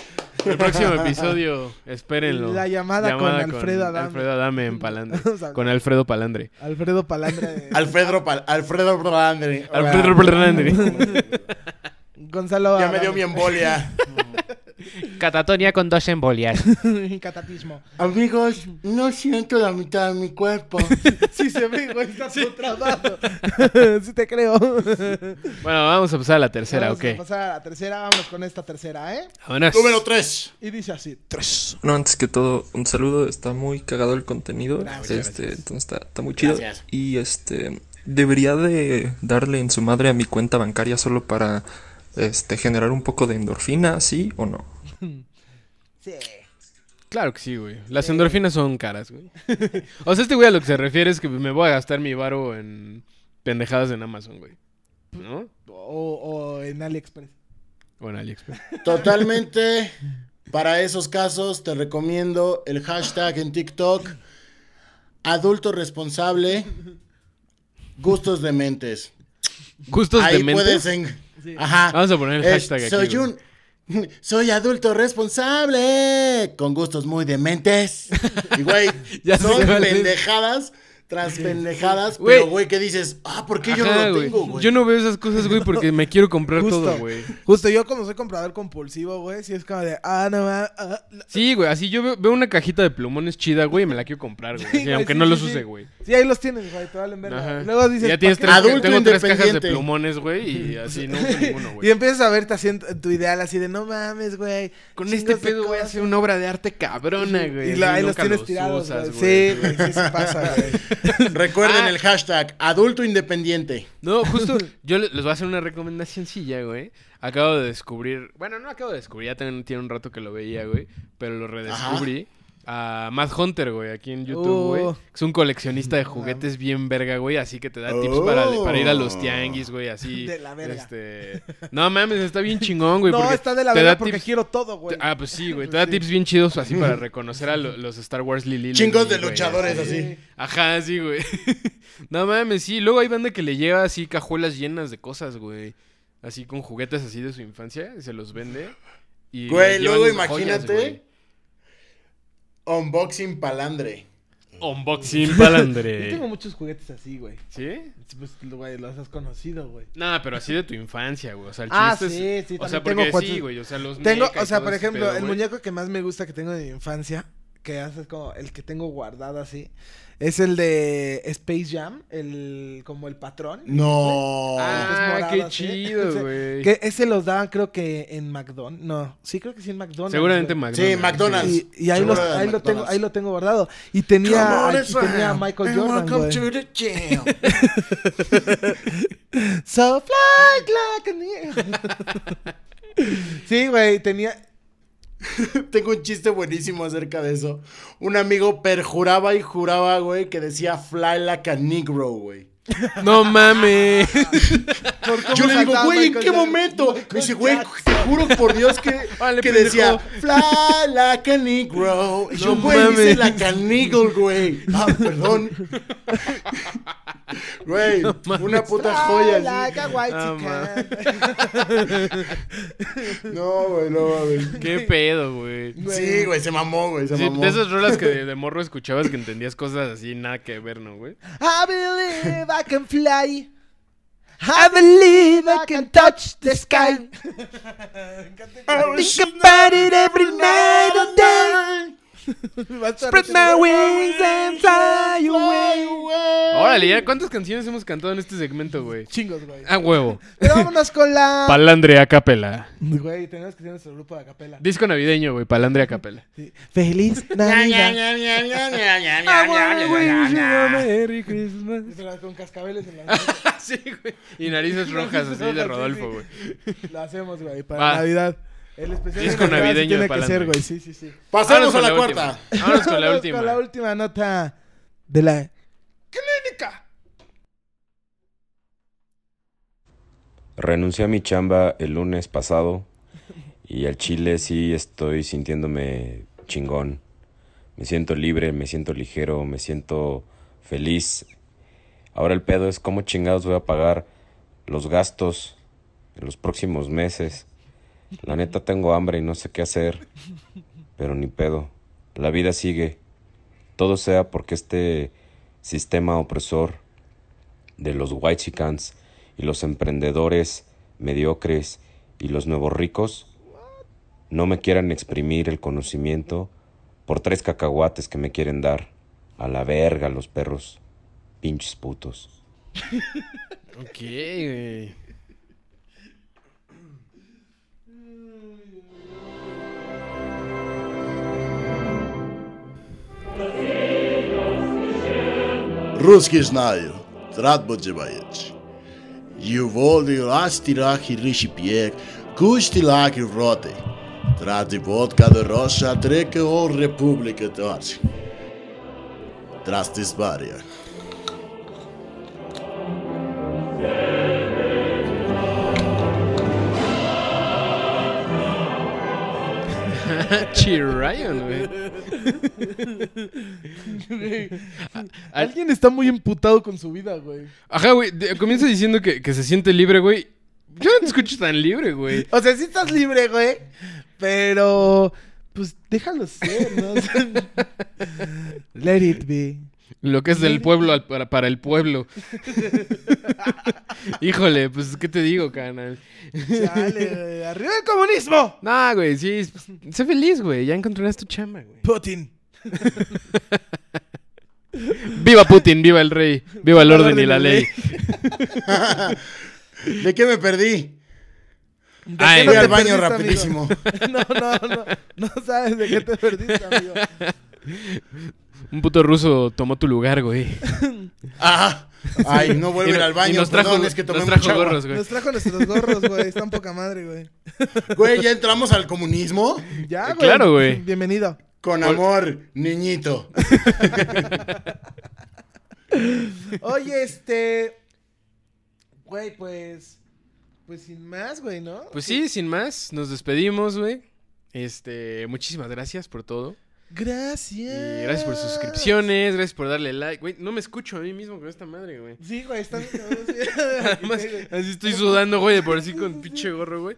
Speaker 1: El próximo episodio, espérenlo.
Speaker 4: La llamada con Alfredo Adame.
Speaker 1: Alfredo Adame en Palandre.
Speaker 4: [laughs] Vamos a hablar.
Speaker 1: Con Alfredo Palandre.
Speaker 4: Alfredo Palandra.
Speaker 2: [laughs]
Speaker 4: de-
Speaker 2: Alfredo Pal- Alfredo Brandre.
Speaker 1: Alfredo
Speaker 4: [laughs]
Speaker 1: Palandre.
Speaker 4: Gonzalo.
Speaker 2: Ya me dio mi
Speaker 4: Adame.
Speaker 2: embolia.
Speaker 8: Catatonia con dos embolias.
Speaker 4: [laughs] Catatismo.
Speaker 2: Amigos, no siento la mitad de mi
Speaker 4: [laughs]
Speaker 2: cuerpo.
Speaker 4: Sí, se ve, güey, está
Speaker 2: [laughs]
Speaker 4: todo trabado. sí, te creo.
Speaker 1: Bueno, vamos a pasar a la tercera,
Speaker 4: Vamos a
Speaker 1: ok.
Speaker 4: pasar a la tercera. Vámonos con esta tercera, ¿eh?
Speaker 1: Vámonos.
Speaker 2: Número 3.
Speaker 4: Y dice así.
Speaker 9: No, antes que todo, un saludo. Está muy cagado el contenido.
Speaker 4: Ah,
Speaker 9: este, entonces está, está muy chido.
Speaker 2: Gracias.
Speaker 9: Y este debería de darle en su madre a mi cuenta bancaria solo para este generar un poco de endorfina, ¿sí o no?
Speaker 4: Sí.
Speaker 1: Claro que sí, güey.
Speaker 4: Eh.
Speaker 1: Las endorfinas son caras, güey. O sea, este güey a lo que se refiere es que me voy a gastar mi varo en pendejadas en Amazon, güey. ¿No?
Speaker 4: O, o en AliExpress.
Speaker 1: O en AliExpress.
Speaker 2: Totalmente. Para esos casos te recomiendo el hashtag en TikTok adulto responsable gustos dementes.
Speaker 1: Gustos
Speaker 2: Ahí
Speaker 1: de mente.
Speaker 2: puedes en... Ajá.
Speaker 1: Vamos a poner el
Speaker 2: Es,
Speaker 1: hashtag aquí.
Speaker 2: soy
Speaker 1: güey.
Speaker 2: un [laughs] soy adulto responsable con gustos muy dementes. Y güey,
Speaker 1: [laughs] Ya sé
Speaker 2: son
Speaker 1: cuál es.
Speaker 2: pendejadas tras pendejadas,
Speaker 1: Güey.
Speaker 2: pero güey, ¿qué dices? Ah, ¿por qué yo
Speaker 1: Ajá,
Speaker 2: no lo
Speaker 1: güey.
Speaker 2: tengo, güey?
Speaker 1: Yo no veo esas cosas, güey, porque me quiero comprar
Speaker 4: Justo.
Speaker 1: todo, güey.
Speaker 4: Justo yo, como soy comprador compulsivo, güey, sí es como de, ah, no, ah, ah, la-
Speaker 1: Sí, güey, así yo veo, veo una cajita de plumones chida, güey, y me la quiero comprar, güey.
Speaker 4: Sí,
Speaker 1: así,
Speaker 4: güey,
Speaker 1: aunque
Speaker 4: sí,
Speaker 1: no
Speaker 4: sí,
Speaker 1: los
Speaker 4: sí.
Speaker 1: use, güey.
Speaker 4: Sí, ahí los tienes, güey, te valen
Speaker 1: Ajá.
Speaker 4: verga. Luego dices,
Speaker 1: ya tienes
Speaker 4: "¿Pa' qué?".
Speaker 1: tres,
Speaker 2: Adulto
Speaker 1: tengo tres cajas de
Speaker 2: independiente.
Speaker 1: plumones,
Speaker 4: [laughs]
Speaker 1: güey, y así no uso ninguno,
Speaker 4: Y
Speaker 1: güey.
Speaker 4: empiezas a verte así en, en tu ideal, así de, no mames, güey.
Speaker 1: Con
Speaker 4: chingos
Speaker 1: este
Speaker 4: de
Speaker 1: pedo voy a
Speaker 4: cosas".
Speaker 1: hacer una obra de arte cabrona, güey.
Speaker 4: Y la-
Speaker 1: así
Speaker 4: ahí los
Speaker 1: nunca
Speaker 4: tienes tirados,
Speaker 1: usas,
Speaker 4: güey. Sí, güey, sí, sí
Speaker 1: [laughs]
Speaker 4: pasa, güey.
Speaker 2: Recuerden
Speaker 1: Ah.
Speaker 2: el hashtag adulto independiente.
Speaker 1: No,
Speaker 4: [laughs]
Speaker 1: justo, yo le- les voy a hacer una recomendación sencilla, güey. Acabo de descubrir, bueno, no acabo de descubrir, ya ten- tiene un rato que lo veía, güey, pero lo redescubrí. A Matt Hunter, güey, aquí en YouTube,
Speaker 4: Oh.
Speaker 1: güey. Es un coleccionista de juguetes bien verga, güey. Así que te da tips
Speaker 2: Oh.
Speaker 1: para, para ir a los tianguis, güey. Así.
Speaker 4: [laughs] De la verga.
Speaker 1: Este... No mames, está bien chingón, güey.
Speaker 4: [laughs] No,
Speaker 1: porque
Speaker 4: está de la
Speaker 1: te
Speaker 4: verga
Speaker 1: da
Speaker 4: porque
Speaker 1: tips-
Speaker 4: quiero todo, güey.
Speaker 1: Ah, pues sí,
Speaker 4: [laughs]
Speaker 1: güey. Te da tips bien chidos así para reconocer a lo- los Star Wars Lili.
Speaker 2: Chingos de
Speaker 1: güey,
Speaker 2: luchadores así.
Speaker 1: Ajá, sí, güey. [laughs] no mames, sí. Luego hay banda que le lleva así cajuelas llenas de cosas, güey. Así con juguetes así de su infancia. Y se los vende. Y
Speaker 2: Güey,
Speaker 1: les llevan
Speaker 2: luego
Speaker 1: joyas,
Speaker 2: imagínate.
Speaker 1: güey.
Speaker 2: Unboxing palandre.
Speaker 1: Unboxing [laughs]
Speaker 4: Yo tengo
Speaker 1: palandre.
Speaker 4: muchos juguetes así, güey.
Speaker 1: ¿Sí?
Speaker 4: Sí, Pues, güey, los has conocido, güey.
Speaker 1: Nah, pero así de tu infancia, güey. O sea, el
Speaker 4: Ah,
Speaker 1: chiste
Speaker 4: sí,
Speaker 1: es-
Speaker 4: sí,
Speaker 1: O sea,
Speaker 4: también
Speaker 1: porque
Speaker 4: tengo juguetes.
Speaker 1: sí, güey. O sea, los
Speaker 4: Tengo,
Speaker 1: meca y
Speaker 4: o sea,
Speaker 1: todo
Speaker 4: por
Speaker 1: ese
Speaker 4: ejemplo,
Speaker 1: pedo,
Speaker 4: el
Speaker 1: güey.
Speaker 4: muñeco que más me gusta que tengo de mi infancia, que hace como el que tengo guardado así, es el de Space Jam, el como el patrón.
Speaker 2: No.
Speaker 4: Ah.
Speaker 1: Ah,
Speaker 4: morado,
Speaker 1: qué
Speaker 4: así. Sí. [laughs]
Speaker 1: chido, güey.
Speaker 4: Que ese los daban creo que en McDonald's, no, sí creo que sí en McDonald's.
Speaker 1: Seguramente
Speaker 4: güey.
Speaker 1: McDonald's.
Speaker 2: Sí, McDonald's.
Speaker 4: Y, y ahí,
Speaker 2: Seguro
Speaker 4: los-
Speaker 2: era de
Speaker 4: ahí lo tengo,
Speaker 2: McDonald's.
Speaker 4: ahí lo tengo guardado. Y tenía, y tenía a Michael Jordan, güey.
Speaker 2: the jam.
Speaker 4: So fly like an eagle. Sí, güey, tenía...
Speaker 2: [laughs] Tengo un chiste buenísimo acerca de eso. Un amigo perjuraba y juraba, güey, que decía fly like a negro, güey.
Speaker 1: No mames. [laughs]
Speaker 2: Yo le digo,
Speaker 4: saltaba
Speaker 2: güey, ¿en
Speaker 4: Michael
Speaker 2: qué
Speaker 4: Jackson?
Speaker 2: momento?
Speaker 4: Michael
Speaker 2: Me dice, güey,
Speaker 4: Jackson.
Speaker 2: te juro por Dios que,
Speaker 1: Vale,
Speaker 2: que
Speaker 1: pendejo.
Speaker 2: decía fly like a negro. Y yo,
Speaker 1: No
Speaker 2: güey, dice
Speaker 1: mames.
Speaker 2: like a negro, güey. Ah, perdón. Güey, una puta joya.
Speaker 4: Fly like
Speaker 2: así.
Speaker 4: a white
Speaker 1: Ah,
Speaker 4: chicken.
Speaker 2: No, güey, no mames.
Speaker 1: Qué pedo, güey.
Speaker 2: Sí, güey, se mamó, güey, se
Speaker 1: Sí,
Speaker 2: mamó.
Speaker 1: de esas rolas [laughs] que de, de morro escuchabas que entendías cosas así, nada que ver, ¿no, güey?
Speaker 4: I believe I can fly. I believe I can touch the [laughs] sky. I think about it every night and day. Spread my wings and fly away.
Speaker 1: Órale, ya cuántas canciones hemos cantado en este segmento, güey.
Speaker 4: Chingos, güey.
Speaker 1: A huevo.
Speaker 4: Pero vámonos
Speaker 1: [laughs]
Speaker 4: con la.
Speaker 1: Palandre a capela.
Speaker 4: Güey, tenemos que tener nuestro grupo de acapela.
Speaker 1: Disco navideño, güey, palandre a [laughs] capela.
Speaker 4: Sí. Feliz Navidad. I wanna wish you a Merry Christmas. Y se la- Con cascabeles [laughs] en la.
Speaker 1: Ah, sí, güey. Y narices rojas así de Rodolfo, güey.
Speaker 4: Lo hacemos, güey, para
Speaker 1: Va.
Speaker 4: Navidad. El especial
Speaker 1: Disco
Speaker 4: de Navidad sí
Speaker 1: navideño de
Speaker 4: tiene que
Speaker 1: Palandre.
Speaker 4: ser, güey. Sí, sí, sí.
Speaker 2: Pasamos
Speaker 1: Vámonos
Speaker 2: a la,
Speaker 1: última.
Speaker 2: cuarta.
Speaker 1: Vámonos con la
Speaker 4: Vamos
Speaker 1: última.
Speaker 4: Con la última nota de la clínica.
Speaker 10: Renuncié a mi chamba el lunes pasado y al chile sí estoy sintiéndome chingón. Me siento libre, me siento ligero, me siento feliz. Ahora el pedo es cómo chingados voy a pagar los gastos en los próximos meses. La neta tengo hambre y no sé qué hacer, pero ni pedo. La vida sigue. Todo sea porque este sistema opresor de los whitexicans y los emprendedores mediocres y los nuevos ricos no me quieran exprimir el conocimiento por tres cacahuates que me quieren dar. A la verga los perros, pinches putos.
Speaker 1: Ok, güey. [laughs]
Speaker 2: Ruski znają, trat podziewajeć. I wody raz tirach i rysi piek, kuś tilak i wroty. Traty wodka dorosza, trekę o republikę toczy. Trasty z [laughs] bariach.
Speaker 1: Chirayon, güey. Al-
Speaker 4: Alguien está muy emputado con su vida, güey.
Speaker 1: Ajá, güey. de- Comienza diciendo que, que se siente libre, güey. Yo no te escucho tan libre, güey.
Speaker 4: O sea, sí estás libre, güey. Pero. Pues déjalo ser,
Speaker 1: [laughs]
Speaker 4: ¿no? O sea, Let it be.
Speaker 1: Lo que es del pueblo al- para, para el pueblo. [laughs] Híjole, pues, ¿qué te digo, canal?
Speaker 4: Chale, güey. ¡Arriba el comunismo!
Speaker 1: Nah, güey, sí. pues, sé feliz, güey. Ya encontrarás tu chamba, güey.
Speaker 4: Putin.
Speaker 1: Viva Putin, viva el rey, viva el orden y la ley.
Speaker 2: ¿De qué me perdí?
Speaker 1: Ay,
Speaker 2: Voy
Speaker 1: güey.
Speaker 2: al
Speaker 4: te
Speaker 2: baño
Speaker 4: perdiste,
Speaker 2: rapidísimo.
Speaker 4: [laughs] No, no, no. No sabes de qué te perdiste, amigo.
Speaker 1: un puto ruso tomó tu lugar, güey.
Speaker 2: Ah, ay, no vuelvo a ir al
Speaker 1: y
Speaker 2: baño.
Speaker 1: nos trajo,
Speaker 2: perdón, es que tomé
Speaker 1: nos trajo
Speaker 2: mucha agua.
Speaker 1: gorros, güey.
Speaker 4: Nos trajo nuestros gorros, güey. Están poca madre, güey.
Speaker 2: Güey, ya entramos al comunismo.
Speaker 4: Ya,
Speaker 1: Eh,
Speaker 4: güey.
Speaker 1: claro, güey.
Speaker 4: Bienvenido.
Speaker 2: Con amor, niñito.
Speaker 4: Oye, este. Güey, pues. Pues sin más, güey, ¿no?
Speaker 1: Pues sí, sin más, nos despedimos, güey. Este, muchísimas gracias por todo. Y
Speaker 4: Gracias.
Speaker 1: gracias por sus suscripciones, gracias por darle like. Güey, no me escucho a mí mismo con esta madre, güey.
Speaker 4: Sí, güey, están.
Speaker 1: [laughs] Además, así estoy sudando, güey, de por así con pinche gorro, güey.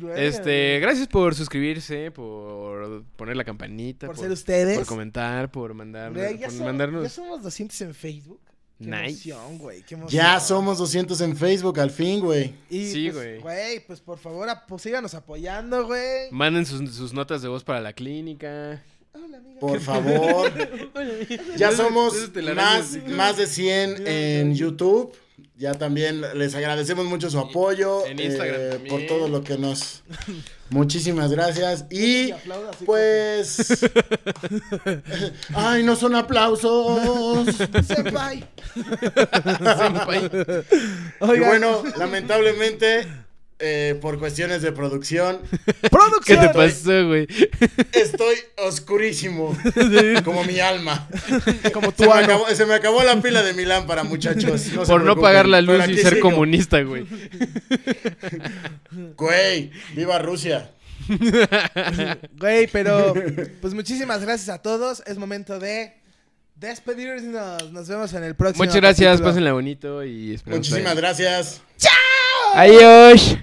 Speaker 4: Güey.
Speaker 1: Este, gracias por suscribirse, por poner la campanita,
Speaker 4: Por ser ustedes.
Speaker 1: por comentar, por mandar,
Speaker 4: Güey, ya,
Speaker 1: por
Speaker 4: so- ya
Speaker 1: mandarnos.
Speaker 4: somos 200 en Facebook. Qué
Speaker 1: Nice.
Speaker 4: emoción, güey. Qué emoción.
Speaker 2: Ya somos 200 en Facebook, al fin, güey.
Speaker 4: Y,
Speaker 1: Sí,
Speaker 4: pues,
Speaker 1: güey.
Speaker 4: Güey, pues por favor, ap- pues, síganos apoyando, güey.
Speaker 1: Manden sus, sus notas de voz para la
Speaker 4: [laughs]
Speaker 1: clínica.
Speaker 4: Hola,
Speaker 1: [laughs]
Speaker 4: amiga.
Speaker 2: Por favor. Ya
Speaker 1: Esas-
Speaker 2: somos
Speaker 1: esas telarañas,
Speaker 2: más,
Speaker 1: sí. [laughs]
Speaker 2: más de 100 en YouTube. Ya también les agradecemos mucho su apoyo. eh,
Speaker 1: en Instagram también.
Speaker 2: Por todo lo que
Speaker 1: [laughs]
Speaker 2: nos. Muchísimas gracias. Y
Speaker 4: aplauda
Speaker 1: [laughs]
Speaker 4: así
Speaker 2: pues. Ay, no
Speaker 1: [laughs]
Speaker 2: son aplausos.
Speaker 4: Senpai.
Speaker 2: [laughs] Y
Speaker 4: Oigan,
Speaker 2: bueno, lamentablemente, eh, por cuestiones de producción,
Speaker 1: ¿Qué
Speaker 4: producción.
Speaker 1: te pasó, güey?
Speaker 2: estoy
Speaker 1: [laughs]
Speaker 2: oscurísimo. Como mi alma.
Speaker 4: Como
Speaker 2: Se
Speaker 4: tú,
Speaker 2: me,
Speaker 4: Ana.
Speaker 2: acabó, se me acabó la pila de mi lámpara, muchachos. se
Speaker 1: Por no
Speaker 2: preocupen.
Speaker 1: pagar la
Speaker 2: Pero
Speaker 1: luz
Speaker 2: aquí
Speaker 1: y ser
Speaker 2: sigo.
Speaker 1: comunista,
Speaker 2: [laughs]
Speaker 1: güey.
Speaker 2: Güey, viva Rusia.
Speaker 4: [laughs] Güey, pero pues muchísimas gracias a todos. Es momento de despedirnos. Nos vemos en el próximo.
Speaker 1: Muchas gracias,
Speaker 4: capítulo.
Speaker 1: pásenla bonito y esperamos.
Speaker 2: Muchísimas gracias.
Speaker 1: Adiós.